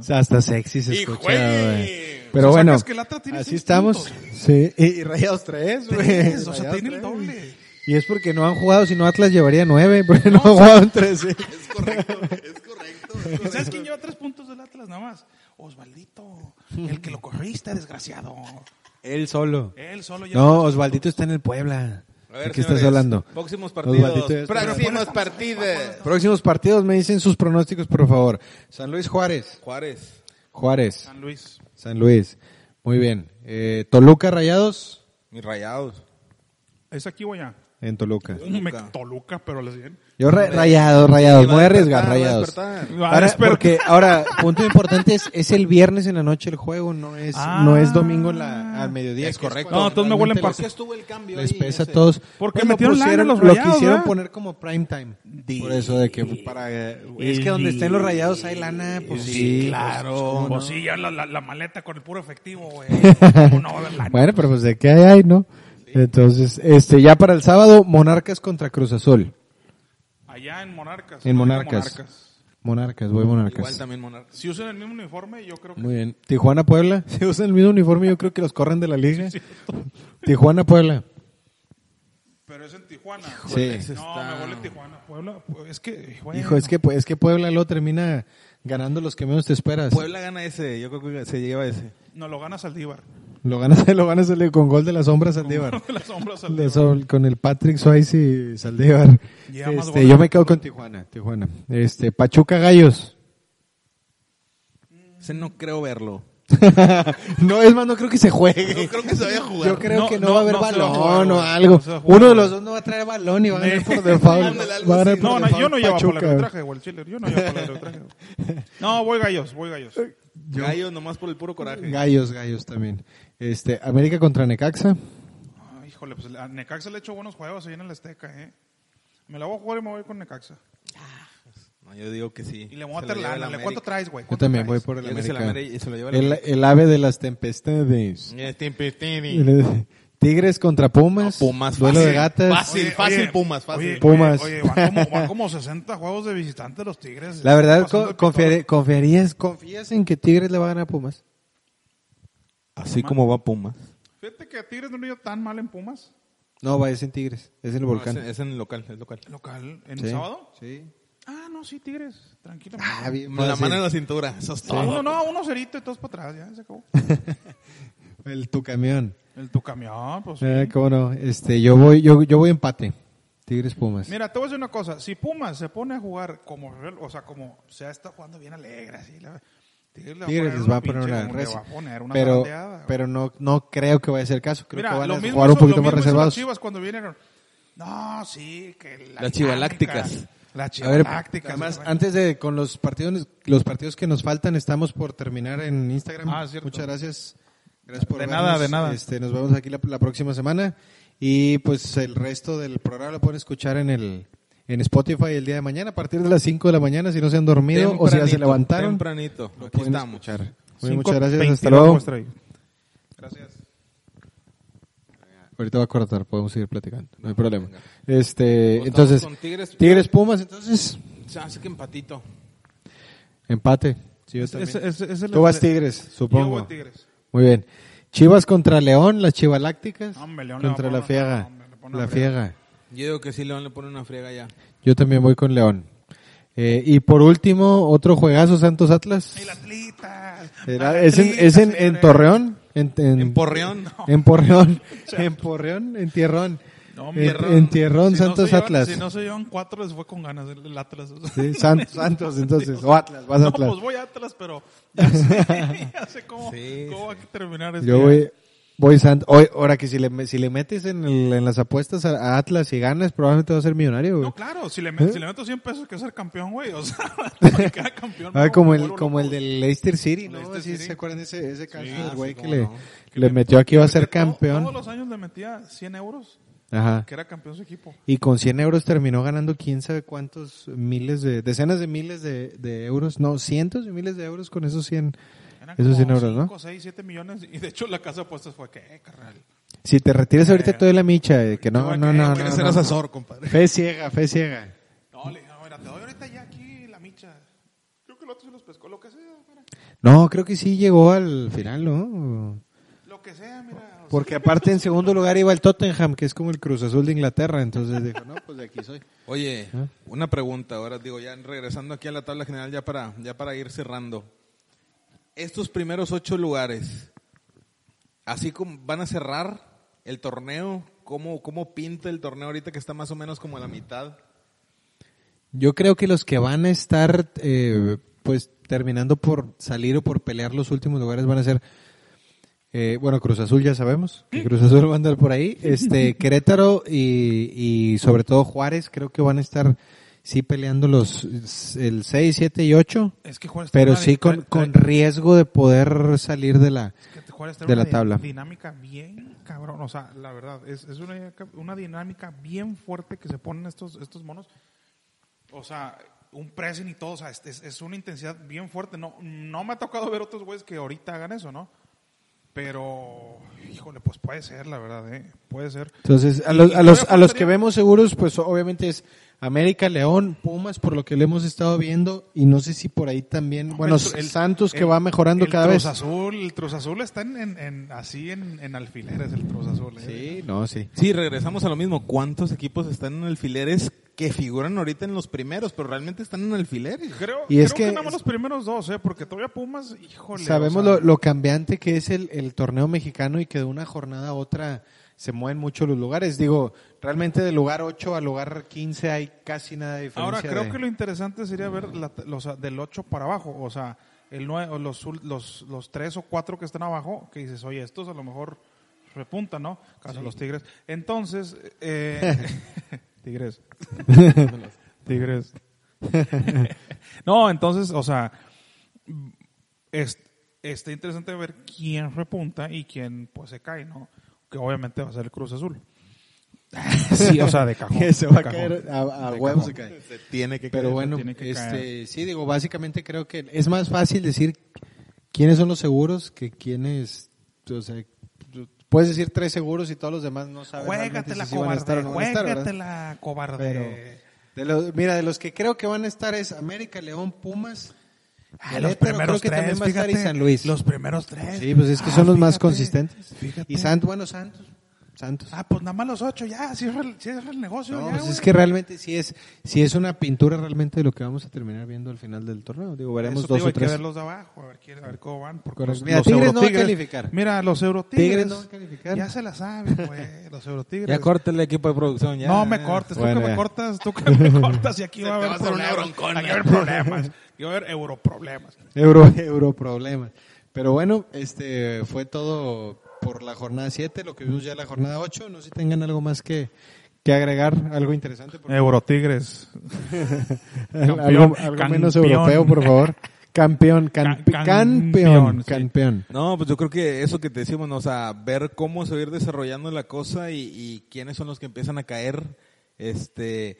Speaker 1: O sea, hasta sexy se
Speaker 3: ¡Y
Speaker 1: escucha,
Speaker 3: juegue!
Speaker 1: güey.
Speaker 3: O
Speaker 1: Pero
Speaker 3: sea,
Speaker 1: bueno,
Speaker 3: sacas que el Atlas tiene
Speaker 1: así
Speaker 3: seis
Speaker 1: estamos.
Speaker 3: puntos.
Speaker 1: Sí, y, y Rayados 3, güey.
Speaker 3: Tres, o sea,
Speaker 1: Rayados
Speaker 3: tiene el
Speaker 1: tres.
Speaker 3: doble.
Speaker 1: Y es porque no han jugado, si no Atlas llevaría 9, [LAUGHS] porque no, han jugado 13.
Speaker 2: Es correcto, es correcto.
Speaker 3: ¿Y sabes quién lleva tres puntos del Atlas nada más? Osvaldito, el que lo corriste, desgraciado.
Speaker 1: Él solo.
Speaker 3: Él solo lleva
Speaker 1: No,
Speaker 3: tres
Speaker 1: Osvaldito está en el Puebla.
Speaker 2: A ver,
Speaker 1: ¿De qué estás
Speaker 2: señores,
Speaker 1: hablando?
Speaker 2: Próximos
Speaker 1: Osvaldito ya
Speaker 2: partidos.
Speaker 1: está-
Speaker 2: Próximos partidos.
Speaker 1: Próximos partidos, me dicen sus pronósticos, por favor. San Luis Juárez.
Speaker 2: Juárez.
Speaker 1: Juárez.
Speaker 3: San Luis.
Speaker 1: San Luis. Muy bien. Eh, Toluca Rayados.
Speaker 2: Mis rayados.
Speaker 3: ¿Es aquí o allá?
Speaker 1: En Toluca.
Speaker 3: Un me- Toluca, pero les bien.
Speaker 1: Yo ra- rayados, rayados.
Speaker 2: Sí, va
Speaker 1: Voy a
Speaker 2: a
Speaker 1: arriesgar,
Speaker 2: despertar, va a
Speaker 1: rayados.
Speaker 2: despertar.
Speaker 3: Va a
Speaker 1: Ahora,
Speaker 3: despertar.
Speaker 1: porque ahora, punto importante es, es el viernes en la noche el juego, no es,
Speaker 3: Ah.
Speaker 1: no es domingo en la, al mediodía.
Speaker 2: Es
Speaker 1: que
Speaker 2: correcto.
Speaker 1: cuando
Speaker 3: No, entonces me huelen
Speaker 1: realmente
Speaker 3: pa-
Speaker 1: les-
Speaker 2: estuvo el cambio?
Speaker 1: Les
Speaker 2: ahí,
Speaker 1: pesa a
Speaker 2: ese?
Speaker 1: todos.
Speaker 3: Porque
Speaker 1: Pues lo
Speaker 3: metieron lana
Speaker 1: pusieron-
Speaker 3: los
Speaker 1: Lo
Speaker 3: rayados,
Speaker 1: quisieron
Speaker 3: ¿verdad?
Speaker 1: poner como prime time. Por eso de que, para, eh, es que donde estén los rayados hay lana, pues sí. pues, ¿cómo no?
Speaker 3: Pues sí, ya la, la- la maleta con el puro
Speaker 1: [LAUGHS]
Speaker 3: efectivo, güey. ¿Cómo no va a haber lana?
Speaker 1: Bueno, pero pues de qué hay, hay, ¿no? Entonces, este, ya para el sábado, Monarcas contra Cruz Azul.
Speaker 3: Allá en Monarcas.
Speaker 1: En Monarcas. Monarcas, voy
Speaker 2: Igual
Speaker 1: Monarcas.
Speaker 2: también Monarcas.
Speaker 3: Si usan el mismo uniforme, yo creo que...
Speaker 1: Muy bien. Tijuana Puebla. [LAUGHS] Si usan el mismo uniforme, yo creo que los corren de la liga. Tijuana Puebla.
Speaker 3: Pero es en Tijuana.
Speaker 1: Sí.
Speaker 2: ese
Speaker 3: No,
Speaker 2: está-
Speaker 3: me huele Tijuana. Puebla, pues, es que... güey,
Speaker 1: Hijo, es que, es que Puebla lo termina ganando los que menos te esperas.
Speaker 2: Puebla gana ese. Yo creo que se lleva ese.
Speaker 3: No lo gana Saldívar.
Speaker 1: Lo ganas, [LAUGHS] lo ganas el- con gol de las sombras al
Speaker 3: [LAUGHS] La sombra
Speaker 1: De
Speaker 3: Saldívar.
Speaker 1: Sol- con el Patrick Suárez y Saldívar.
Speaker 3: Lleva más
Speaker 1: Este,
Speaker 3: goles.
Speaker 1: yo me quedo con Tijuana, Tijuana. Este, Pachuca Gallos.
Speaker 2: Ese no creo verlo.
Speaker 1: [LAUGHS] no, es más, no creo que se juegue.
Speaker 2: No creo que se vaya a jugar.
Speaker 1: Yo creo
Speaker 3: No,
Speaker 1: que no,
Speaker 3: no,
Speaker 1: va a haber
Speaker 3: no se va a
Speaker 1: balón
Speaker 3: jugar,
Speaker 1: o
Speaker 3: güey.
Speaker 1: algo.
Speaker 3: No se va a jugar,
Speaker 1: Uno de
Speaker 3: güey.
Speaker 1: los dos no va a traer balón y va a ganar
Speaker 3: [LAUGHS]
Speaker 1: por default.
Speaker 2: Ándale, algo
Speaker 1: Va a ganar
Speaker 2: así.
Speaker 1: por
Speaker 3: No, no,
Speaker 1: default
Speaker 3: yo no llevo por el
Speaker 1: Pachuca.
Speaker 3: arbitraje, güey, el chile. Yo no llevo por el arbitraje.
Speaker 1: [LAUGHS]
Speaker 3: güey. No, voy gallos, voy gallos.
Speaker 2: Gallos nomás por el puro coraje.
Speaker 1: Gallos, Gallos también. Este, América contra Necaxa.
Speaker 3: Ay, híjole, pues a Necaxa le he hecho buenos juegos ahí en el Azteca, ¿eh? Me la voy a jugar y me voy con Necaxa.
Speaker 2: No, yo digo que sí.
Speaker 3: Y le voy a
Speaker 2: Se lo
Speaker 3: meter
Speaker 2: lleva el
Speaker 3: lana. ¿Le
Speaker 2: América.
Speaker 3: ¿Cuánto traes, güey?
Speaker 1: Yo
Speaker 3: ¿Cuánto
Speaker 1: también voy
Speaker 3: traes?
Speaker 1: por el
Speaker 2: Y el Messi la
Speaker 1: América.
Speaker 2: Ameri- y se lo lleva el
Speaker 1: El,
Speaker 2: América.
Speaker 1: el ave de las tempestades.
Speaker 2: Este Petini.
Speaker 1: Tigres contra Pumas.
Speaker 2: No, Pumas,
Speaker 1: Duelo de
Speaker 2: fácil,
Speaker 1: gatas.
Speaker 2: fácil. fácil, Pumas, fácil.
Speaker 3: oye,
Speaker 1: Pumas.
Speaker 3: Oye, van, como, van como 60 juegos de visitantes los Tigres.
Speaker 1: La verdad,
Speaker 3: Pasando
Speaker 1: co-
Speaker 3: el pitón.
Speaker 1: confiaré- confiarías, confías en que Tigres le va a ganar a Pumas.
Speaker 2: Así como va Pumas.
Speaker 3: Fíjate que Tigres no le dio tan mal en Pumas.
Speaker 1: No, va, es en Tigres. Es en el volcán.
Speaker 2: No, es, es en el local, es local.
Speaker 3: Local, en
Speaker 1: Sí.
Speaker 3: sábado.
Speaker 1: Sí.
Speaker 3: Ah, no, sí, Tigres. Tranquilo.
Speaker 1: Ah, bien
Speaker 2: Con la
Speaker 1: fácil.
Speaker 2: mano en la cintura. Eso es todo.
Speaker 3: Uno, no, uno cerito y todos para atrás, ya se acabó.
Speaker 1: El tu camión.
Speaker 3: El tu camión, pues. sí.
Speaker 1: Eh, cómo no. Este, yo voy, yo, yo voy empate. Tigres Pumas.
Speaker 3: Mira, te voy a decir una cosa. Si Pumas se pone a jugar como, real- o sea, como se está jugando bien alegre, así. la- Tigres, le
Speaker 1: Tigres les va a poner
Speaker 3: pinche-
Speaker 1: una
Speaker 3: le
Speaker 1: recia.
Speaker 3: va a poner una
Speaker 1: pero,
Speaker 3: zarandeada, güey.
Speaker 1: pero no, no creo que vaya a ser caso. Creo que
Speaker 3: Mira,
Speaker 1: van
Speaker 3: lo
Speaker 1: a
Speaker 3: mismo
Speaker 1: jugar un
Speaker 3: hizo-
Speaker 1: poquito
Speaker 3: lo
Speaker 1: más
Speaker 3: mismo hizo
Speaker 1: reservados.
Speaker 3: Las chivas cuando vinieron. No, sí, que la
Speaker 2: Las
Speaker 3: dinámica,
Speaker 2: chivalácticas.
Speaker 3: Las
Speaker 1: A ver,
Speaker 3: chivalácticas.
Speaker 1: además,
Speaker 3: güey.
Speaker 1: antes de con los partidos, los partidos que nos faltan, estamos por terminar en Instagram.
Speaker 3: Ah, cierto.
Speaker 1: Muchas gracias. Gracias por
Speaker 3: De
Speaker 1: vernos.
Speaker 3: nada, de nada.
Speaker 1: Este, nos vemos aquí la, la próxima semana y pues el resto del programa lo pueden escuchar en el en Spotify el día de mañana a partir de las 5 de la mañana si no se han dormido o si ya se
Speaker 2: Tempranito,
Speaker 1: levantaron.
Speaker 2: Tempranito.
Speaker 1: lo
Speaker 2: Aquí
Speaker 1: pueden
Speaker 2: estamos.
Speaker 1: escuchar. Muy bien,
Speaker 3: Cinco
Speaker 1: muchas gracias, hasta
Speaker 3: 22
Speaker 1: luego.
Speaker 3: muestra ahí. Gracias.
Speaker 1: Ahorita va a cortar, podemos seguir platicando, no hay problema. Este,
Speaker 3: Pues
Speaker 1: entonces
Speaker 2: con Tigres.
Speaker 1: Tigres Pumas, entonces
Speaker 2: Se hace que empatito.
Speaker 1: empate. Sí, yo también. Tú vas Tigres, supongo.
Speaker 3: Yo voy Tigres.
Speaker 1: Muy bien. Chivas contra León, las Chivalácticas
Speaker 3: Hombre, León le
Speaker 1: contra
Speaker 3: va
Speaker 1: la
Speaker 3: a poner una-
Speaker 1: Fiega.
Speaker 3: hombre, le pone
Speaker 1: La
Speaker 3: una friega.
Speaker 1: Fiega.
Speaker 2: Yo digo que sí, León le pone una friega ya.
Speaker 1: Yo también voy con León. Eh, y por último, otro juegazo Santos Atlas.
Speaker 3: El Atlitas.
Speaker 1: Era-
Speaker 3: Al
Speaker 1: es en,
Speaker 3: Atlitas,
Speaker 1: es en, en
Speaker 3: señores.
Speaker 1: Torreón. En,
Speaker 2: En Porreón.
Speaker 1: En
Speaker 3: [LAUGHS]
Speaker 1: Porreón. [LAUGHS] en Porreón, en Tierrón.
Speaker 3: No,
Speaker 1: En-
Speaker 3: mi error.
Speaker 1: en, Tierrón,
Speaker 3: Si no
Speaker 1: Santos
Speaker 3: se llevan-
Speaker 1: Atlas.
Speaker 3: Si no se llevan cuatro, les fue con ganas el, el Atlas.
Speaker 1: Sí,
Speaker 3: [LAUGHS]
Speaker 1: San- Santos, entonces. O Atlas, vas
Speaker 3: no,
Speaker 1: Atlas.
Speaker 3: pues voy a Atlas, pero ya sé, [LAUGHS] ya sé cómo,
Speaker 2: Sí,
Speaker 3: cómo va a terminar este.
Speaker 1: Yo voy, pues. Boy Sant- hoy- ahora que si le, si le metes en, el- en las apuestas a, a Atlas y ganas, probablemente vas a ser millonario, güey.
Speaker 3: No, claro, si le,
Speaker 1: ¿Eh?
Speaker 3: met- si le meto 100 pesos que es el campeón, güey. O
Speaker 1: [LAUGHS]
Speaker 3: sea, [LAUGHS] para cada campeón.
Speaker 1: Ah,
Speaker 3: me
Speaker 1: como
Speaker 3: vuelvo
Speaker 1: el,
Speaker 3: loco,
Speaker 1: como el
Speaker 3: güey.
Speaker 1: del Leicester City, ¿no?
Speaker 3: Leicester
Speaker 1: ¿Sí
Speaker 3: City.
Speaker 1: ¿Se acuerdan de ese, ese caso del
Speaker 2: sí,
Speaker 1: güey que
Speaker 2: cómo
Speaker 1: le,
Speaker 2: no.
Speaker 1: que le metió a que iba a ser
Speaker 3: [LAUGHS] Todo-
Speaker 1: campeón?
Speaker 3: Todos los años le metía 100 euros,
Speaker 1: Ajá.
Speaker 3: que era campeón su equipo.
Speaker 1: Y con 100 euros terminó ganando quién sabe cuántos miles de, decenas de miles de, de euros, no, cientos de miles de euros con esos 100,
Speaker 3: Eran
Speaker 1: esos 100
Speaker 3: como
Speaker 1: euros, ¿no?
Speaker 3: 5, 6, 7 millones. Y de hecho, la casa de apuestas fue que, eh, carnal.
Speaker 1: Si te retiras ahorita toda la micha, eh, que no,
Speaker 3: Yo
Speaker 1: no, no,
Speaker 3: que- que
Speaker 1: no,
Speaker 2: Quieres
Speaker 3: eres
Speaker 2: ser
Speaker 1: no.
Speaker 2: asesor, compadre.
Speaker 1: Fe ciega, fe ciega.
Speaker 3: No, le dije, no, mira, te doy ahorita ya aquí la micha. Creo que el otro se los pescó, lo que sea, mira.
Speaker 1: No, creo que sí llegó al final, ¿no?
Speaker 3: Lo que sea, mira. o
Speaker 1: Porque aparte en segundo lugar iba el Tottenham, que es como el Cruz Azul de Inglaterra, entonces dijo, no, pues de aquí soy.
Speaker 2: Oye,
Speaker 1: ¿Eh?
Speaker 2: una pregunta ahora, digo, ya regresando aquí a la tabla general, ya para, ya para ir cerrando. Estos primeros ocho lugares, así como van a cerrar el torneo, ¿cómo, cómo pinta el torneo ahorita que está más o menos como a la mitad?
Speaker 1: Yo creo que los que van a estar, eh, pues, terminando por salir o por pelear los últimos lugares van a ser, eh, bueno, Cruz Azul ya sabemos, que Cruz Azul va a andar por ahí, este, Querétaro y, y sobre todo Juárez creo que van a estar, sí, peleando los, el 6, 7 y 8,
Speaker 3: sea. Es que Juárez trae
Speaker 1: pero
Speaker 3: Pues, una
Speaker 1: sí
Speaker 3: di-
Speaker 1: con,
Speaker 3: trae-
Speaker 1: con
Speaker 3: trae-
Speaker 1: riesgo de poder salir de la,
Speaker 3: es que Juárez trae
Speaker 1: de
Speaker 3: una
Speaker 1: la
Speaker 3: di-
Speaker 1: tabla.
Speaker 3: este dinámica bien cabrón. O sea, la verdad, es, es una, una dinámica bien fuerte que se ponen estos, estos monos. O sea, un pressing y todo. O sea, es, es- es una intensidad bien fuerte. No, no me ha tocado ver otros güeyes que ahorita hagan eso, ¿no? Pero, híjole, pues puede ser, la verdad, ¿eh? Puede ser.
Speaker 1: Entonces, a
Speaker 3: Y-
Speaker 1: los,
Speaker 3: y
Speaker 1: a los,
Speaker 3: todavía
Speaker 1: a los
Speaker 3: faltaría-
Speaker 1: que vemos seguros, pues obviamente es América, León, Pumas, por lo que le hemos estado viendo, y no sé si por ahí también, bueno,
Speaker 3: Pues, El- el-
Speaker 1: Santos que
Speaker 3: el-
Speaker 1: va mejorando
Speaker 3: el
Speaker 1: cada
Speaker 3: Cruz
Speaker 1: vez.
Speaker 3: Azul, el Cruz Azul está en, en- en- así en, en alfileres, el Cruz Azul. ¿eh?
Speaker 1: Sí, no, sí.
Speaker 2: Sí, regresamos a lo mismo. ¿Cuántos equipos están en alfileres que figuran ahorita en los primeros, pero realmente están en alfileres?
Speaker 3: Creo,
Speaker 1: Y es
Speaker 3: creo que,
Speaker 1: que-
Speaker 3: nada más los primeros dos, ¿eh? porque todavía Pumas, híjole.
Speaker 1: Sabemos
Speaker 3: o sea,
Speaker 1: lo, lo cambiante que es el, el torneo mexicano y que de una jornada a otra se mueven mucho los lugares. Digo, realmente del lugar 8 al lugar 15 hay casi nada de diferencia.
Speaker 3: Ahora, creo
Speaker 1: de-
Speaker 3: que lo interesante sería ver la- los, del 8 para abajo, o sea, el nue- o los, ul- los, los 3 o 4 que están abajo, que dices, oye, estos a lo mejor repuntan, ¿no? Caso los Tigres. Entonces,
Speaker 1: [LAUGHS]
Speaker 3: eh, Tigres. tigres. [LAUGHS] no, entonces, o sea, es, está interesante ver quién repunta y quién pues se cae, ¿no? Que obviamente va a ser el
Speaker 1: [LAUGHS]
Speaker 3: Cruz Azul. sí, o sea, de cajón.
Speaker 1: se va
Speaker 3: de
Speaker 1: a
Speaker 3: cajón.
Speaker 1: caer a, a
Speaker 3: De
Speaker 1: huevos se
Speaker 3: cajón.
Speaker 1: cae.
Speaker 2: Se tiene que
Speaker 1: Pero
Speaker 2: caer.
Speaker 1: bueno,
Speaker 3: tiene que
Speaker 1: este,
Speaker 3: caer.
Speaker 1: sí, digo, básicamente creo que es más fácil decir quiénes son los seguros que quiénes, o sea, tú puedes decir tres seguros y todos los demás no saben realmente
Speaker 3: Juégatela,
Speaker 1: si sí van a
Speaker 3: cobarde.
Speaker 1: estar o no van a estar, ¿verdad?
Speaker 3: juégatela, cobarde.
Speaker 1: Pero de los, mira, de los que creo que van a estar es América, León, Pumas,
Speaker 3: Ah, los
Speaker 1: Querétaro,
Speaker 3: primeros
Speaker 1: creo que también
Speaker 3: tres,
Speaker 1: va a estar
Speaker 3: fíjate.
Speaker 1: y San Luis.
Speaker 3: Los primeros tres.
Speaker 1: Sí, pues es que
Speaker 3: Ah,
Speaker 1: son los más
Speaker 3: fíjate,
Speaker 1: consistentes.
Speaker 3: Fíjate.
Speaker 1: Y Santos, bueno, Santos, Santos.
Speaker 3: Ah, pues nada más los ocho, ya, cierra el, cierra el negocio.
Speaker 1: No,
Speaker 3: ya,
Speaker 1: pues es
Speaker 3: güey.
Speaker 1: que realmente sí es, sí es una pintura realmente de lo que vamos a terminar viendo al final del torneo. Digo, veremos
Speaker 3: Eso te
Speaker 1: dos
Speaker 3: digo,
Speaker 1: o tres.
Speaker 3: Hay que ver los de abajo, a ver, quién- a ver cómo van. porque
Speaker 1: Correcto.
Speaker 3: los-
Speaker 1: Mira,
Speaker 3: los
Speaker 1: Tigres no va a
Speaker 3: Eurotigres-
Speaker 1: calificar.
Speaker 3: Mira, los Eurotigres.
Speaker 1: Tigres no va a calificar.
Speaker 3: Ya se la saben, güey, los Eurotigres.
Speaker 4: Ya corta el equipo de producción. Ya.
Speaker 3: No me cortes,
Speaker 1: Bueno,
Speaker 3: tú que
Speaker 1: ya.
Speaker 3: me cortas, tú que
Speaker 1: [LAUGHS]
Speaker 3: me cortas y aquí va a
Speaker 2: te
Speaker 3: haber
Speaker 2: va a hacer una
Speaker 3: problemas.
Speaker 2: broncona.
Speaker 3: Aquí va a haber problemas. Aquí va a haber europroblemas.
Speaker 1: Euro, [LAUGHS] euro problema. Pero bueno, este fue todo por la jornada 7, lo que vimos ya en la jornada 8. No sé si tengan algo más que, que agregar, algo interesante. por-
Speaker 3: Eurotigres.
Speaker 1: [LAUGHS] algo
Speaker 3: campeón,
Speaker 1: algo menos
Speaker 3: campeón.
Speaker 1: europeo, por favor. Campeón, campe-
Speaker 3: Ca-
Speaker 1: campeón,
Speaker 3: campeón, sí.
Speaker 1: campeón.
Speaker 2: No, pues yo creo que eso que te decimos, ¿no? o sea, ver cómo se va a ir desarrollando la cosa y, y quiénes son los que empiezan a caer, este,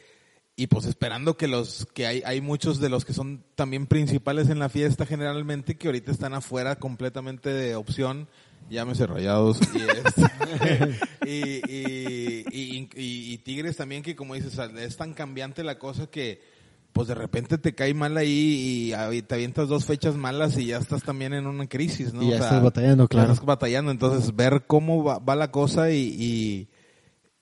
Speaker 2: y pues esperando que los, que hay, hay muchos de los que son también principales en la fiesta generalmente que ahorita están afuera completamente de opción, llámese rayados y, este, [LAUGHS] y, y- y- y- y Tigres también que como dices, o sea, es tan cambiante la cosa que, pues de repente te cae mal ahí y avi- te avientas dos fechas malas y ya estás también en una crisis, ¿no?
Speaker 1: Y ya estás batallando, claro.
Speaker 2: Estás batallando, entonces ver cómo va, va la cosa y, y,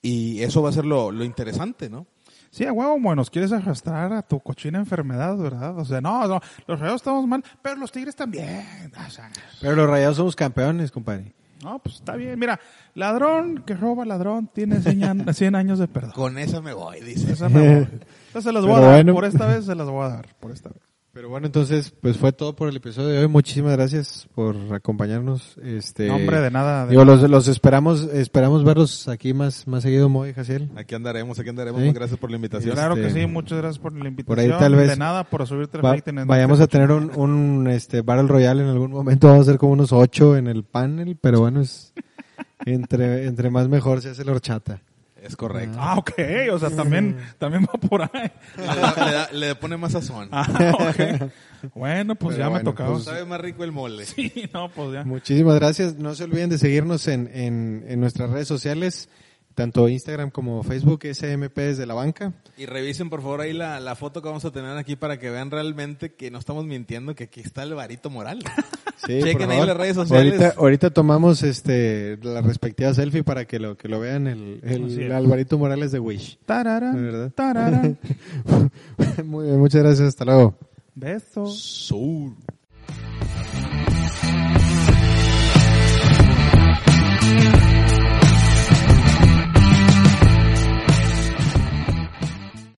Speaker 2: y eso va a ser lo, lo interesante, ¿no?
Speaker 3: Sí, a huevo, bueno, nos quieres arrastrar a tu cochina enfermedad, ¿verdad? O sea, no, no, los rayados estamos mal, pero los tigres también. O sea,
Speaker 1: Pero los rayados somos campeones, compadre.
Speaker 3: no, pues está bien. Mira, ladrón que roba ladrón tiene 100 an- [LAUGHS] 100 años
Speaker 1: [LAUGHS]
Speaker 3: de perdón.
Speaker 2: Con esa me voy, dice.
Speaker 3: Esa me voy. Entonces se las voy a
Speaker 1: Pero
Speaker 3: dar,
Speaker 1: bueno. Este,
Speaker 3: por esta vez se las voy a dar, por esta vez.
Speaker 1: Pero bueno, entonces, pues fue todo por el episodio de hoy. Muchísimas gracias por acompañarnos. Este,
Speaker 3: No, hombre, de nada, de
Speaker 1: digo, los, los esperamos, esperamos verlos aquí más, más seguido, Moy, Jaciel.
Speaker 2: Aquí andaremos, aquí andaremos.
Speaker 1: Sí.
Speaker 2: Gracias por la invitación.
Speaker 3: Claro que
Speaker 1: Este,
Speaker 3: sí, muchas gracias por la invitación.
Speaker 1: por ahí tal vez
Speaker 3: De nada, por subirte el
Speaker 1: Va-
Speaker 3: rating en
Speaker 1: vayamos a
Speaker 3: este-
Speaker 1: tener un, un, este, Battle Royale en algún momento. Vamos a ser como unos ocho en el panel, pero bueno, es, entre, entre más mejor se hace la horchata.
Speaker 2: Es correcto.
Speaker 3: Ah, ok, o sea,
Speaker 1: [LAUGHS]
Speaker 3: también, también va por ahí.
Speaker 2: Le, da- le da- le pone más sazón.
Speaker 3: Ah, ok. Bueno, pues
Speaker 1: Pero
Speaker 3: ya me
Speaker 1: bueno,
Speaker 3: tocaba.
Speaker 2: Sabe más rico el mole.
Speaker 3: [LAUGHS] Sí, no, pues ya.
Speaker 1: Muchísimas gracias. No se olviden de seguirnos en, en, en nuestras redes sociales, tanto Instagram como Facebook, SMP desde la banca.
Speaker 2: Y revisen por favor ahí la, la foto que vamos a tener aquí para que vean realmente que no estamos mintiendo, que aquí está el varito moral.
Speaker 1: Sí,
Speaker 2: Chequen
Speaker 1: por
Speaker 2: ahí
Speaker 1: favor.
Speaker 2: las redes sociales.
Speaker 1: Ahorita, ahorita tomamos este la respectiva selfie para que lo que lo vean el, el
Speaker 3: Así es.
Speaker 1: Alvarito Morales de Wish.
Speaker 3: Tarara,
Speaker 1: De verdad. [LAUGHS]
Speaker 3: tarara.
Speaker 1: Muy bien, muchas gracias, hasta luego.
Speaker 3: Besos.
Speaker 2: Sur.